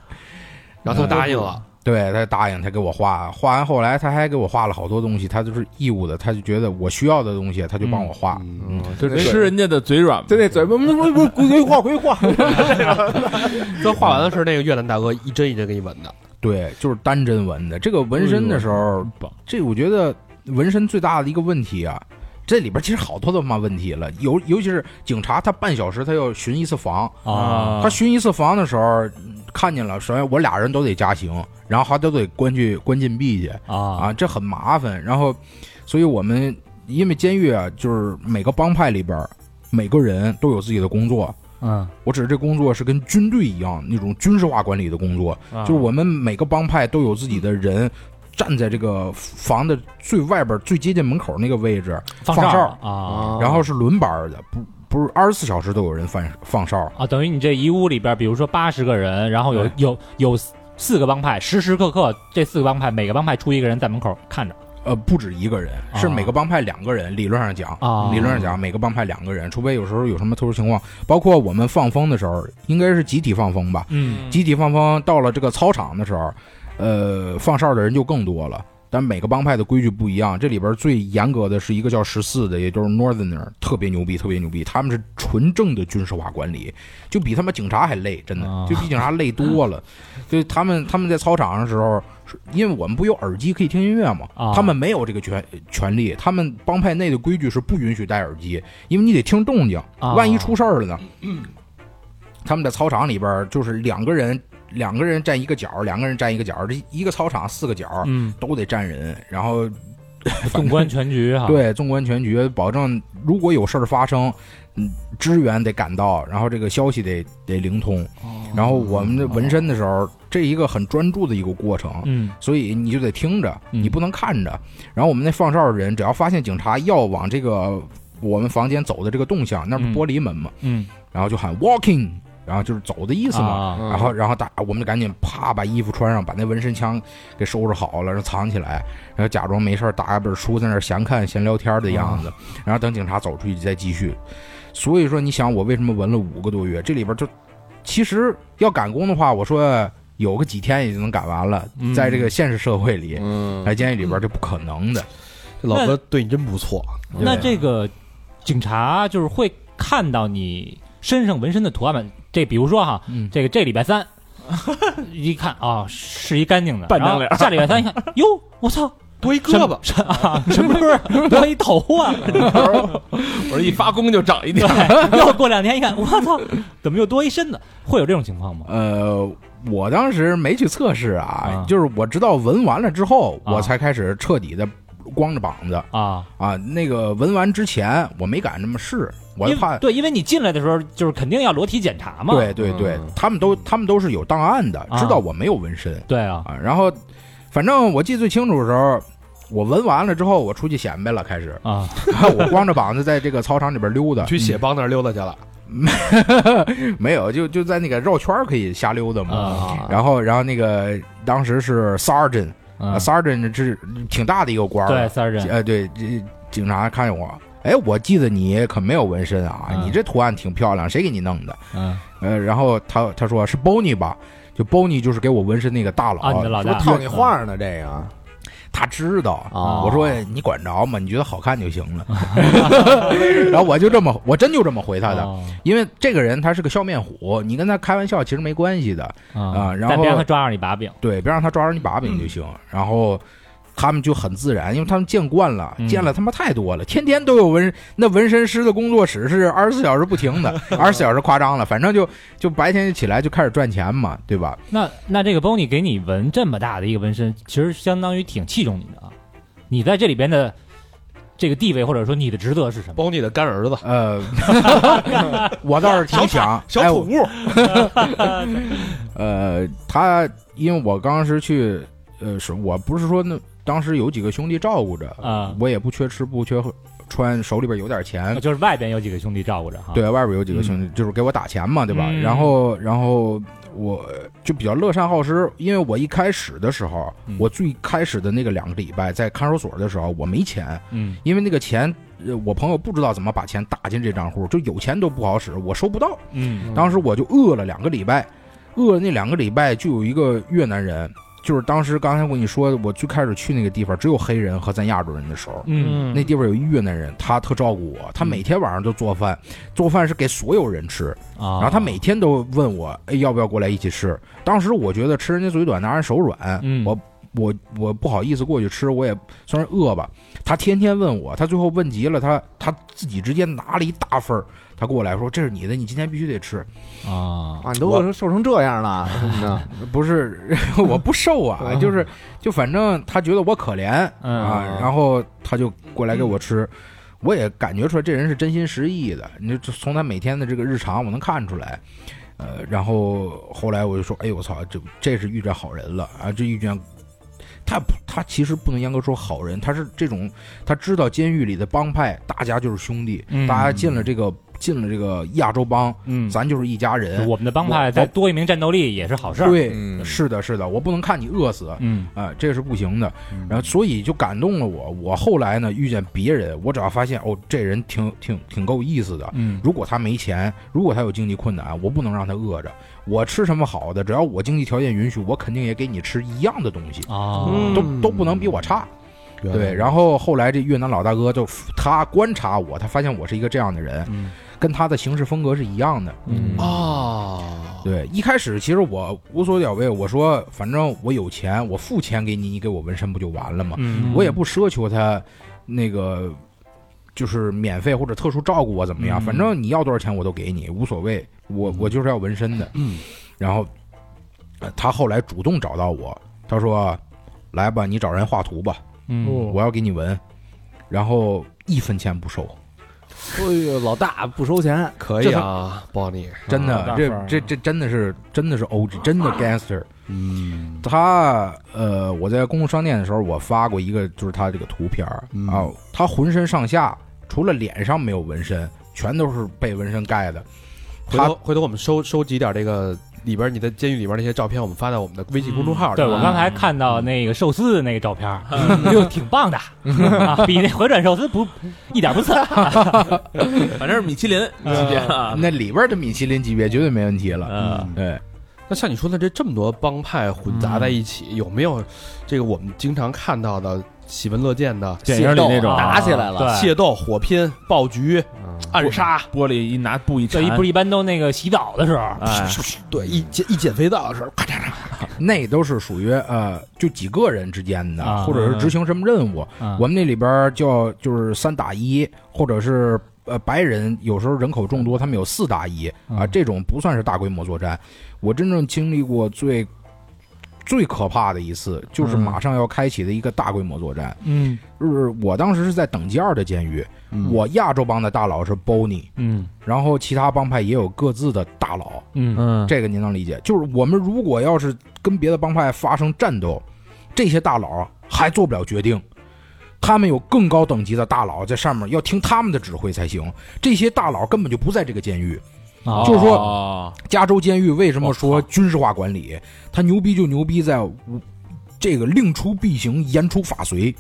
然后他答应了，
对他答应，他给我画，画完后来他还给我画了好多东西，他就是义务的，他就觉得我需要的东西，他就帮我画。嗯，
就
对
吃人家的嘴软嘛
就那嘴不不不不规划规划，
这画完的是那个越南大哥一针一针给你纹的，
对，就是单针纹的。这个纹身的时
哎
候，这我觉得纹身最大的一个问题啊，这里边其实好多他妈问题了，尤尤其是警察，他半小时他要巡一次房，
啊
他巡一次房的时候，嗯看见了，首先我俩人都得加刑，然后还都得关去关禁闭去
啊
啊，这很麻烦。然后，所以我们因为监狱啊，就是每个帮派里边儿每个人都有自己的工作。
嗯
我指这工作是跟军队一样那种军事化管理的工作，
啊
就是我们每个帮派都有自己的人。站在这个房的最外边儿、最接近门口那个位置，
放
放
哨
哨
啊
然后是轮班儿的，不不是二十四小时都有人放放哨。
啊，等于你这一屋里边，比如说八十个人，然后有有有四个帮派，时时刻刻这四个帮派每个帮派出一个人在门口看着
呃，不止一个人，
啊
是每个帮派两个人。理论上讲，
啊
理论上讲，每个帮派两个人，除非有时候有什么特殊情况，包括我们放风的时候，应该是集体放风吧？
嗯
集体放风到了这个操场的时候，呃，放哨的人就更多了。但每个帮派的规矩不一样，这里边最严格的是一个叫十四的，也就是 Northerner，特别牛逼，特别牛逼。他们是纯正的军事化管理，就比他妈警察还累，真的
啊，
就比警察累多
[laughs]
了。所以他们他们在操场上的时候，是因为我们不有耳机可以听音乐嘛，
啊
他们没有这个权权利，他们帮派内的规矩是不允许戴耳机，因为你得听动静，
啊
万一出事儿了呢？他们在操场里边儿就是两个人，两个人站一个角儿，两个人站一个角儿，这一个操场四个角儿
嗯，
都得站人，然后
[laughs] 纵观全局哈，
[laughs] 对纵观全局，保证如
哦
果有事儿发生，嗯，支援得赶到，然后这个消息得得灵通。然后我们的纹身的时候，这一个很专注的一个过程，
嗯
所以你就得听着，
嗯
你不能看着。然后我们那放哨的人，只要发现警察要往这个我们房间走的这个动向，那不
嗯
玻璃门嘛，
嗯，
然后就喊 walking，然后就是走的意思嘛。
啊，
嗯
然后，然后大我们就赶紧啪把衣服穿上，把那纹身枪给收拾好了，然后藏起来，然后假装没事儿打一本书在那儿闲看闲聊天的样子，然后等警察走出去再继续。所以说，你想我为什么纹了五个多月？这里边就其实要赶工的话，我说有个几天也就能赶完了，
嗯
在这个现实社会里，
嗯
在监狱里边这不可能的。
这老哥对你真不错，
那这个警察就是会看到你身上纹身的图案吗？这比如说哈，
嗯，
这个这礼拜三一看啊，是一干净的，
半张脸
然后下礼拜三一看，哟，我操，
多一胳膊，
什啊什么歌？多一头啊！
我这一发功就长一点，
对，又过两天一看，我操，怎么又多一身的？会有这种情况吗？
呃，我当时没去测试啊，
啊
就是我直到纹完了之后，
啊
我才开始彻底的光着膀子。
啊，
啊，那个纹完之前我没敢这么试，我
因为
怕。
对，因为你进来的时候就是肯定要裸体检查嘛。嗯
对对对，他们都他们都是有档案的，
啊
知道我没有纹身
对啊，
啊。然后，反正我记得最清楚的时候，我纹完了之后，我出去显摆了，开
[laughs]
始
啊，
我光着膀子在这个操场里边溜达，
去血帮那儿溜达去了，
没有就就在那个绕圈儿可以瞎溜达嘛。
啊，
然后然后那个当时是 sergeant，sergeant、
嗯
sergeant 这是挺大的一个官儿
对，
了，
三儿人
呃，对，这警察看见我，哎，我记得你可没有纹身啊，
嗯
你这图案挺漂亮，谁给你弄的？
嗯，
呃，然后他他说是 Bonnie 吧，就 Bonnie 就是给我纹身那个大佬，
啊，你的老
这
大
不套你话呢？这个
他知道。
啊，
我说哎你管着吗？你觉得好看就行
[laughs]
了。然后我就这么，我真就这么回他的，
哦
因为这个人他是个笑面虎，你跟他开玩笑其实没关系的，啊
啊，
然后
但别让他抓着你把柄。
对，别让他抓着你把
嗯
柄就行。然后他们就很自然，因为他们见惯了，
嗯
见了他妈太多了，天天都有纹那纹身师的工作室是二十四小时不停的，二十四小时夸张了，反正就就白天起来就开始赚钱嘛，对吧？
那那这个 Bonnie 给你纹这么大的一个纹身，其实相当于挺器重你的啊。你在这里边的这个地位，或者说你的职责是什么？
包你的干儿子，
呃， [laughs] 我倒是挺想，
小
哎
土物，
呃，他因为我当时去，呃，是我不是说那当时有几个兄弟照顾着
啊
我也不缺吃不缺喝穿，手里边有点钱，
就是外边有几个兄弟照顾着哈。
对，外边有几个兄弟，就是给我打钱嘛，对吧？
啊嗯
然后，然后我就比较乐善好施，因为我一开始的时候，
嗯
我最开始的那个两个礼拜在看守所的时候，我没钱，
嗯，
因为那个钱，呃我朋友不知道怎么把钱打进这账户，就有钱都不好使，我收不到。
嗯
当时我就饿了两个礼拜，饿了那两个礼拜，就有一个越南人，就是当时刚才我跟你说，我最开始去那个地方只有黑人和咱亚洲人的时候，
嗯
那地方有一越南人，他特照顾我，他每天晚上都做饭，做饭是给所有人吃，
啊，
然后他每天都问我，哎，要不要过来一起吃？当时我觉得吃人家嘴短，拿人手软，
嗯
我我我不好意思过去吃，我也算是饿吧。他天天问我，他最后问急了，他他自己直接拿了一大份儿，他过来说这是你的，你今天必须得吃。
啊
啊，你都瘦成这样了，什么的
不是， [laughs] 我不瘦啊，就是就反正他觉得我可怜，啊，
嗯
然后他就过来给我吃，我也感觉出来这人是真心实意的，你就从他每天的这个日常我能看出来。呃，然后后来我就说，哎呦我操，这这是遇见好人了啊！这遇见他不，他其实不能严格说好人，他是这种他知道监狱里的帮派大家就是兄弟，
嗯
大家进了这个进了这个亚洲帮，
嗯，
咱就是一家人。
我们的帮
我
派再多一名战斗力也是好事儿。
对，
嗯
是的，是的，我不能看你饿死，
嗯
啊，这个是不行的。然后所以就感动了我。我后来呢，遇见别人，我只要发现哦，这人挺挺挺够意思的。
嗯
如果他没钱，如果他有经济困难，我不能让他饿着。我吃什么好的，只要我经济条件允许，我肯定也给你吃一样的东西，
啊
嗯
都都不能比我差。对，然后后来这越南老大哥就他观察我，他发现我是一个这样的人，
嗯
跟他的行事风格是一样的。
嗯
哦啊，
对，一开始其实我无所屌位，我说反正我有钱，我付钱给你，你给我纹身不就完了吗？
嗯
我也不奢求他那个就是免费或者特殊照顾我怎么样，
嗯
反正你要多少钱我都给你，无所谓，我我就是要纹身的。
嗯，
然后呃他后来主动找到我，他说：“来吧，你找人画图吧，
嗯
我要给你纹。”然后一分钱不收，
哎呦，老大不收钱，
可以啊，包你
真的
啊，
这
大范儿
这这真的是真的是 OG，
[laughs]
真的 gangster。
嗯，
他呃，我在公共商店的时候，我发过一个，就是他这个图片儿
嗯
啊，他浑身上下除了脸上没有纹身，全都是被纹身盖的。
回
他
头回头我们收收集点这个里边你在监狱里边那些照片，我们发到我们的微信公众号里。
对我刚才看到那个寿司的那个照片儿，
嗯
就挺棒的，啊比那回转寿司不一点
[laughs]
不次。
反正是米其林级别啊，
那里边的米其林级别绝对没问题了。
嗯，
对，
那像你说的这这么多帮派混杂在一起，有没有这个我们经常看到的喜闻乐见的
电影里那种
啊打起来了，
对，
械斗、火拼、爆菊、暗杀？
玻璃一拿布一
这
缠
一，不是一般都那个洗澡的时候，
哎，
[laughs] 对，一减一减肥皂的时候，咔嚓嚓，
那都是属于呃，就几个人之间的，
啊
或者是执行什么任务。
嗯
我们那里边叫就是三打一，或者是呃白人有时候人口众多，他们有四打一啊，这种不算是大规模作战。我真正经历过最最可怕的一次，就是马上要开启的一个大规模作战。
嗯
就是我当时是在等级二的监狱，我亚洲帮的大佬是 Bonnie，
嗯
然后其他帮派也有各自的大佬。
嗯
嗯，
这个您能理解？就是我们如果要是跟别的帮派发生战斗，这些大佬还做不了决定，他们有更高等级的大佬在上面，要听他们的指挥才行。这些大佬根本就不在这个监狱。
哦
就是说
说
加州监狱为什么说军事化管理？他牛逼就牛逼在这个令出必行，严出法随。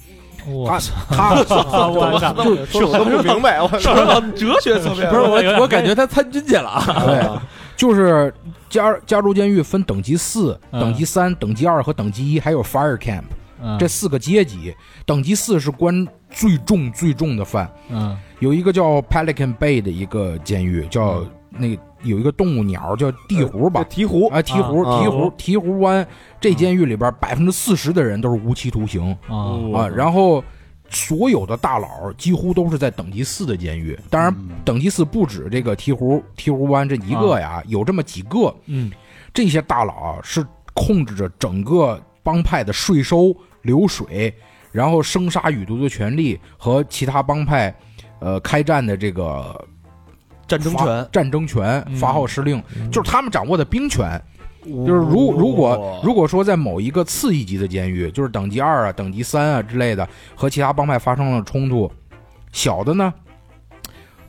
我
他他
[laughs] 操！我操！
就说的不明白，我
上升到哲学层
[laughs]
面
不是
了。
我，我感觉他参军去了啊，
对，就是加加州监狱分等级四、
嗯
等级三、等级二和等级一，还有 fire camp。
嗯
这四个阶级，等级四是关最重最重的犯，
嗯
有一个叫 Pelican Bay 的一个监狱，
嗯
叫那个有一个动物鸟叫地狐吧，
呃鹈
[laughs]
鹕，
啊，鹈鹕，
啊
鹈鹕，鹈鹕湾这监狱里边百分之四十的人都是无期徒刑
啊
哦
啊，然后。所有的大佬几乎都是在等级四的监狱，当然等级四不止这个鹈鹕、鹈鹕湾这一个呀，有这么几个。
嗯
这些大佬啊是控制着整个帮派的税收、流水，然后生杀予夺的权利和其他帮派，呃，开战的这个
战争
发
权，嗯
战争权、发号施令，就是他们掌握的兵权。就是如如果
哦
如果说在某一个次一级的监狱，就是等级二啊、等级三啊之类的，和其他帮派发生了冲突，小的呢，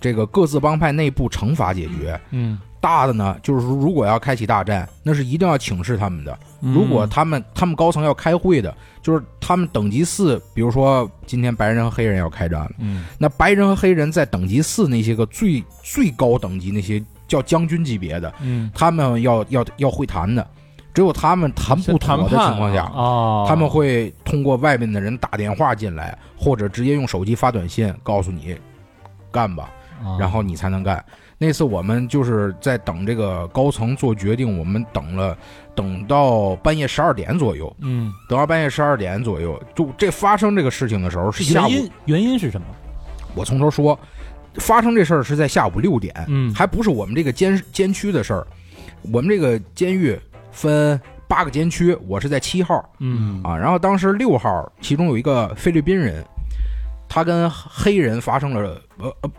这个各自帮派内部惩罚解决，
嗯
大的呢，就是说如果要开启大战，那是一定要请示他们的。如果他们他们高层要开会的，就是他们等级四，比如说今天白人和黑人要开战了，
嗯
那白人和黑人在等级四那些个最最高等级那些叫将军级别的，
嗯
他们要要要会谈的，只有他们谈不妥的情况下，
哦，
他们会通过外面的人打电话进来，或者直接用手机发短信告诉你，干吧。
哦
啊
然后你才能干。那次我们就是在等这个高层做决定，我们等了，等到半夜十二点左右，
嗯，
等到半夜十二点左右，就这发生这个事情的时候是下
原
午，
因原因是什么？
我从头说，发生这事儿是在下午六点，
嗯
还不是我们这个监监区的事儿，我们这个监狱分八个监区，我是在七号，
嗯
啊，然后当时六号其中有一个菲律宾人，他跟黑人发生了呃呃，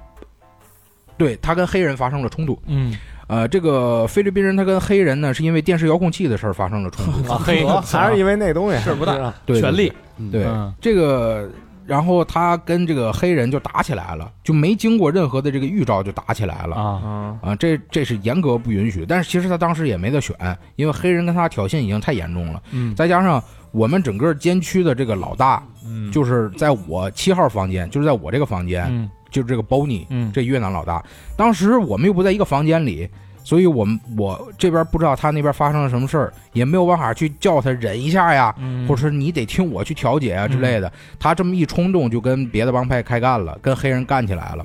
对他跟黑人发生了冲突。
嗯
呃，这个菲律宾人他跟黑人呢，是因为电视遥控器的事儿发生了冲突。
啊黑
还哦是因为那东西事不大，
对，
权力，
对
啊
嗯
这个，然后他跟这个黑人就打起来了，就没经过任何的这个预兆就打起来了。
啊
嗯，
啊，这这是严格不允许，但是其实他当时也没得选，因为黑人跟他挑衅已经太严重了，
嗯
再加上我们整个监区的这个老大，
嗯
就是在我七号房间，就是在我这个房间，
嗯
就是这个 Bonnie，
嗯
这越南老大，当时我们又不在一个房间里，所以我们我这边不知道他那边发生了什么事儿，也没有办法去叫他忍一下呀，
嗯
或者说你得听我去调解啊之类的。他这么一冲动，就跟别的帮派开干了，跟黑人干起来了。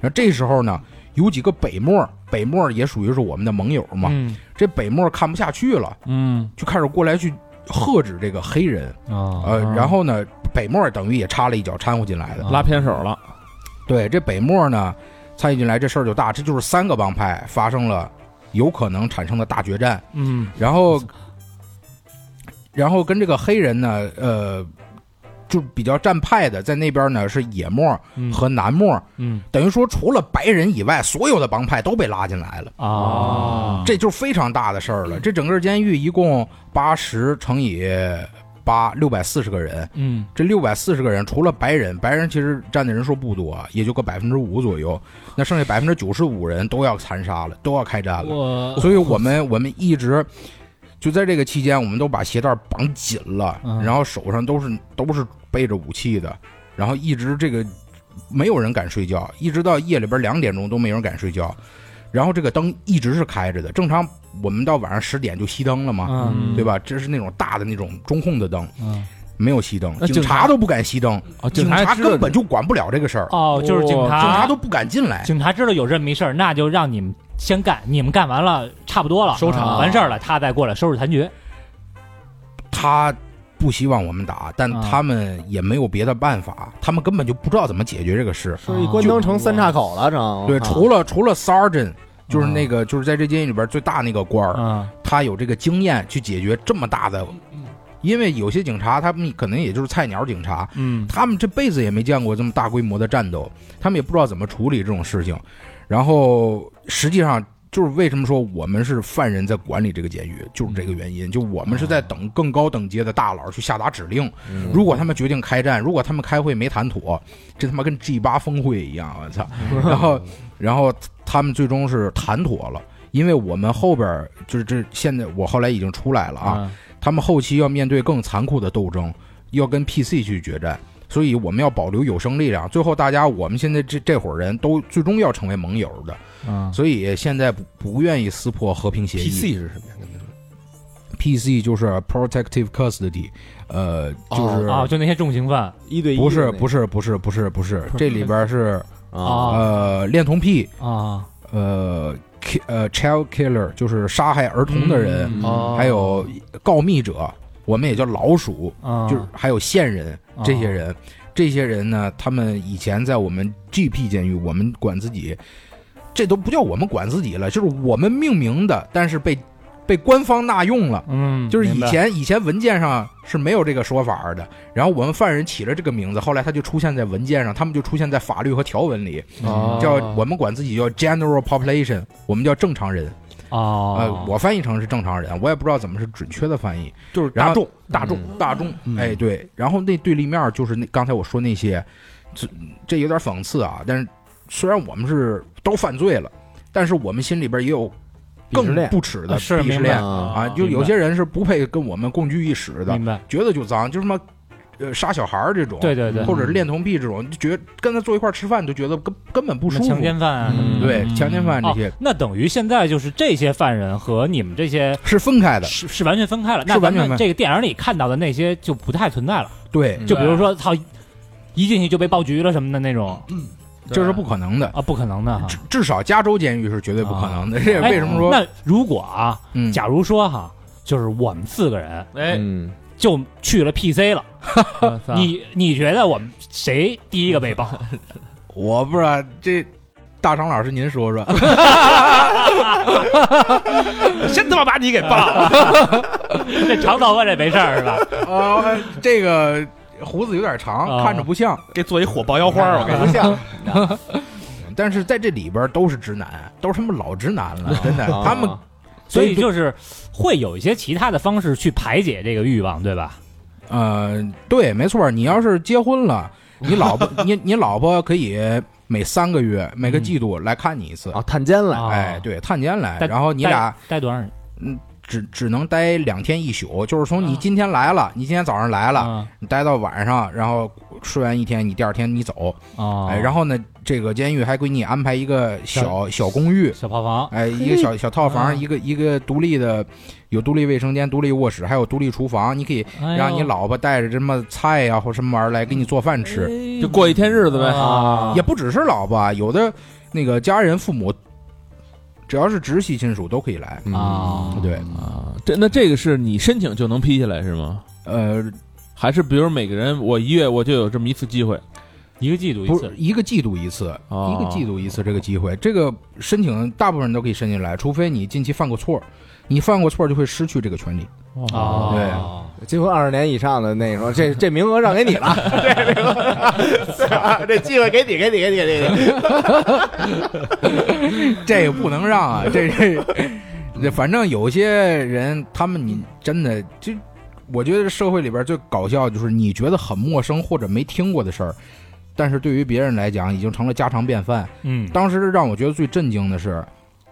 然后这时候呢，有几个北漠，北漠也属于是我们的盟友嘛，
嗯
这北漠看不下去了，
嗯
就开始过来去喝止这个黑人。
哦
啊
呃，然后呢，北漠等于也插了一脚掺和进来的。
拉偏手了，
对，这北漠呢参与进来，这事儿就大，这就是三个帮派发生了有可能产生的大决战。
嗯
然后，然后跟这个黑人呢，呃，就比较站派的，在那边呢是野墨
嗯
和南墨，
嗯
等于说除了白人以外，所有的帮派都被拉进来了，
啊，
嗯
哦
这就是非常大的事儿了。这整个监狱一共八十乘以八，六百四十个人，
嗯
这六百四十个人，除了白人，白人其实占的人数不多，啊也就个百分之五左右。那剩下百分之九十五人都要残杀了，都要开战了。
我
所以我们我们一直就在这个期间，我们都把鞋带绑紧了，
嗯
然后手上都是都是背着武器的，然后一直这个没有人敢睡觉，一直到夜里边两点钟都没有人敢睡觉。然后这个灯一直是开着的，正常我们到晚上十点就熄灯了嘛，
嗯
啊对吧？这是那种大的那种中控的灯，
嗯
没有熄灯，
那
警
警察
察都不敢熄灯，
啊，
警
察
察
知道
根本就管不了这个事儿，
哦，就是警
啊
警察
察
都不敢进来。
警察知道有这么一事儿，那就让你们先干，你们干完了差不多了，嗯
收场
完事儿了，他再过来收拾残局。
他不希望我们打，但
啊
他们也没有别的办法，他们根本就不知道怎么解决这个事。
这一关灯成三岔口了，成
对，
啊
除了除了 sergeant，就是那个就是在这监狱里边最大那个官儿，
嗯
他有这个经验去解决这么大的。因为有些警察，他们可能也就是菜鸟警察，
嗯
他们这辈子也没见过这么大规模的战斗，他们也不知道怎么处理这种事情。然后实际上就是为什么说我们是犯人在管理这个监狱，就是这个原因。就我们是在等更高等级的大佬去下达指令。
啊
如果他们决定开战，如果他们开会没谈妥，这他妈跟 G 八峰会一样，我操！然后，然后他们最终是谈妥了。因为我们后边儿就是这现在我后来已经出来了啊，
啊
他们后期要面对更残酷的斗争，要跟 PC 去决战，所以我们要保留有生力量。最后，大家我们现在这这伙人都最终要成为盟友的，
嗯
啊
所以现在不不愿意撕破
嗯
和平协议。
是什么呀？
PC 就是 Protective Custody，呃，
哦
就是、
啊，就那些重刑犯
一对一
不是
的那
不是不是不是不是，这里边是
啊
啊
呃恋童癖，
啊
呃 ki- 呃 child killer 就是杀害儿童的人，
嗯哦
还有告密者，我们也叫老鼠，
啊，
就是还有线人这些人，这些人呢，他们以前在我们 GP 监狱，我们管自己，这都不叫我们管自己了，就是我们命名的，但是被被官方纳用了。
嗯，
就是以
明白
前以前文件上是没有这个说法儿的，然后我们犯人起了这个名字，后来他就出现在文件上，他们就出现在法律和条文里，
哦
叫我们管自己叫 general population，我们叫正常人，
哦，
呃，我翻译成是正常人，我也不知道怎么是准确的翻译，
就是
然后
大众，
大众，
嗯
大众，哎，对。然后那对立面就是那刚才我说那些，这这有点讽刺啊。但是虽然我们是都犯罪了，但是我们心里边也有
鄙视
更
链
不耻的
啊是
鄙视
明白
链
啊
啊，就有些人是不配跟我们共居一室的
明，白，
觉得就脏，就什么呃杀小孩儿这种，
对对对，
或者恋童癖这种，就觉得跟他坐一块儿吃饭就觉得根根本不舒服，嗯
强奸犯啊什么的，
对强奸犯这些
哦，那等于现在就是这些犯人和你们这些
是分开的，
是是完全分开了，那
是完
咱
全
们
分
这个电影里看到的那些就不太存在了，
对，
就比如说操，一进去就被爆局了什么的那种
这是不可能的。
啊，不可能的哈
至。至少加州监狱是绝对不可能的，这也
哎
为什么说，
那如果啊，
嗯，
假如说哈，就是我们四个人
哎，
嗯，
就去了 PC 了，
我操
你你觉得我们谁第一个被爆？
我不知道这大长老师您
[laughs]
说说，
先他妈把你给爆了！
[laughs]
这长头发这没事儿是吧？
[laughs] 啊，这个胡子有点长，
啊
看着不像，
给做一火爆腰花儿，我跟你
不像
但是在这里边都是直男，都是他们老直男
[laughs]
了，真
啊
的，他们
所以就是会有一些其他的方式去排解这个欲望，对吧？
呃，对，没错，你要是结婚了，你老婆，
[laughs]
你你老婆可以每三个月、每个季度来看你一次，
啊，探监来
啊
哎，对，探监来，
但
然后你俩
待多长时间？
只只能待两天一宿，就是从你今天来了，你今天早上来了，
啊
你待到晚上，然后睡完一天，你第二天你走，
啊
哦，
哎，然后呢，这个监狱还给你安排一个小小公寓，
小泡房
哎，一个小小套房，
啊
一个一个独立的，有独立卫生间、独立卧室，还有独立厨房，你可以
哎呦
让你老婆带着什么菜呀、或什么玩意儿来给你做饭
哎
哎
吃，
就过一天日子呗。
啊
也不只是老婆，有的那个家人、父母，只要是直系亲属都可以来。
嗯
啊，
对，
啊，这那这个是你申请就能批下来是吗？
呃，
还是比如每个人我一月我就有这么一次机会？
一个季度一
不
次
是一个季度一次，
哦
一个季度一次这个机会，这个申请大部分人都可以申
哦
请来，除非你近期犯过错，你犯过错就会失去这个权利。
啊，
对
结婚二十年以上的那说，这这名额让给你了，这名额，这机会给你，给你，给你，给你。
这个不能让啊，这这这，反正有些人他们你真的就，我觉得社会里边最搞笑就是你觉得很陌生或者没听过的事儿，但是对于别人来讲已经成了家常便饭。
嗯，
当时让我觉得最震惊的是，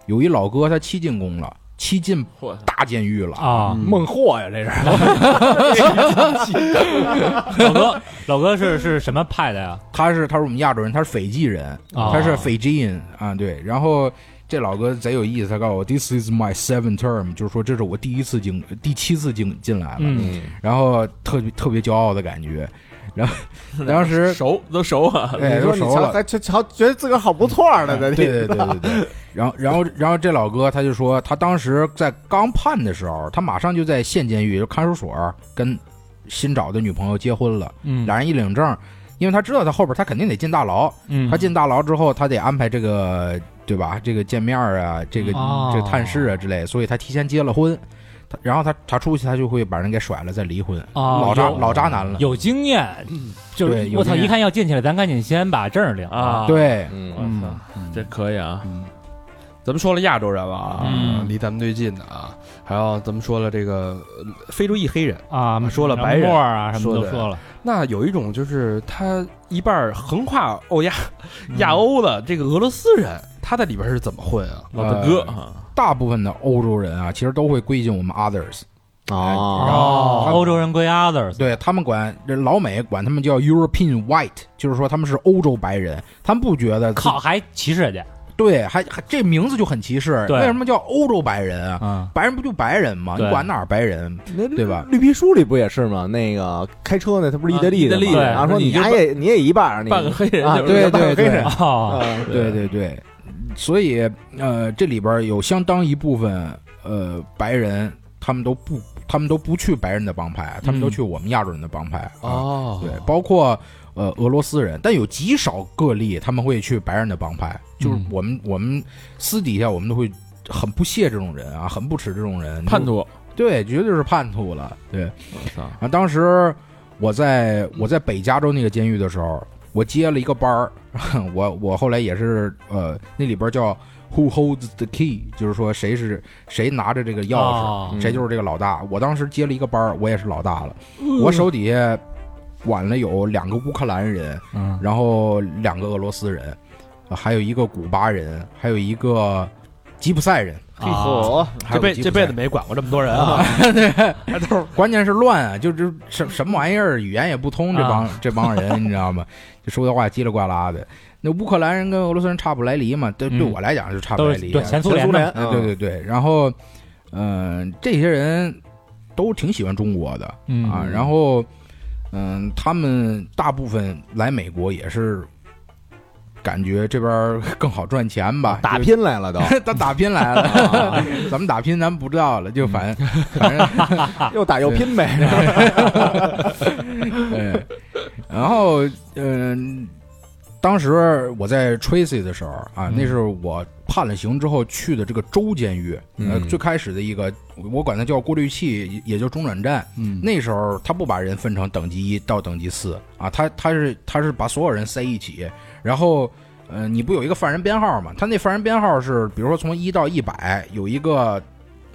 有一老哥他七进宫了，七进
嚯
大监狱了。
啊，
孟获呀，这是
老哥，老哥是是什么派的呀？
他是他是我们亚洲人，他是斐济人，
啊
他是斐济人啊，对。然后这老哥贼有意思，他告诉我 “This is my seventh term”，就是说这是我第一次进第七次进进来了，
嗯
然后特别特别骄傲的感觉。然后当时
熟都熟啊，
哎
你
都
说你
熟
瞧，
了，
还瞧瞧，觉得自个儿好不错呢，在
对对对对对。然后然后然后这老哥他就说，他当时在刚判的时候，他马上就在县监狱就看守所跟新找的女朋友结婚了，
嗯
俩人一领证。因为他知道他后边他肯定得进大牢，
嗯
他进大牢之后，他得安排这个对吧？这个见面啊，这个、
哦
这个探视啊之类，所以他提前结了婚。他然后他他出去，他就会把人给甩了，再离婚。
啊，
老渣
有
老渣男了，
有经验，就
对
是
有
我操，
经验
一看要进去了，咱赶紧先把证儿领了
啊，，
对，
我
嗯，
操，这 [laughs] 可以啊，
咱们说了亚洲人了啊，
嗯
离咱们最近的啊，还有咱们说了这个呃非洲裔黑人，
啊，
说了
然后
白人
沫儿啊什么
说
都
的
说了，
那有一种就是他一半儿横跨欧亚、
嗯
亚欧的这个俄罗斯人，他在里边是怎么混啊？
老大哥啊，
大部分的欧洲人啊，其实都会归进我们 others，
哦，
哦，欧洲人归 others，
对他们管这老美管他们叫 European White，就是说他们是欧洲白人，他们不觉得自
靠，还歧视人家，
对，还还这名字就很歧视。
对
为什么叫欧洲白人啊？
嗯，
白人不就白人吗？你
对
管哪儿白人？
那
对吧
绿皮书里不也是吗？那个开车那他不是意大利的
啊意大
吗？
利
人
然后说
你
你
就
还也你也一半儿，你
半个黑人
啊，
就是
对
半个黑
对
人，
哦，
嗯
对对对，所以呃，这里边有相当一部分呃白人，他们都不，他们都不去白人的帮派，他们都去我们亚洲人的帮派啊。
哦
对，包括呃俄罗斯人，但有极少个例他们会去白人的帮派，就是
嗯
我们、我们私底下我们都会很不屑这种人啊，很不耻这种人，
叛，徒，
对，绝对是叛徒了，对。
我操，
啊，当时我在我在北加州那个监狱的时候，我接了一个班儿， [laughs] 我我后来也是呃，那里边叫 Who holds the key，就是说谁是谁拿着这个钥匙，
哦
谁啊就是这个老大。我当时接了一个班儿，我也是老大了，我手底下管了有两个乌克兰人，
嗯
然后两个俄罗斯人，呃还有一个古巴人，还有一个吉普赛人。
啊，
这
还有个
辈
吉普
这
赛
辈
人
子没管过这么多人啊！
关键是乱啊，就这什什么玩意儿，语言也不通，这帮、这帮人你知道吗？就说的话叽里呱啦的。那乌克兰人跟俄罗斯人差不来离嘛，对、对
嗯
我来讲是差不
都
来
是
离啊。
对前苏
前
联
苏
的
联，
哎对对对，然后，嗯、这些人都挺喜欢中国的
嗯
啊，然后，嗯、他们大部分来美国也是感觉这边儿更好赚钱吧，
打
就
拼来了都，
[laughs] 他打拼
[laughs]
来了，咱们打拼咱们不知道了，就
嗯
反反正
又打又拼呗。
[laughs] 对，哎然后嗯、当时我在 Tracy 的时候啊，那是我判了刑之后去的这个州监狱，呃，
嗯
最开始的一个，我管它叫过滤器，也也叫中转站。
嗯
那时候他不把人分成等级一到等级四啊，他他是他是把所有人塞一起，然后。呃，你不有一个犯人编号吗？他那犯人编号是，比如说从一到一百，有一个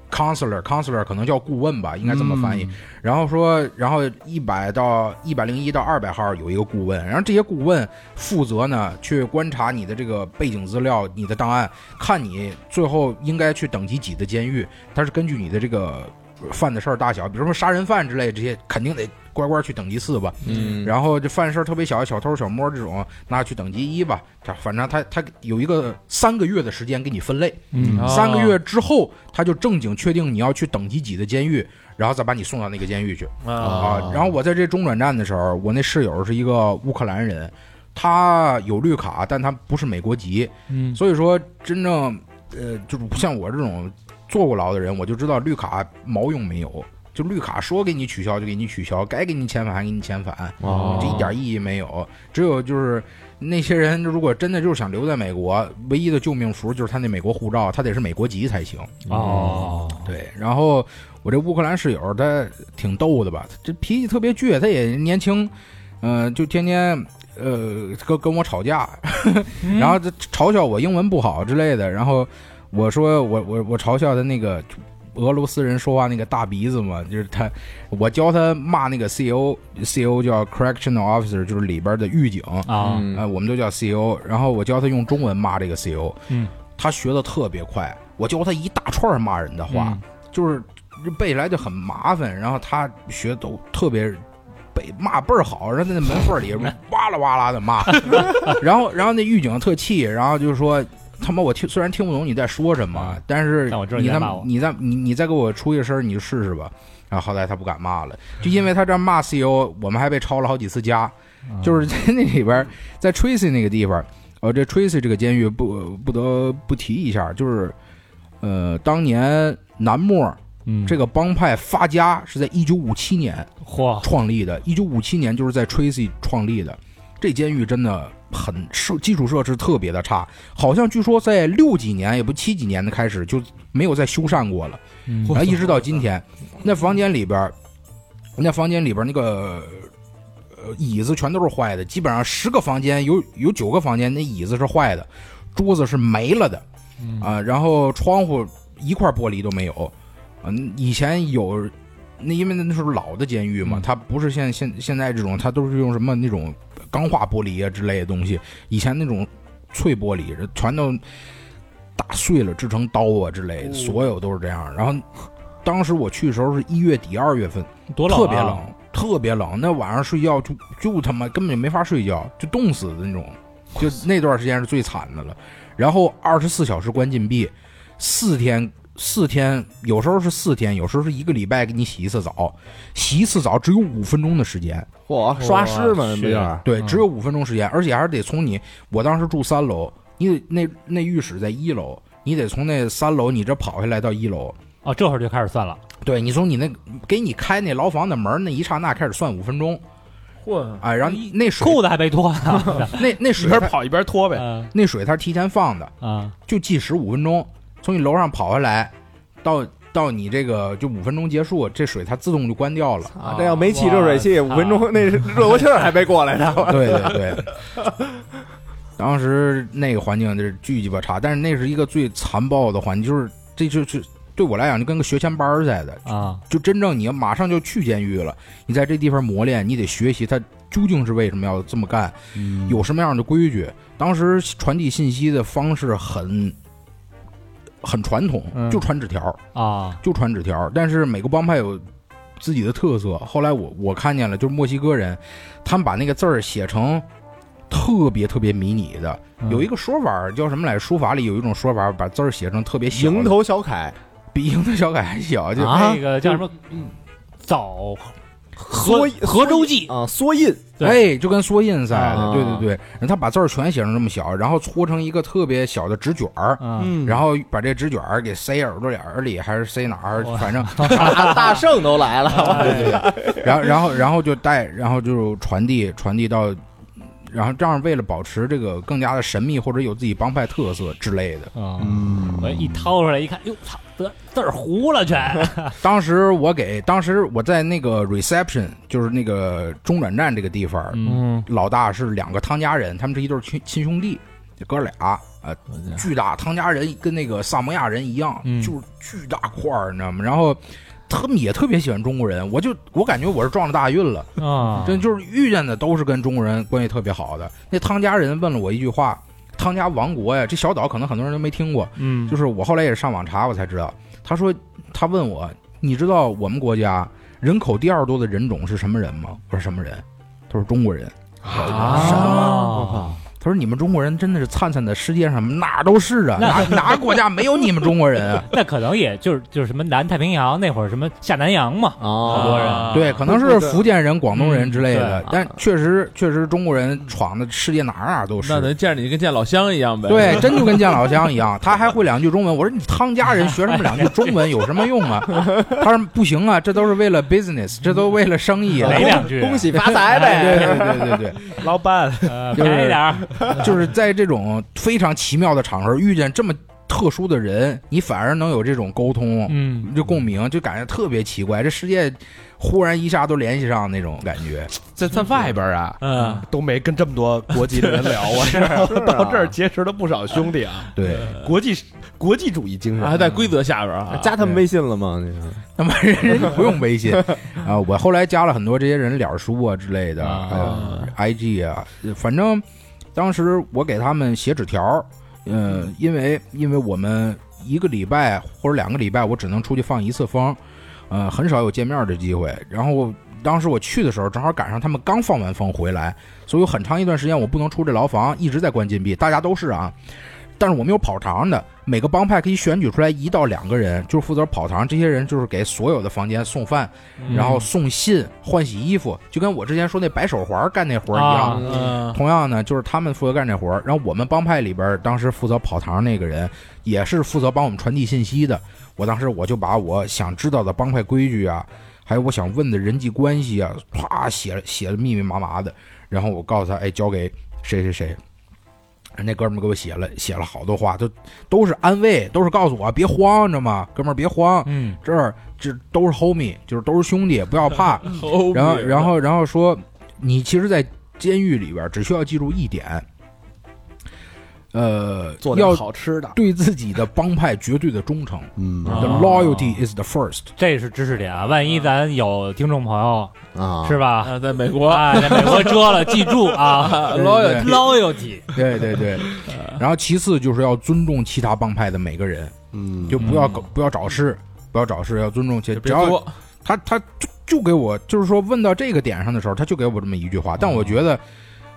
counselor，counselor 可能叫顾问吧，应该这么翻译。然后说，然后一百到一百零一到二百号有一个顾问，然后这些顾问负责呢去观察你的这个背景资料、你的档案，看你最后应该去等级几的监狱。他是根据你的这个犯的事儿大小，比如说杀人犯之类这些，肯定得乖乖去等级四吧。
嗯
然后这犯事儿特别小，小偷小摸这种，那去等级一吧。这反正他他有一个三个月的时间给你分类，
嗯
哦
三个月之后他就正经确定你要去等级几的监狱，然后再把你送到那个监狱去。
啊，
啊，然后我在这中转站的时候，我那室友是一个乌克兰人，他有绿卡，但他不是美国籍，
嗯
所以说真正呃，就是像我这种坐过牢的人，我就知道绿卡毛用没有，就绿卡说给你取消就给你取消，该给你遣返还给你遣返，
哦
这一点意义没有。只有就是那些人，如果真的就是
嗯
想留在美国，唯一的救命符就是他那美国护照，他得是美国籍才行。
哦，
对，然后我这乌克兰室友他挺逗的吧，他这脾气特别倔，他也年轻，嗯，就天天呃跟跟我吵架， [laughs] 然后他嘲笑我英文不好之类的，然后我说我我我嘲笑他那个俄罗斯人说话那个大鼻子嘛，就是他，我教他骂那个 C O C O 叫 correctional officer，就是里边的狱警，
啊，
嗯
呃，我们都叫 CEO，然后我教他用中文骂这个 CEO，
嗯，
他学的特别快，我教他一大串骂人的话，就是背下来就很麻烦，然后他学都特别。背骂倍儿好，然后在那门
[laughs]
缝里哇啦哇啦的骂，然后然后那狱警特气，然后就说他妈我听虽然听不懂你在说什么，但是
嗯但我知道
你
你在
他
骂
妈
我
你再你你再给我出一声你就试试吧，然后好歹他不敢骂了，就因为他这样骂 CEO，我们还被抄了好几次家，
嗯
就是在那里边，在 Tracy 那个地方，呃，这 Tracy 这个监狱不不得不提一下，就是呃，当年南莫
嗯
这个帮派发家是在一九五七年
嚯，
创立的，一九五七年就是在 Tracy 创立的，这监狱真的。很设基础设施特别的差，好像据说在六几年也不七几年的开始就没有再修缮过了。
嗯
然后一直到今天，那房间里边儿，那房间里边儿那个呃椅子全都是坏的，基本上十个房间有有九个房间那椅子是坏的，桌子是没了的，啊、然后窗户一块玻璃都没有，嗯、以前有。那因为那时候老的监狱
嗯
嘛，它不是现现现在这种，它都是用什么那种钢化玻璃啊之类的东西。以前那种脆玻璃全都打碎了，制成刀啊之
哦
类的，所有都是这样。然后当时我去的时候是一月底二月份，
多冷啊
特别冷，特别冷。那晚上睡觉就就他妈根本就没法睡觉，就冻死的那种。就那段时间是最惨的了。然后二十四小时关禁闭，四天四天，有时候是四天，有时候是一个礼拜给你洗一次澡，洗一次澡只有五分钟的时间。
嚯，刷尸嘛，
是
不就是？
对，只有五分钟时间，而且还是得从你，我当时住三楼，你得那那浴室在一楼，你得从那三楼你这跑下来到一楼，
哦，这会儿就开始算了，
对你从你那给你开那牢房的门儿那一刹那开始算五分钟，
嚯，
哎，然后那水
裤子还没脱呢，
那那
一
水
边
它
跑一边拖呗，
嗯
那水它是提前放的，
啊，
就计时五分钟，从你楼上跑下来到。到你这个就五分钟结束，这水它自动就关掉了。
啊，这要没气热水器，五分钟那是热锅气儿还没过来呢。
对对对，当时那个环境就是巨鸡巴差，但是那是一个最残暴的环境，就是这就是对我来讲就跟个学前班儿似的，
啊，
就真正你马上就去监狱了，你在这地方磨练，你得学习他究竟是为什么要这么干，有什么样的规矩。当时传递信息的方式很很传统，
嗯
就传纸条。
啊，
就传纸条，但是每个帮派有自己的特色。后来我我看见了，就是墨西哥人，他们把那个字儿写成特别特别迷你的，
嗯
嗯
嗯
有一个说法儿叫什么来？书法里有一种说法儿，把字儿写成特别小的，
蝇头小楷
比蝇头小楷还小， [laughs] 就、
啊
那个叫什么？枣
缩
河河州记，
啊，缩印
对
哎，就跟缩印似的。
啊
对对对，然后他把字儿全写成这么小，然后搓成一个特别小的纸卷儿。
嗯，
然后把这纸卷儿给塞耳朵眼儿里，还是塞哪儿？反正
大大圣都来了，
[laughs]
然后，然后，然后就带，然后就传递，传递到，然后这样为了保持这个更加的神秘或者有自己帮派特色之类的。
嗯，我一掏出来一看，哟，操，得字儿糊了全，
当时我给，当时我在那个 reception，就是那个中转站这个地方，
嗯，
老大是两个汤家人，他们是一对亲亲兄弟，哥俩，呃，巨大汤家人跟那个萨摩亚人一样，
嗯
就是巨大块儿，你知道吗？然后。他们也特别喜欢中国人，我就我感觉我是撞了大运了，
啊
真就是遇见的都是跟中国人关系特别好的。那汤家人问了我一句话：“汤家王国呀，这小岛可能很多人都没听过。”
嗯，
就是我后来也是上网查，我才知道。他说他问我：“你知道我们国家人口第二多的人种是什么人吗？”我说：“什么人？”他说：“中国人。”
啊
啊，
他说：“你们中国人真的是灿灿的世界上哪儿都是啊，哪哪个国家没有你们中国人
[laughs]
啊？
那可能也就是就是什么南太平洋那会儿什么下南洋嘛，好
啊，
多人，
对，可能
对对
是
对
福建人、广东人之类的
嗯，对
但确实确实中国人闯的世界哪儿哪儿都是。
那能见着你跟见老乡一样呗，
对，真就跟见老乡一样，他还会两句中文。我说你汤家人学什么两句中文有什么用啊？他说不行啊，这都是为了 business，这都为了生意。啊
哪两句？
恭喜发财
对
呗。
对对对
老板，呃
就是
便宜点儿，
对，就是在这种非常奇妙的场合遇见这么特殊的人，你反而能有这种沟通，
嗯，
就共鸣，就感觉特别奇怪，这世界忽然一下都联系上那种感觉。
在在外边啊，
嗯，
都没跟这么多国籍的人聊过， [laughs] 到这儿结识了不少兄弟啊，
对，
国际国际主义精
嗯
神
还在规则下边啊，
[laughs] 加他们微信了吗？那个
那么人家不用微信啊，我后来加了很多这些人脸书啊之类的、
啊
呃 i g 啊，反正当时我给他们写纸条儿，嗯、因为因为我们一个礼拜或者两个礼拜我只能出去放一次风，呃，很少有见面的机会。然后当时我去的时候，正好赶上他们刚放完风回来，所以有很长一段时间我不能出这牢房，一直在关禁闭，大家都是啊。但是我们有跑堂的，每个帮派可以选举出来一到两个人，就是负责跑堂。这些人就是给所有的房间送饭，
嗯
然后送信、换洗衣服，就跟我之前说那白手环干那活儿一样。
啊，嗯
同样呢，就是他们负责干这活儿，然后我们帮派里边儿当时负责跑堂那个人，也是负责帮我们传递信息的。我当时我就把我想知道的帮派规矩啊，还有我想问的人际关系啊，啪写了写的密密麻麻的，然后我告诉他，哎，交给谁谁谁。那哥们儿给我写了写了好多话，都都是安慰，都是告诉我别慌，你知道吗？哥们儿别慌，
嗯，
这儿这都是 homie，就是都是兄弟，不要怕。
后
然后，然后，然后说，你其实，在监狱里边儿只需要记住一点，呃，
做点
要
好吃的，
对自己的帮派绝对的忠诚。
嗯
啊
The loyalty is the first。 [laughs]
这是知识点啊！万一咱有听众朋友
啊，
是吧？
啊，在美国
啊，在美国遮了，记住啊
对对
，loyalty
对对对。然后其次就是要尊重其他帮派的每个人，
嗯，
就不要搞不要找事，不要找事，要尊重其。只
别
要
作，
他他就就给我就是说问到这个点上的时候，他就给我这么一句话。但我觉得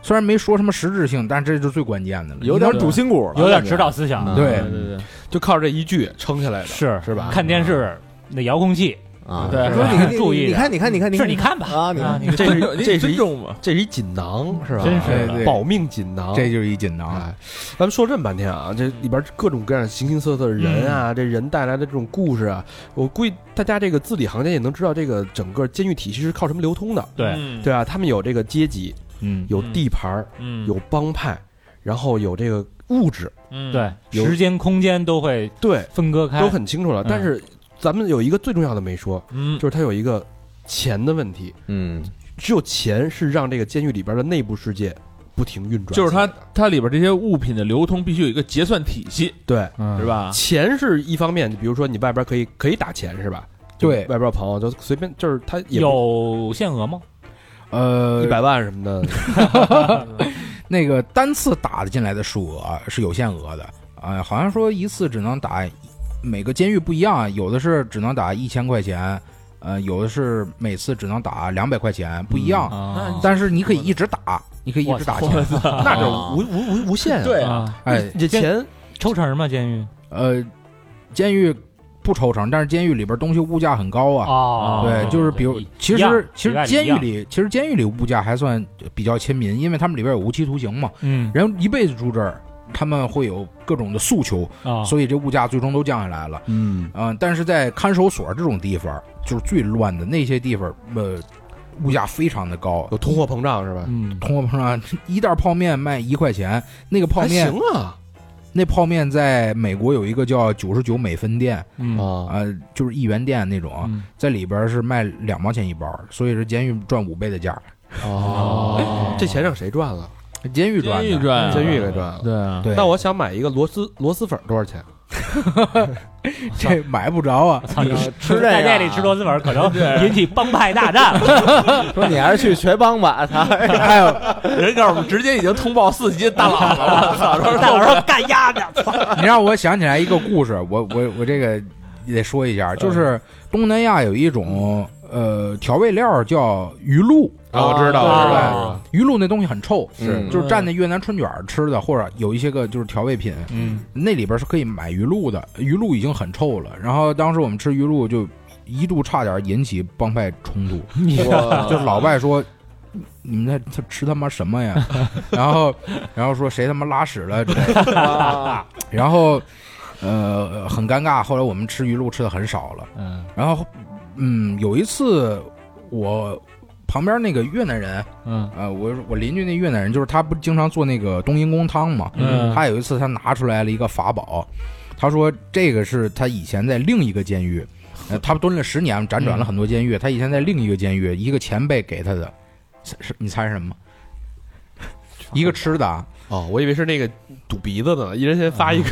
虽然没说什么实质性，但这就是最关键的了。
有点主心骨了，
有点指导思想，啊
嗯
对
对对对，
就靠这一句撑起来的，
是
是吧？
看电视那遥控器，
啊。
对
说你看，
注意
你看，你看，你看，
是你看吧
啊，你看，
你
这是
你
这是
尊
一
重嘛，
这是一锦囊是吧？
真
对对
是
保命锦囊，
这就是一锦囊。
啊哎，咱们说这么半天啊，这里边各种各样形形色色的人
嗯
啊，这人带来的这种故事啊，我估计大家这个字里行间也能知道，这个整个监狱体系是靠什么流通的，
对，
嗯
对，啊，他们有这个阶级，
嗯，
有地盘儿，
嗯，
有帮派，然后有这个物质，
嗯，
对，
有
时间空间都会
对，
分割开，
都很清楚了。但是咱们有一个最重要的没说，
哎嗯，
就是它有一个钱的问题，
嗯，
只有钱是让这个监狱里边的内部世界不停运转起
就
来的，
是它它里边这些物品的流通必须有一个结算体系，
对。
是吧？
钱是一方面，比如说你外边可以可以打钱是吧？
对
外边朋友就随便，就是他也
有限额吗？
呃
一，百万什么的，
那个单次打进来的数额啊是有限额的，呃，好像说一次只能打，每个监狱不一样，有的是只能打一千块钱，呃，有的是每次只能打两百块钱，不一样。
啊
但是你可以一直打，你可以一直打钱。
那就无无无无限啊。
对
啊，
哎，
你这钱
抽成吗？监狱
呃，监狱不抽成，但是监狱里边东西物价很高啊。
哦
对，就是比如，其
一样
实其
里
实
外里
监
一
狱
样
里，其实监狱里物价还算比较亲民，因为他们里边有无期徒刑嘛，
嗯
人一辈子住这儿，他们会有各种的诉求，
啊，
所以这物价最终都降下来了。
嗯，
嗯、但是在看守所这种地方，就是最乱的那些地方，呃，物价非常的高
有。通货膨胀是吧？
嗯，
通货膨胀，一袋泡面卖一块钱，那个泡
还
面
行，啊
那泡面在美国有一个叫九十九美分店，
嗯
啊，
呃，就是一元店那种，啊
嗯
在里边是卖两毛钱一包，所以是监狱赚五倍的价，
哦，啊这钱让谁赚了？
监狱赚
监狱
的。
赚啊，
监狱给赚了。
对啊，
对，
那我想买一个螺蛳螺蛳粉多少钱？
这买不着啊，
操你
吃这
在
个
店里吃螺蛳粉可能引起帮派大战，
说你还是去全帮
[laughs]
吧，他
还有
哎人告诉我们直接已经通报四级大佬了，我操，说
大佬说干鸭的，操
[laughs] 你让我想起来一个故事，我我我这个也得说一下，就是东南亚有一种呃调味料叫鱼露，
啊，我知道，
啊
我知道，
鱼露那东西很臭，
是
就是蘸那越南春卷儿吃的，或者有一些个就是调味品，
嗯
那里边是可以买鱼露的，鱼露已经很臭了。然后当时我们吃鱼露就一度差点引起帮派冲突，就老外说。你们在这吃他妈什么呀？然后，然后说谁他妈拉屎了之类的
啊
然后，呃，很尴尬。后来我们吃鱼露吃的很少了。
嗯
然后，嗯，有一次我旁边那个越南人，
嗯
呃，我我邻居那越南人，就是他不是经常做那个冬阴功汤嘛？
嗯
他有一次他拿出来了一个法宝，他说这个是他以前在另一个监狱，呃他蹲了十年，辗转了很多监狱。他以前在另一个监狱，一个前辈给他的，是是你猜是什么？一个吃的啊，
[laughs] 哦，我以为是那个堵鼻子的呢，一人先发一个。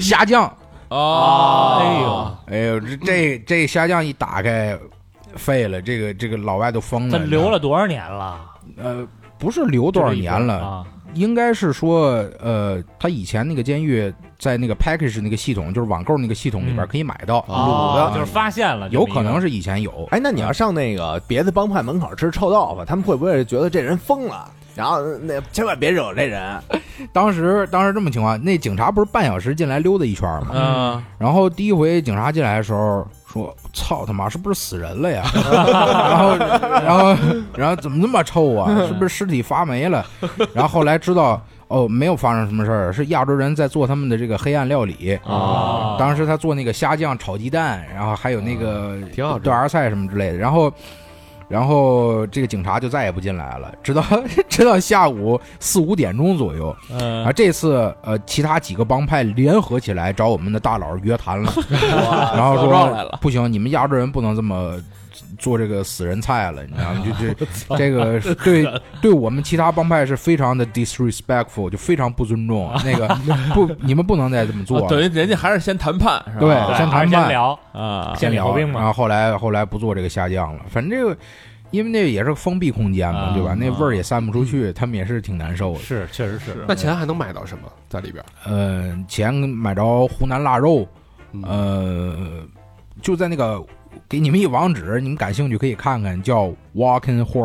虾酱。
哦，哎呦，
哎呦，这这这虾酱一打开，废了，这个这个老外都疯
他
了。
留了多少年了？
呃，不是留多少年了，
啊，
应该是说呃，他以前那个监狱在那个 package 那个系统，就是网购那个系统里边
嗯
可以买到
哦
卤
就是发现了，
有可能
是
是以前有。
哎，那你要上那个别的帮派门口吃臭豆腐，他们会不会觉得这人疯了？然后那千万别惹这人，
当时当时这么情况，那警察不是半小时进来溜达一圈吗？
嗯，
然后第一回警察进来的时候说：“操他妈，是不是死人了呀？”然后，然后，然后怎么那么臭啊？是不是尸体发霉了？然后后来知道哦，没有发生什么事儿，是亚洲人在做他们的这个黑暗料理。
啊，
当时他做那个虾酱炒鸡蛋，然后还有那个
挺好吃
豆芽菜什么之类的。然后，然后这个警察就再也不进来了，直到 [laughs] 直到下午四五点钟左右，啊，
嗯，
这次呃，其他几个帮派联合起来找我们的大佬约谈了，然后
告啊状来
说
了
不行，你们亚洲人不能这么做这个死人菜了，你知道吗？就这这个是对对我们其他帮派是非常的 disrespectful，就非常不尊重。那个不，你们不能再这么做
哦
了。
啊等于人家还是先谈判，是吧？
对
对
先
还
谈
是先
判，
聊，
啊，
先聊
然后后来后来不做这个下降了，反正这个。因为那也是个封闭空间嘛，
啊
对吧？那味儿也散不出
嗯
去，他们也是挺难受的。
是，确实是
那钱还能买到什么在里边？
呃，前买着湖南腊肉，
嗯
呃，就在那个给你们一网址，你们感兴趣可以看看，叫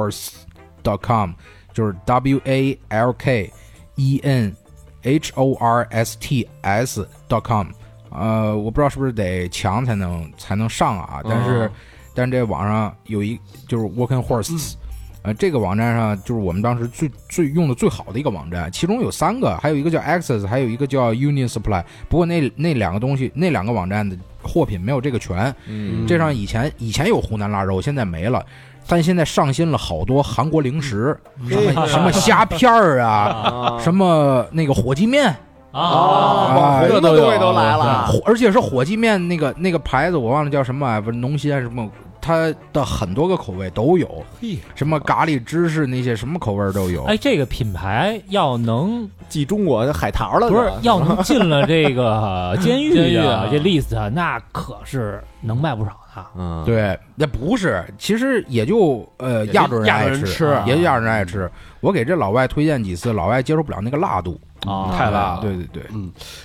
walkinghorse.com，就是 W A L K E N H O R S T S dot com。呃，我不知道是不是得强才能才能上啊，但是、但这网上有一就是 Walking Horses，、呃，这个网站上就是我们当时最最用的最好的一个网站，其中有三个，还有一个叫 Access，还有一个叫 Union Supply。不过那那两个东西，那两个网站的货品没有这个全。
嗯
这上以前以前有湖南腊肉，现在没了。但现在上新了好多韩国零食，什
嗯
么什么虾片儿啊，什么那个火鸡面，
啊，
哦
啊，
什么
都有
东西都来了，啊
火而且是火鸡面那个那个牌子，我忘了叫什么啊，不是农心还是什么，它的很多个口味都有，
嘿，
什么咖喱芝士那些什么口味儿都有。
哎，这个品牌要能
继中国海淘了，
不是要能进了这个监狱
监狱
啊
啊，
这 list 啊那可是能卖不少的。
嗯，
对，那不是，其实也就呃
也就
亚洲人
亚洲
爱
人
吃，
吃啊
也就亚洲人爱吃。我给这老外推荐几次，老外接受不了那个辣度，
啊
太辣了
对对对，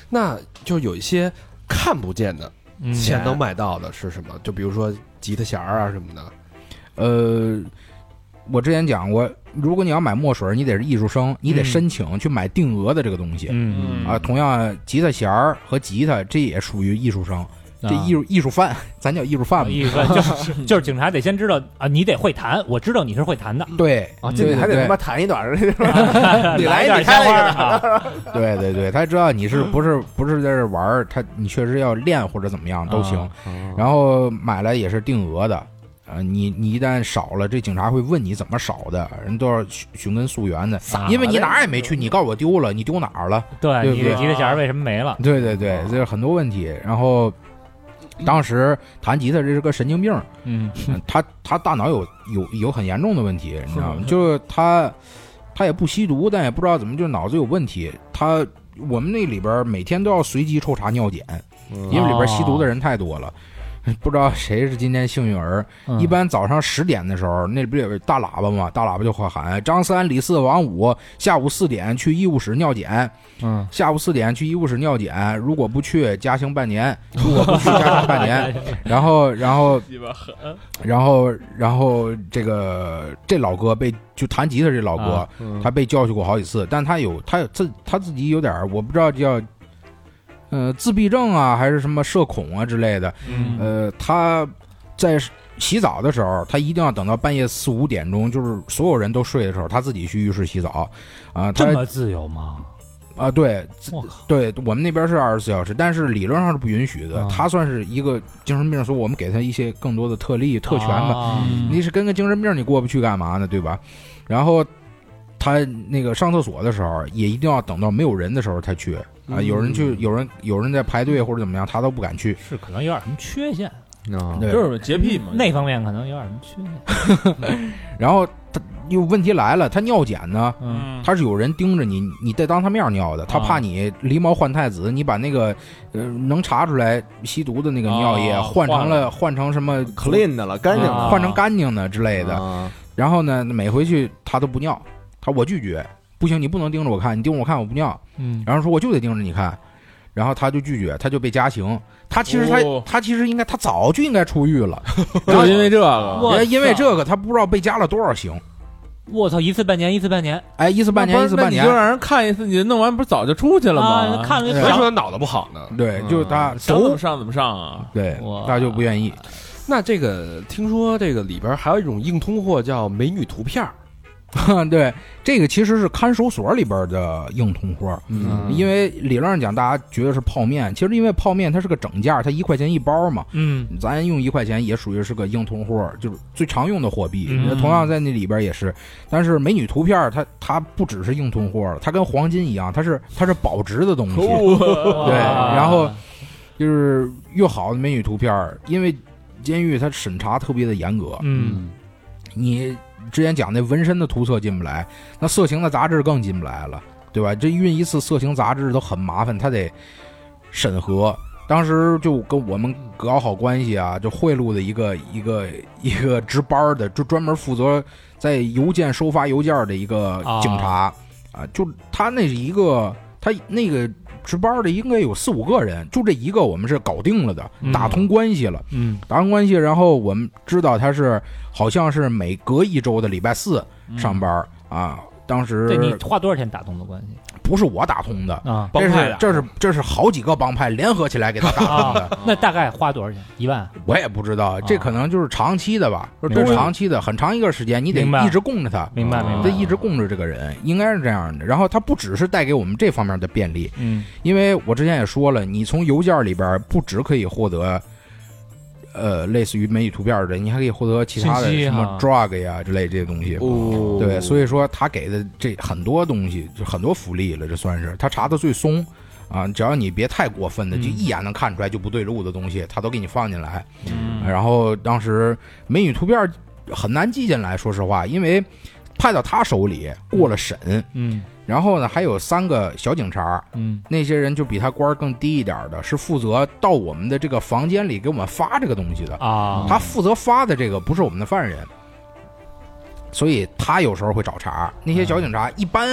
那就有一些看不见的
嗯
钱能买到的是什么？就比如说吉他弦儿啊什么的。
呃。我之前讲过，如果你要买墨水，你得是艺术生，你得
嗯
申请去买定额的这个东西。
嗯
啊，同样吉他弦儿和吉他，这也属于艺术生，这
嗯
艺术艺术犯， [laughs] 咱叫艺术
啊
犯吧。
意思就是
[laughs]
就是警察得先知道啊，你得会弹，我知道你是会弹的，
对
啊，进去还得他妈弹一段儿，
[laughs]
嗯你来
点
你
鲜
开
花
了一个
啊，
对对对，他知道你是不是不是在这玩儿，他你确实要练或者怎么样都行。然后买来也是定额的，呃，你你一旦少了，这警察会问你怎么少的，人都要寻寻根溯源的，
啊
因为你哪儿也没去，你告诉我丢了，你丢哪儿了？对
对
不
你
对
这吉他弦儿为什么没了？
对对对，这是很多问题。然后当时弹吉他这是个神经病，
嗯
嗯他他大脑有有有很严重的问题，你知道吗？就是他他也不吸毒，但也不知道怎么就脑子有问题。他我们那里边儿每天都要随机抽查尿检，因为里边儿吸毒
哦
的人太多了。不知道谁是今天幸运儿。
嗯
一般早上十点的时候，那不有大喇叭嘛？大喇叭就会喊张三、李四、王五，下午四点去医务室尿检。
嗯，
下午四点去医务室尿检，如果不去，加刑半年；如果不去，加
嗯
刑半年。然后，然后
鸡巴狠，
然后，然后这个这老哥被就弹吉他这老哥，
啊
嗯
他被教训过好几次，但他有他有自他自己有点儿我不知道叫，呃，自闭症啊，还是什么社恐啊之类的。
嗯
呃，他在洗澡的时候，他一定要等到半夜四五点钟，就是所有人都睡的时候，他自己去浴室洗澡。啊、
这
他啊、
么自由吗？
对
我靠，
对，我们那边是二十四小时，但是理论上是不允许的。
啊
他算是一个精神病，所以我们给他一些更多的特例特权吧。嗯
啊
你是跟个精神病你过不去干嘛呢？对吧？然后他那个上厕所的时候，也一定要等到没有人的时候才去
嗯
啊。有人去，有人有人在排队或者怎么样，他都不敢去。
是可能有点什么缺陷，
啊
对
就是洁癖嘛。
那方面可能有点什么缺陷。
然后他又问题来了，他尿检呢，
嗯，
他是有人盯着你，你得当他面尿的，他怕你狸猫换太子，你把那个呃能查出来吸毒的那个尿液
哦
换成
换
了换成什么
clean 的了，干净
啊
了
换成干净的之类的。
啊
然后呢，每回去他都不尿，他我拒绝，不行，你不能盯着我看，你盯着我看我不尿。
嗯，
然后说我就得盯着你看，然后他就拒绝，他就被加刑。他其实他、
哦
他其实应该他早就应该出狱了，
就是因为这个，
我操
因为这个他不知道被加了多少刑。
我操，一次半年，一次半年
哎，一次半年，一次半
那
年
不是那你就，让人看一次，你弄完不是早就出去了
啊，
吗？
看了就
谁
想
说他脑子不好呢？
对，就是他
想怎
轴
么，上怎么上啊！
对
哇，
他就不愿意。
那这个听说这个里边还有一种硬通货叫美女图片儿，
[laughs] 对，这个其实是看守所里边的硬通货，
嗯
因为理论上讲，大家觉得是泡面，其实因为泡面它是个整价，它一块钱一包嘛，
嗯，
咱用一块钱也属于是个硬通货，就是最常用的货币。
嗯
同样在那里边也是，但是美女图片儿它它不只是硬通货了，它跟黄金一样，它是它是保值的东西。
哦
对，
哇
然后就是越好的美女图片儿，因为监狱它审查特别的严格，
嗯，
你之前讲那纹身的图册进不来，那色情的杂志更进不来了，对吧？这运一次色情杂志都很麻烦，他得审核。当时就跟我们搞好关系啊，就贿赂的一个一个一个值班的，就专门负责在邮件收发邮件的一个警察啊，就他那是一个他那个值班的应该有四五个人，就这一个我们是搞定了的，
嗯
打通关系了。
嗯
打完关系，然后我们知道他是好像是每隔一周的礼拜四上班、啊。当
嗯
时
对你花多少钱打通的关系
不是我打通的，
啊？
帮
这
派
是
的
这是这是好几个帮派联合起来给他打通的，
啊，那大概花多少钱？一万？
[laughs] 我也不知道，这可能就是长期的吧，这啊是长期的，很长一段时间，你得
明白
一直供着他，
明白明
你
白
得。一直供着这个人，应该是这样的。然后他不只是带给我们这方面的便利，
嗯，
因为我之前也说了，你从邮件里边不只可以获得，呃，类似于美女图片的，你还可以获得其他的
信息
什么
哈
drug 呀之类这些东西。
哦
对，所以说他给的这很多东西，就很多福利了，这算是他查的最松啊，只要你别太过分
嗯
的，就一眼能看出来就不对路的东西，他都给你放进来。
嗯
然后当时美女图片很难记进来，说实话，因为派到他手里过了审，
嗯
然后呢还有三个小警察，
嗯，
那些人就比他官儿更低一点儿的，是负责到我们的这个房间里给我们发这个东西的。
啊，
他负责发的这个不是我们的犯人，所以他有时候会找茬。那些小警察一般，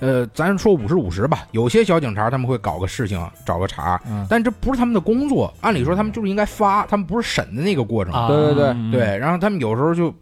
呃，咱说五十五十吧，有些小警察他们会搞个事情找个茬
嗯，
但这不是他们的工作。按理说他们就是应该发，他们不是审的那个过程。
啊
对对对，
对，然后他们有时候就，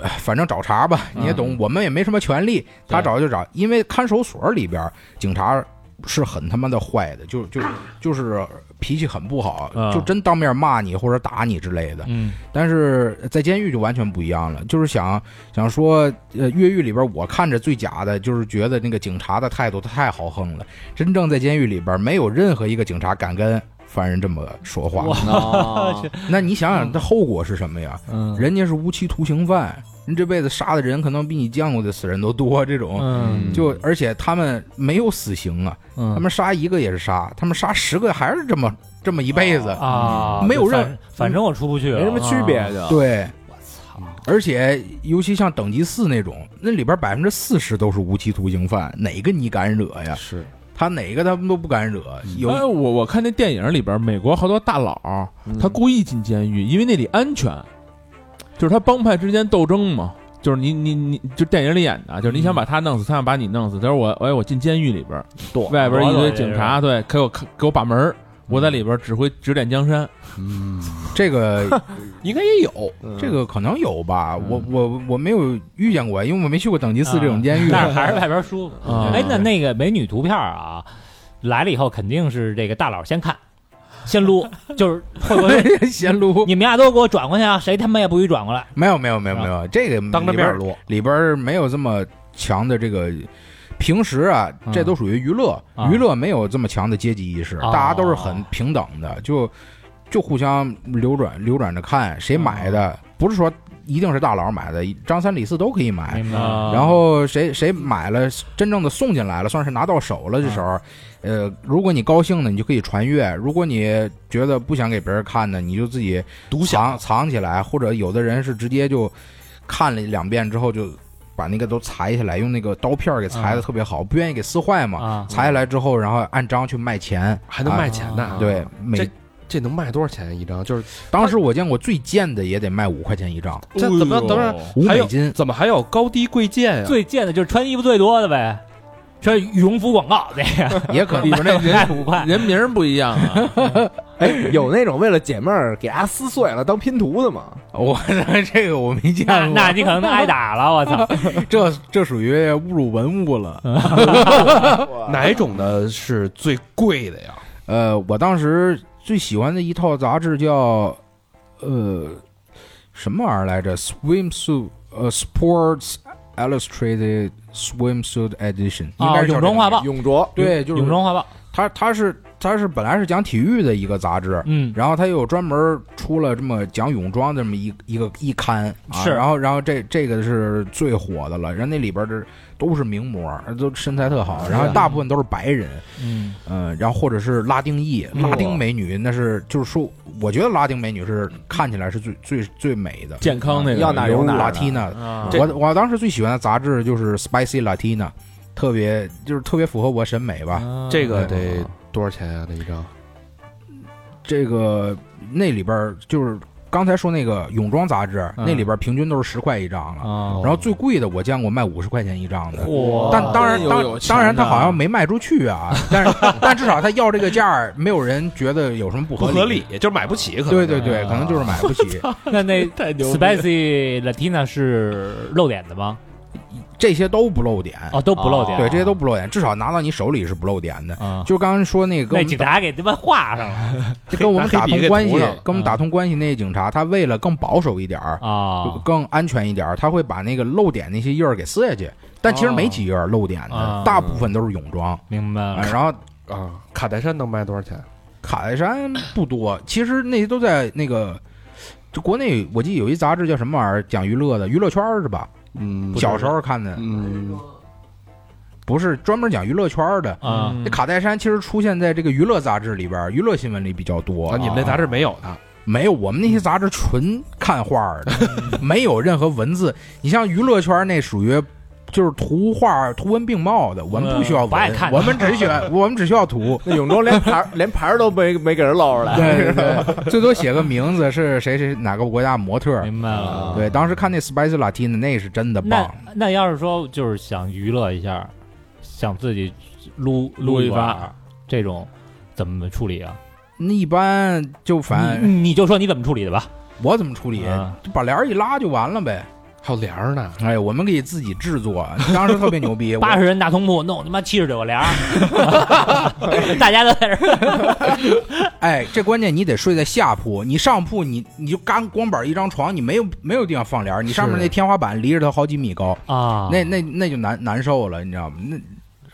哎反正找茬吧，你也懂，我们也没什么权利，他找就找，因为看守所里边警察是很他妈的坏的，就就就是脾气很不好，
嗯
就真当面骂你或者打你之类的。
嗯
但是在监狱就完全不一样了，就是想想说，呃，越狱里边我看着最假的就是觉得那个警察的态度太豪横了，真正在监狱里边没有任何一个警察敢跟犯人这么说话。
啊
那你想想，这后果是什么呀？
嗯
人家是无期徒刑犯，人这辈子杀的人可能比你见过的死人都多。这种，
嗯
就而且他们没有死刑啊，他
嗯
们杀一个也是杀，他们杀十个还是这么这么一辈子。
啊，
嗯没有
反
任
反正我出不去了，啊
没什么区别就。
啊对，我操！而且尤其像等级四那种，那里边百分之四十都是无期徒刑犯，哪个你敢惹呀？
是
他哪个他们都不敢惹。有
哎，我我看那电影里边，美国好多大佬儿他故意进监狱，因为那里安全，就是他帮派之间斗争嘛。就是你你你，就电影里演的，就是你想把他弄死，他想把你弄死。他说我哎，我进监狱里边儿，
躲
外边嗯一堆警察，对，给我看给我把门儿，我在里边儿指挥指点江山。
这个
[laughs] 应该也有。嗯
这个可能有吧，我我我没有遇见过，因为我没去过等级四这
啊
种监狱。啊
但是还是外边舒服。
啊
哎，那那个美女图片啊，来了以后肯定是这个大佬先看，先撸，就是会
[laughs]
不会
闲撸
你们俩都给我转过去啊？谁他妈也不许转过来
没有没有没有没有，这个
当着面
里边
儿撸，
里边儿没有这么强的这个。平时啊，这都属于娱乐，
啊
娱乐没有这么强的阶级意识，
哦
大家都是很平等的，就就互相流转流转着看，谁买的、不是说一定是大佬买的，张三李四都可以买。
明白了。
啊
哎然后谁谁买了，真正的送进来了，算是拿到手了。这时候，呃，如果你高兴呢，你就可以传阅；如果你觉得不想给别人看呢，你就自己独享藏起来，或者有的人是直接就看了两遍之后就把那个都裁下来，用那个刀片儿给裁的特别好，不愿意给撕坏嘛。
啊，
裁下来之后，然后按张去卖钱，
还能卖钱呢？
啊。对，每
这能卖多少钱一张？就是
当时我见过最贱的也得卖五块钱一张，
这怎么等会儿
五
还
美
有
金。
怎么还有高低贵贱呀？啊
最贱的就是穿衣服最多的呗，穿羽绒服广告那个，
也可
里
[laughs]
边那
卖
人
五块，
人名儿不一样啊，
哎，有那种为了解闷儿给它撕碎了当拼图的吗？
我这个我没见
那
过，
那你可能挨打了，我操！
这这属于侮辱文物了。
嗯
哪种的是最贵的呀？
呃，我当时最喜欢的一套杂志叫呃什么玩意儿来着？Swimsuit 呃 Sports Illustrated Swimsuit Edition，应
啊
该是
泳
叫这
装
个
画
名
报
儿，
永卓，
对，就是
泳装画报，
它它是它是本来是讲体育的一个杂志，
嗯，
然后他又专门出了这么讲泳装的这么一一个一刊啊，
是
然后然后这这个是最火的了，人那里边这都是名模，都身材特
啊
好，然后大部分都是白人，
嗯，
嗯，然后或者是拉丁裔、拉丁美女，那是就是说，我觉得拉丁美女是看起来是最最最美的，
健康那个
要哪有哪
拉
儿
蒂
呢
娜，
嗯
啊
这
我我当时最喜欢的杂志就是 Spicy Latina，特别就是特别符合我审美
嗯
吧，
嗯
这个
对
得多少钱呀？那一张？
这个那里边儿就是刚才说那个泳装杂志，
嗯
那里边儿平均都是十块一张了。
啊，
哦
然后最贵的我见过卖五十块钱一张的，
嚯
但当然
真有有
当
钱
当然
的
他好像没卖出去啊，但是 [laughs] 但至少他要这个价儿，没有人觉得有什么不
不
合
合理，就是买不起，可能
对
是
对对，
啊
可能就是买不
[laughs]
起。
那那
太牛逼了
Spicy Latina 是露脸的吗？
这些都不露点，
哦，都不露脸，
对，这
啊
些都嗯不露点，至少拿到你手里是不露点
哦
的。
啊。
就刚刚说那个跟
被
我们
警察给他妈画上了
打跟我们
拿
打
黑笔
通
给
关系
涂上了，嗯
跟我们打通关系那警察，他为了更保守一点儿，
哦
啊！
[laughs] 更安全一点儿，他会把那个漏点那些印儿给撕下去。但其实
哦
没几页儿漏点的，
啊
大部分都是泳装。
明白
嗯
啊
了，
然后
啊，卡戴珊能卖多少钱？
卡戴珊不多，其实那些都在那个，就国内我记得有一杂志叫什么玩意儿，讲娱乐的，娱乐圈儿是吧？
嗯
小时，候看的，
嗯，
不是专门讲娱乐圈儿的。
啊，
这卡戴珊其实出现在这个娱乐杂志里边儿，娱乐新闻里比较多。
啊，你们那杂志没有的，
没有，我们那些杂志纯看画儿的，
嗯
[laughs] 没有任何文字。你像娱乐圈那属于就是图画、图文并茂的，我们不需要
嗯不爱
文
看
我们只需要我们只需要图。
[laughs]
那泳装连牌儿 [laughs] 连牌儿都没没给人露出来，
对对对，最多写个名字是谁谁哪个国家模特儿。
明白了。
对，当时看那 Spice Latina 那是真的
那
嗯棒，
那要是说就是想娱乐一下，想自己撸
撸一
一把
发
这种，怎么处理啊？
那一般就反
你你就说你怎么处理的吧。
我怎么处理
啊，
就把帘儿一拉就完了呗。
还有帘儿呢。
哎，我们可以自己制作，当时特别
[laughs]
牛逼。我
八十人大通铺弄他妈七十九个帘
[laughs]
儿，大家都在这儿
哎，这关键你得睡在下铺，你上铺你你就干光板一张床，你没有没有地方放帘儿，你上面那天花板离着它好几米高，
啊
那那那就难难受了，你知道吗？那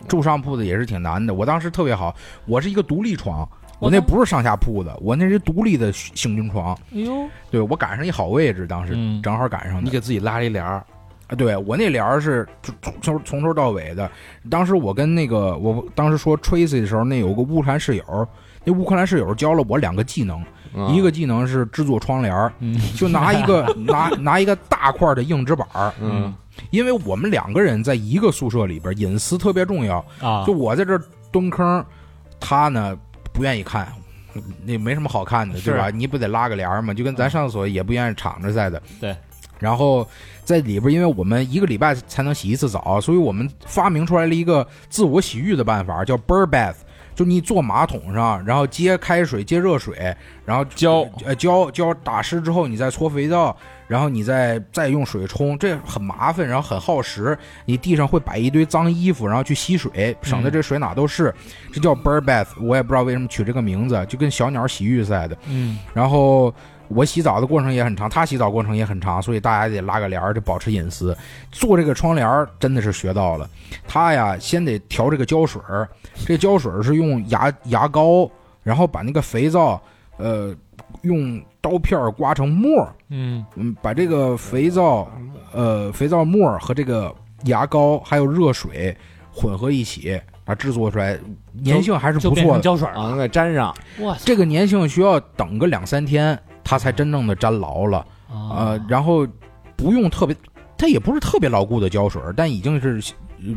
住上铺的也是挺难的。我当时特别好，我是一个独立床，我那不是上下铺的，我那是独立的行军床。
哎呦，
对我赶上一好位置，当时、
嗯
正好赶上
你
的。
给自己拉了一帘儿，
啊对我那帘儿是就从从从头到尾的。当时我跟那个我当时说 Tracy 的时候，那有个乌克兰室友，那乌克兰室友教了我两个技能。
啊
嗯
一个技能是制作窗帘儿，就拿一个拿拿一个大块儿的硬纸板儿，
嗯，
因为我们两个人在一个宿舍里边儿，隐私特别重要。
啊
就我在这儿蹲坑，他呢不愿意看，那没什么好看的，
是嗯
对吧？你不得拉个帘儿嘛，就跟咱上厕所也不愿意敞着在的。
对。
然后在里边儿，因为我们一个礼拜才能洗一次澡，所以我们发明出来了一个自我洗浴的办法，叫 bird bath。就你坐马桶上，然后接开水、接热水，然后
浇
呃浇浇打湿之后，你再搓肥皂，然后你再再用水冲，这很麻烦，然后很耗时。你地上会摆一堆脏衣服，然后去吸水，省得这水哪都是。这叫 bird bath，我也不知道为什么取这个名字，就跟小鸟洗浴似的。
嗯
然后我洗澡的过程也很长，他洗澡过程也很长，所以大家得拉个帘儿，得保持隐私。做这个窗帘儿真的是学到了，他呀先得调这个胶水儿，这胶水儿是用牙牙膏，然后把那个肥皂，呃，用。刀片儿刮成沫儿，
嗯
嗯，把这个肥皂，呃，肥皂沫儿和这个牙膏还有热水混合一起，啊，制作出来，粘性还是
就
不
变
错
成
的。
胶水了。
啊，能给粘上，
哇塞！
这个粘性需要等个两三天，它才真正的粘牢了。
啊
呃，然后不用特别，它也不是特别牢固的胶水，但已经是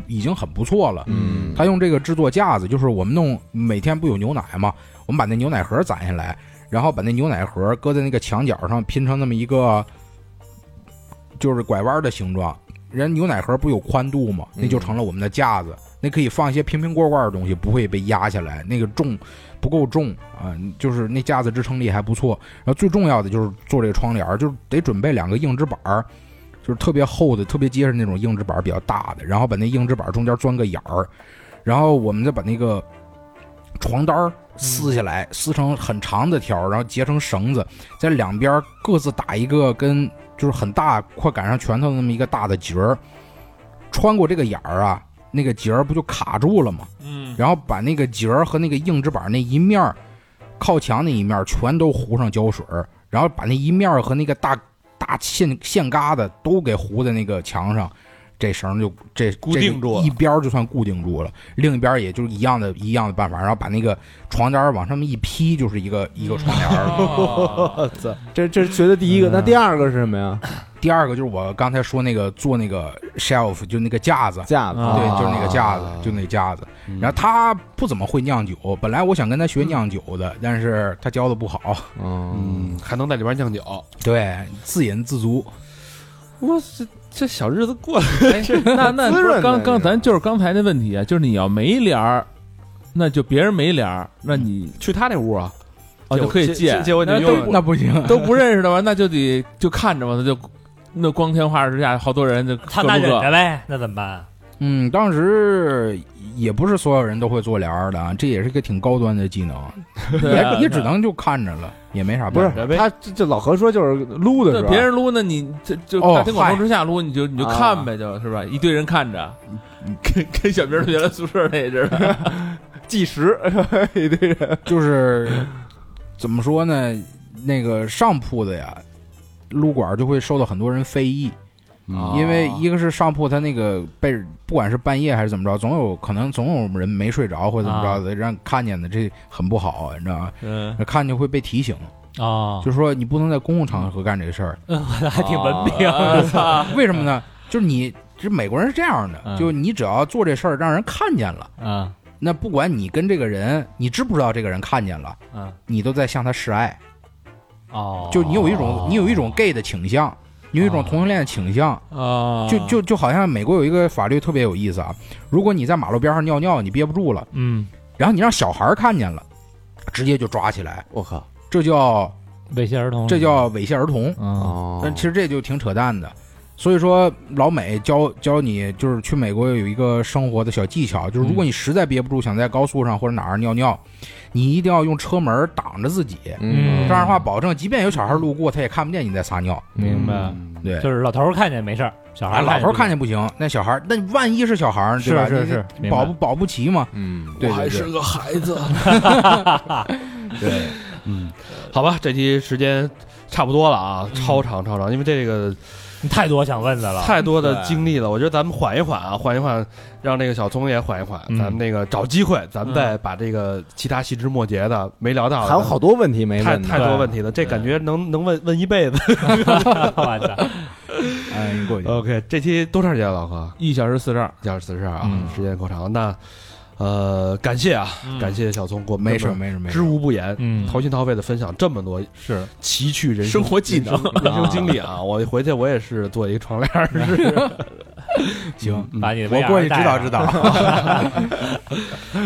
已经很不错了。
嗯
他用这个制作架子，就是我们弄每天不有牛奶吗？我们把那牛奶盒攒下来，然后把那牛奶盒搁在那个墙角上拼成那么一个，就是拐弯的形状。人牛奶盒不有宽度吗？那就成了我们的架子，那可以放一些瓶瓶罐罐的东西，不会被压下来。那个重不够重啊、就是那架子支撑力还不错。然后最重要的就是做这个窗帘儿，就是得准备两个硬纸板儿，就是特别厚的、特别结实那种硬纸板儿，比较大的，然后把那硬纸板儿中间钻个眼儿，然后我们再把那个床单儿撕下来，撕成很长的条儿，然后结成绳子，在两边儿各自打一个跟就是很大，快赶上拳头的那么一个大的结儿，穿过这个眼儿啊，那个结儿不就卡住了吗？
嗯，
然后把那个结儿和那个硬纸板那一面儿靠墙那一面儿全都糊上胶水儿，然后把那一面儿和那个大大线线疙瘩都给糊在那个墙上，这绳儿就这
[laughs] 固定住了
这一边儿就算固定住了，另一边儿也就是一样的一样的办法，然后把那个床单儿往上面一披，就是一个一个床帘儿了。
哦
啊这这是学的第一个，
嗯
那第二个是什么呀？
第二个就是我刚才说那个做那个 shelf，就那个架子，
架子，
啊嗯
对，就是那个架子，就那架子。
嗯
然后他不怎么会酿酒，本来我想跟他学酿酒
嗯
的，但是他教的不好，
嗯，
嗯，还能在里边酿酒，
对，自饮自足。
我这这小日子过得
[laughs] 那那不
滋润的
是刚
这个
刚咱就是刚才那问题啊，就是你要没帘儿，那就别人没帘儿，那你
去他那屋啊，
哦就可以
借
借
借借我你
那
用
都
用
不
那不
啊
行，
都不认识的话，那就得就看着吧，那就那光天化日之下，好多人就
他
各
那
路
忍
各
着呗，那怎么办？
嗯，当时也不是所有人都会做帘儿的啊，这也是一个挺高端的技能，
[laughs] 对啊
也也只能就看着了，也没啥
不
办
是
法。
他这这老何说就是撸的
对
时候，
别人撸，那你这就
哦
大庭广众
嗨
之下撸，你就你就
啊
看呗，就是吧？一堆人看着， [laughs] 跟跟小明儿原来宿舍那似的，
计时一堆人，
就是怎么说呢，那个上铺的呀，撸管就会受到很多人非议，
啊
因为一个是上铺他那个被不管是半夜还是怎么着，总有可能总有人没睡着或者怎么着
啊
的，让看见的这很不好，你知道吗？
嗯，
那看见会被提醒，
哦，
就说你不能在公共场合干这事儿，
[laughs] 还挺文明。
哦为什么呢？就是你这美国人是这样的，
啊嗯
就你只要做这事儿让人看见了。
嗯
那不管你跟这个人，你知不知道这个人看见了，
嗯，
你都在向他示爱，
哦，
就你有一种你有一种 gay 的倾向，你有一种同性恋的倾向，
[laughs] 啊，
哦
就就就好像美国有一个法律特别有意思啊，如果你在马路边上尿尿，你憋不住了，
嗯
然后你让小孩儿看见了，直接就抓起来，
我靠，
这
哦
叫
猥亵儿童，
这叫猥亵儿童。
嗯
哦
但其实这就挺扯淡的。所以说，老美教教你就是去美国有一个生活的小技巧，就是
嗯
如果你实在憋不住，想在高速上或者哪儿尿尿，你一定要用车门挡着自己。
嗯
这样的话，保证即便有小孩路过，他也看不见你在撒尿。
嗯
明白，
对，
就是老头儿看见没事儿，小孩
啊，
儿
老头儿看
见
见不行，那小孩儿那万一是小孩儿，对吧？
是是
你
是明白
保不保不齐嘛？
嗯，
对对对，
个孩 [laughs] 子。
对，
嗯，好吧，这期时间差不多了啊，超长超长，因为这个
你太多想问的了，
[laughs]
太多的经历了，我觉得咱们缓一缓啊，缓一缓，让那个小聪也缓一缓，
嗯
咱们那个找机会，咱们再把这个其他细枝末节的没聊到的，
还有好多问题没
太
问呢，
太多问题了，这感觉能能问问一辈子。
嗯
我操！
哎，你过去。
OK，这期多长时间了，老何？
一小时四十二，
一小时四十二啊，
嗯
时间够长。那呃，感谢啊，感谢小聪给我们
没
这
事
么
没事没事，
知无不言，
嗯
掏心掏肺的分享这么多
是
奇趣人
生活技能
人生人生经历啊！我回去我也是做一个窗帘儿，是
行，
把你的
嗯我
VR
过去指
哎带啊上
导指导。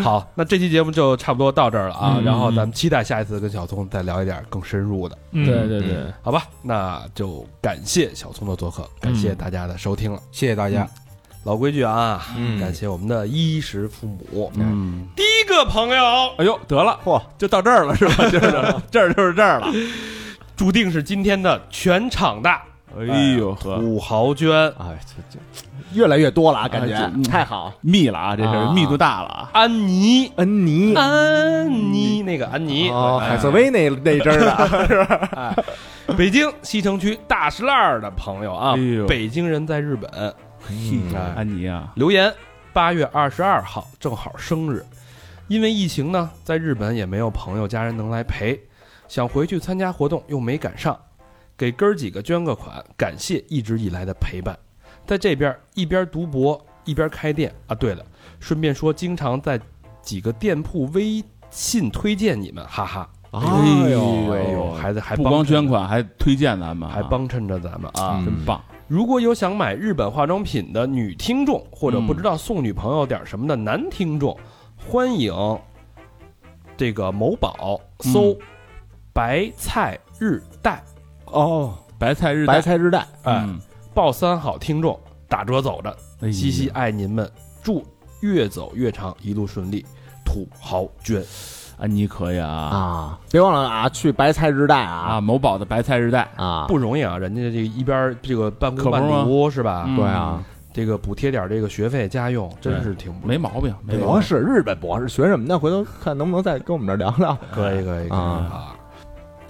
好，那这期节目就差不多到这儿了啊。
嗯
然后咱们期待下一次跟小聪再聊一点更深入的，
嗯
对对对，
好吧？那就感谢小聪的做客，感谢大家的收听了。
[laughs] 谢谢
[laughs]
大家。
老规矩啊，
嗯
感谢我们的衣食父母。
嗯，
第一个朋友
哎呦得了，
嚯，
就到这儿了是吧？就是这儿就是这儿了，
注定是今天的全场大
哎呦呵，啊
土豪捐，
哎，这这越来越多了啊，感觉、
啊这
太好。
密了啊，这
啊
是密度大了啊。
安妮，
恩妮，
安妮，那个安
啊
妮，
哦，
哎
海瑟薇那那阵儿
[laughs]
的，
北京西城区大石烂儿的朋友啊
哎，呦嗯
北京人在日本
嗯
嗯
哎
安妮啊，
留言，八月二十二号正好生日，因为疫情呢，在日本也没有朋友家人能来陪，想回去参加活动又没赶上，给哥儿几个捐个款，感谢一直以来的陪伴，在这边一边读博一边开店啊。对了，顺便说，经常在几个店铺微信推荐你们，哈哈。
哎呦
哎呦，还在还
不
帮
光
衬
捐款，还推荐咱们啊，
还帮衬着咱们啊。
真棒。
如果有想买日本化妆品的女听众，或
嗯
者不知道送女朋友点什么的男听众，欢迎这个某宝
嗯
搜“白菜日代
哦，
白菜日
白
代，
菜日代，”，
哎，
嗯，
报三好听众打折走着，
哎呀
西西爱您们，祝越走越长，一路顺利，土豪捐，
安妮可以啊
啊，别忘了啊，去白菜日代
啊，
啊
某宝的白菜日代，
啊，
不容易啊，人家这个一边儿这个半
可
工
不
半
是吗
读是吧？
嗯
对啊，
这个补贴点儿这个学费家用，真是挺不
没毛病，
哎
没毛
博
病。
士，日本博士学什么的？回头看能不能再跟我们这儿聊聊。
可以可以可以
啊
哎啊。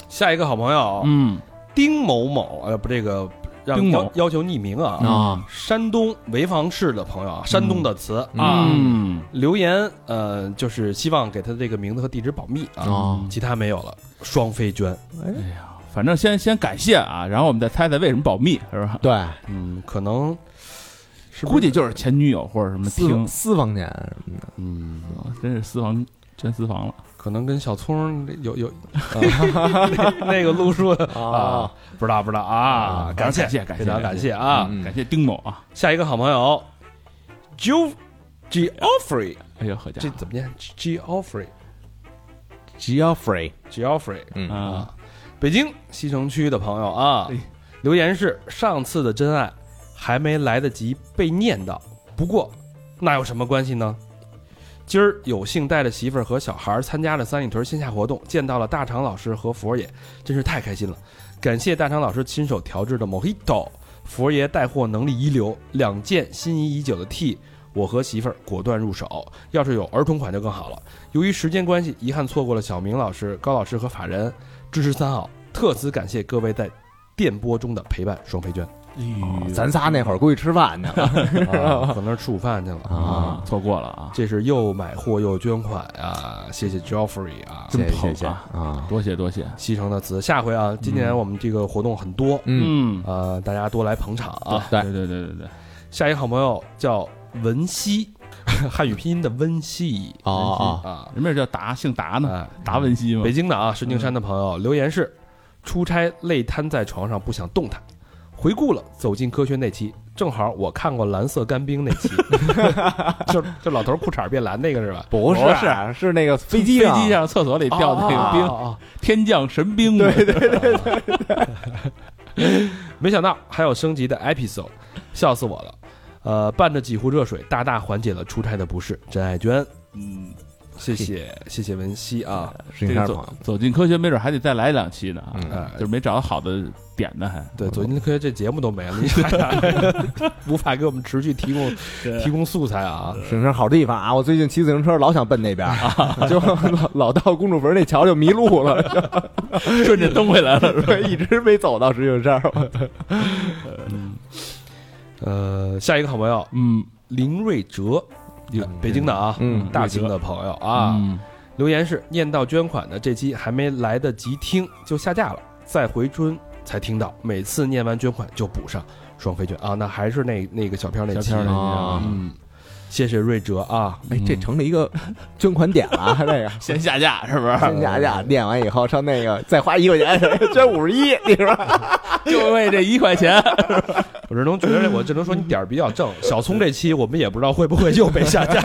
下一个好朋友，
嗯
丁某某，呃，不，这个让
丁某
要要求匿名啊。
嗯
啊
山东潍坊市的朋友啊，山东的词啊，
嗯，
留言呃，就是希望给他这个名字和地址保密啊，
哦
啊，
其他没有了。双飞娟，
反正先先感谢啊，然后我们再猜猜为什么保密，是吧？
对，
嗯，可能是不是
估计就是前女友或者什么
私
听，
私房钱，
嗯，真是私房真私房了。
可能跟小聪
[laughs]
有有呃 [laughs] 那那个路数啊，不知道不知道啊，感谢
哦感谢感谢
非常感谢啊！
嗯
感谢丁某啊！
下一个好朋友，Jo Geoffrey，
哎呦，好家
这
伙，
怎么念？Geoffrey
Geoffrey
Geoffrey
嗯
啊，北京西城区的朋友啊，留言是上次的真爱还没来得及被念叨，不过那有什么关系呢？今儿有幸带着媳妇儿和小孩儿参加了三里屯线下活动，见到了大肠老师和佛爷，真是太开心了。感谢大肠老师亲手调制的 Mojito，佛爷带货能力一流，两件心仪已久的 T，我和媳妇儿果断入手。要是有儿童款就更好了。由于时间关系，遗憾错过了小明老师、高老师和法人支持三好，特此感谢各位在电波中的陪伴，双飞娟
咱仨那会儿估计吃饭去了
啊，可能是吃午饭去了
啊。
错过了啊，
这是又买货又捐款啊！谢谢 Joffrey 啊，
真
谢
捧
谢谢
啊！
啊，
多谢多谢，
西城的词。下回啊，今年我们这个活动很多，
嗯，
嗯
呃，大家多来捧场啊！
对对对对对
下一个好朋友叫文熙，汉语拼音的温熙
哦
啊
人名叫达，姓达呢，
啊！
达文西嘛
北。京的啊，石景山的朋
嗯
友留言是：出差累瘫在床上不想动弹。回顾了《走进科学》那期，正好我看过《蓝色干冰》那
[laughs]
期，就就老头裤衩变蓝那个是吧？
不
博
是啊是那个飞机
飞机上厕所里掉的那个
啊哦
冰，天降神兵嘛。
没想到还有升级的 episode，笑死我了。呃，伴着几壶热水，大大缓解了出差的不适。真爱娟，嗯，谢谢谢谢文熙啊，
是
这
你那
个
儿吗
走走进科学，没准还得再来两期呢啊，
嗯
呃
就是没找到好的点呢，还
对，走进科学这节目都没
[laughs]
了，你还无法给我们持续提供提供素材啊。
省城好地方啊！我最近骑自行车老想奔那边儿， [laughs] 就老老到公主坟那桥就迷路 [laughs] 了，
顺着蹬回来
[laughs]
了。
就一直没走到石景山。
呃，下一个好朋友
嗯
林瑞哲，北京的啊，
嗯
大兴的朋友啊，
嗯
留言是念到捐款的这期还没来得及听就下架了，再回春才听到，每次念完捐款就补上双飞券啊，那还是那那个小票那期
小票那期
啊
嗯，谢谢瑞哲啊，
哎，这成了一个捐款点了 [laughs] 啊，这个。嗯
先下架是不是？
真假假练完以后上那个再花一块 [laughs] 钱捐五十一，你说
就为这一块钱，
我只能觉得我只能说你点儿比较正，小聪这期我们也不知道会不会又被下架，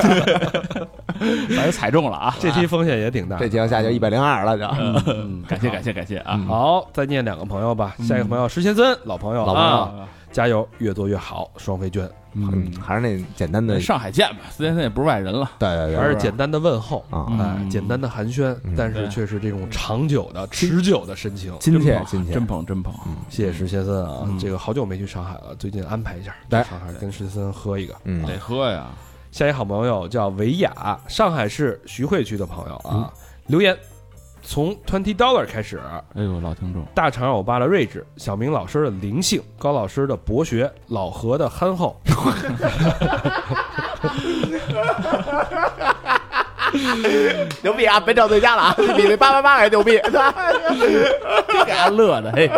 [laughs] 反正踩中了啊！
这期风险也挺大
[laughs] 这。节目下就一百零二了就，嗯
感谢感谢感谢啊！
好，再念两个朋友吧。下一个朋友石先森，老朋友
老朋友
啊，加油，越做越好，双飞娟，
嗯，还是那简单的，
上海见吧，四先生也不是外人了。
对对
还是简单的问候。
啊，
哎，简单的寒暄，
嗯
但是
对
却是这种长久的、持久的深情。
亲切亲切，
真捧真捧，
谢谢石先生啊，
嗯
这个好久没去上海了，最近安排一下，
对
上海跟石先生喝一个。
嗯，
得喝呀！
下一好朋友叫维雅，上海市徐汇区的朋友啊，留言从 Twenty Dollar 开始，啊
哎呦，老听众，
大肠欧巴的睿智，小明老师的灵性，高老师的博学，老何的憨厚。
[laughs] 牛逼啊！本场最佳了啊， [laughs] 比那八八八还牛逼，
给他乐的，嘿，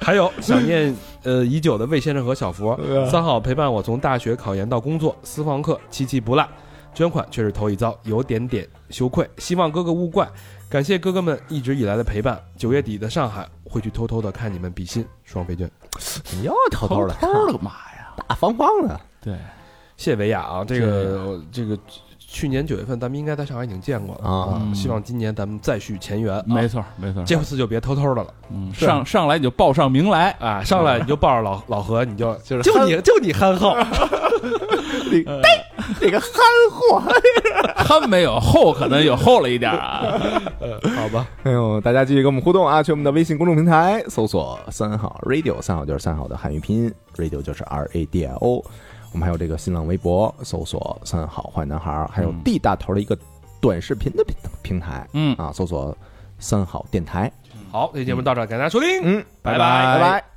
还有想念呃已久的魏先生和小
[laughs]
佛，三好陪伴我从大学考研到工作，私房课期期不落，捐款却是头一遭，有点点羞愧，希望哥哥勿怪，感谢哥哥们一直以来的陪伴。九月底的上海会去偷偷的看你们比心，双飞捐，
你嗯又偷偷
偷
的，啊
偷的干嘛呀？
[laughs] 大方方的，
对，
谢维亚啊，这个这个去年九月份咱们应该在上海已经见过了
啊
嗯
希望今年咱们再续前缘啊，
没错儿没错儿，
这次就别偷偷的了。
嗯上上来你就报上名来， [laughs]
啊，上来你就抱着老老何，你就
就是
就你就你憨 [laughs] 厚，
这个憨货。
憨没有厚，可能有厚了一点儿啊。
好吧？
哎呦，大家继续跟我们互动啊！去我们的微信公众平台搜索“三好 radio”，三好就是三好的汉语拼音，radio 就是 R A D I O。我们还有这个新浪微博搜索“三好坏男孩儿”，还有 D 大头的一个短视频的平平台
嗯，
啊，搜索“三好电台
好，这节目到这儿，感谢大家收听。”。
嗯，
拜拜
拜拜。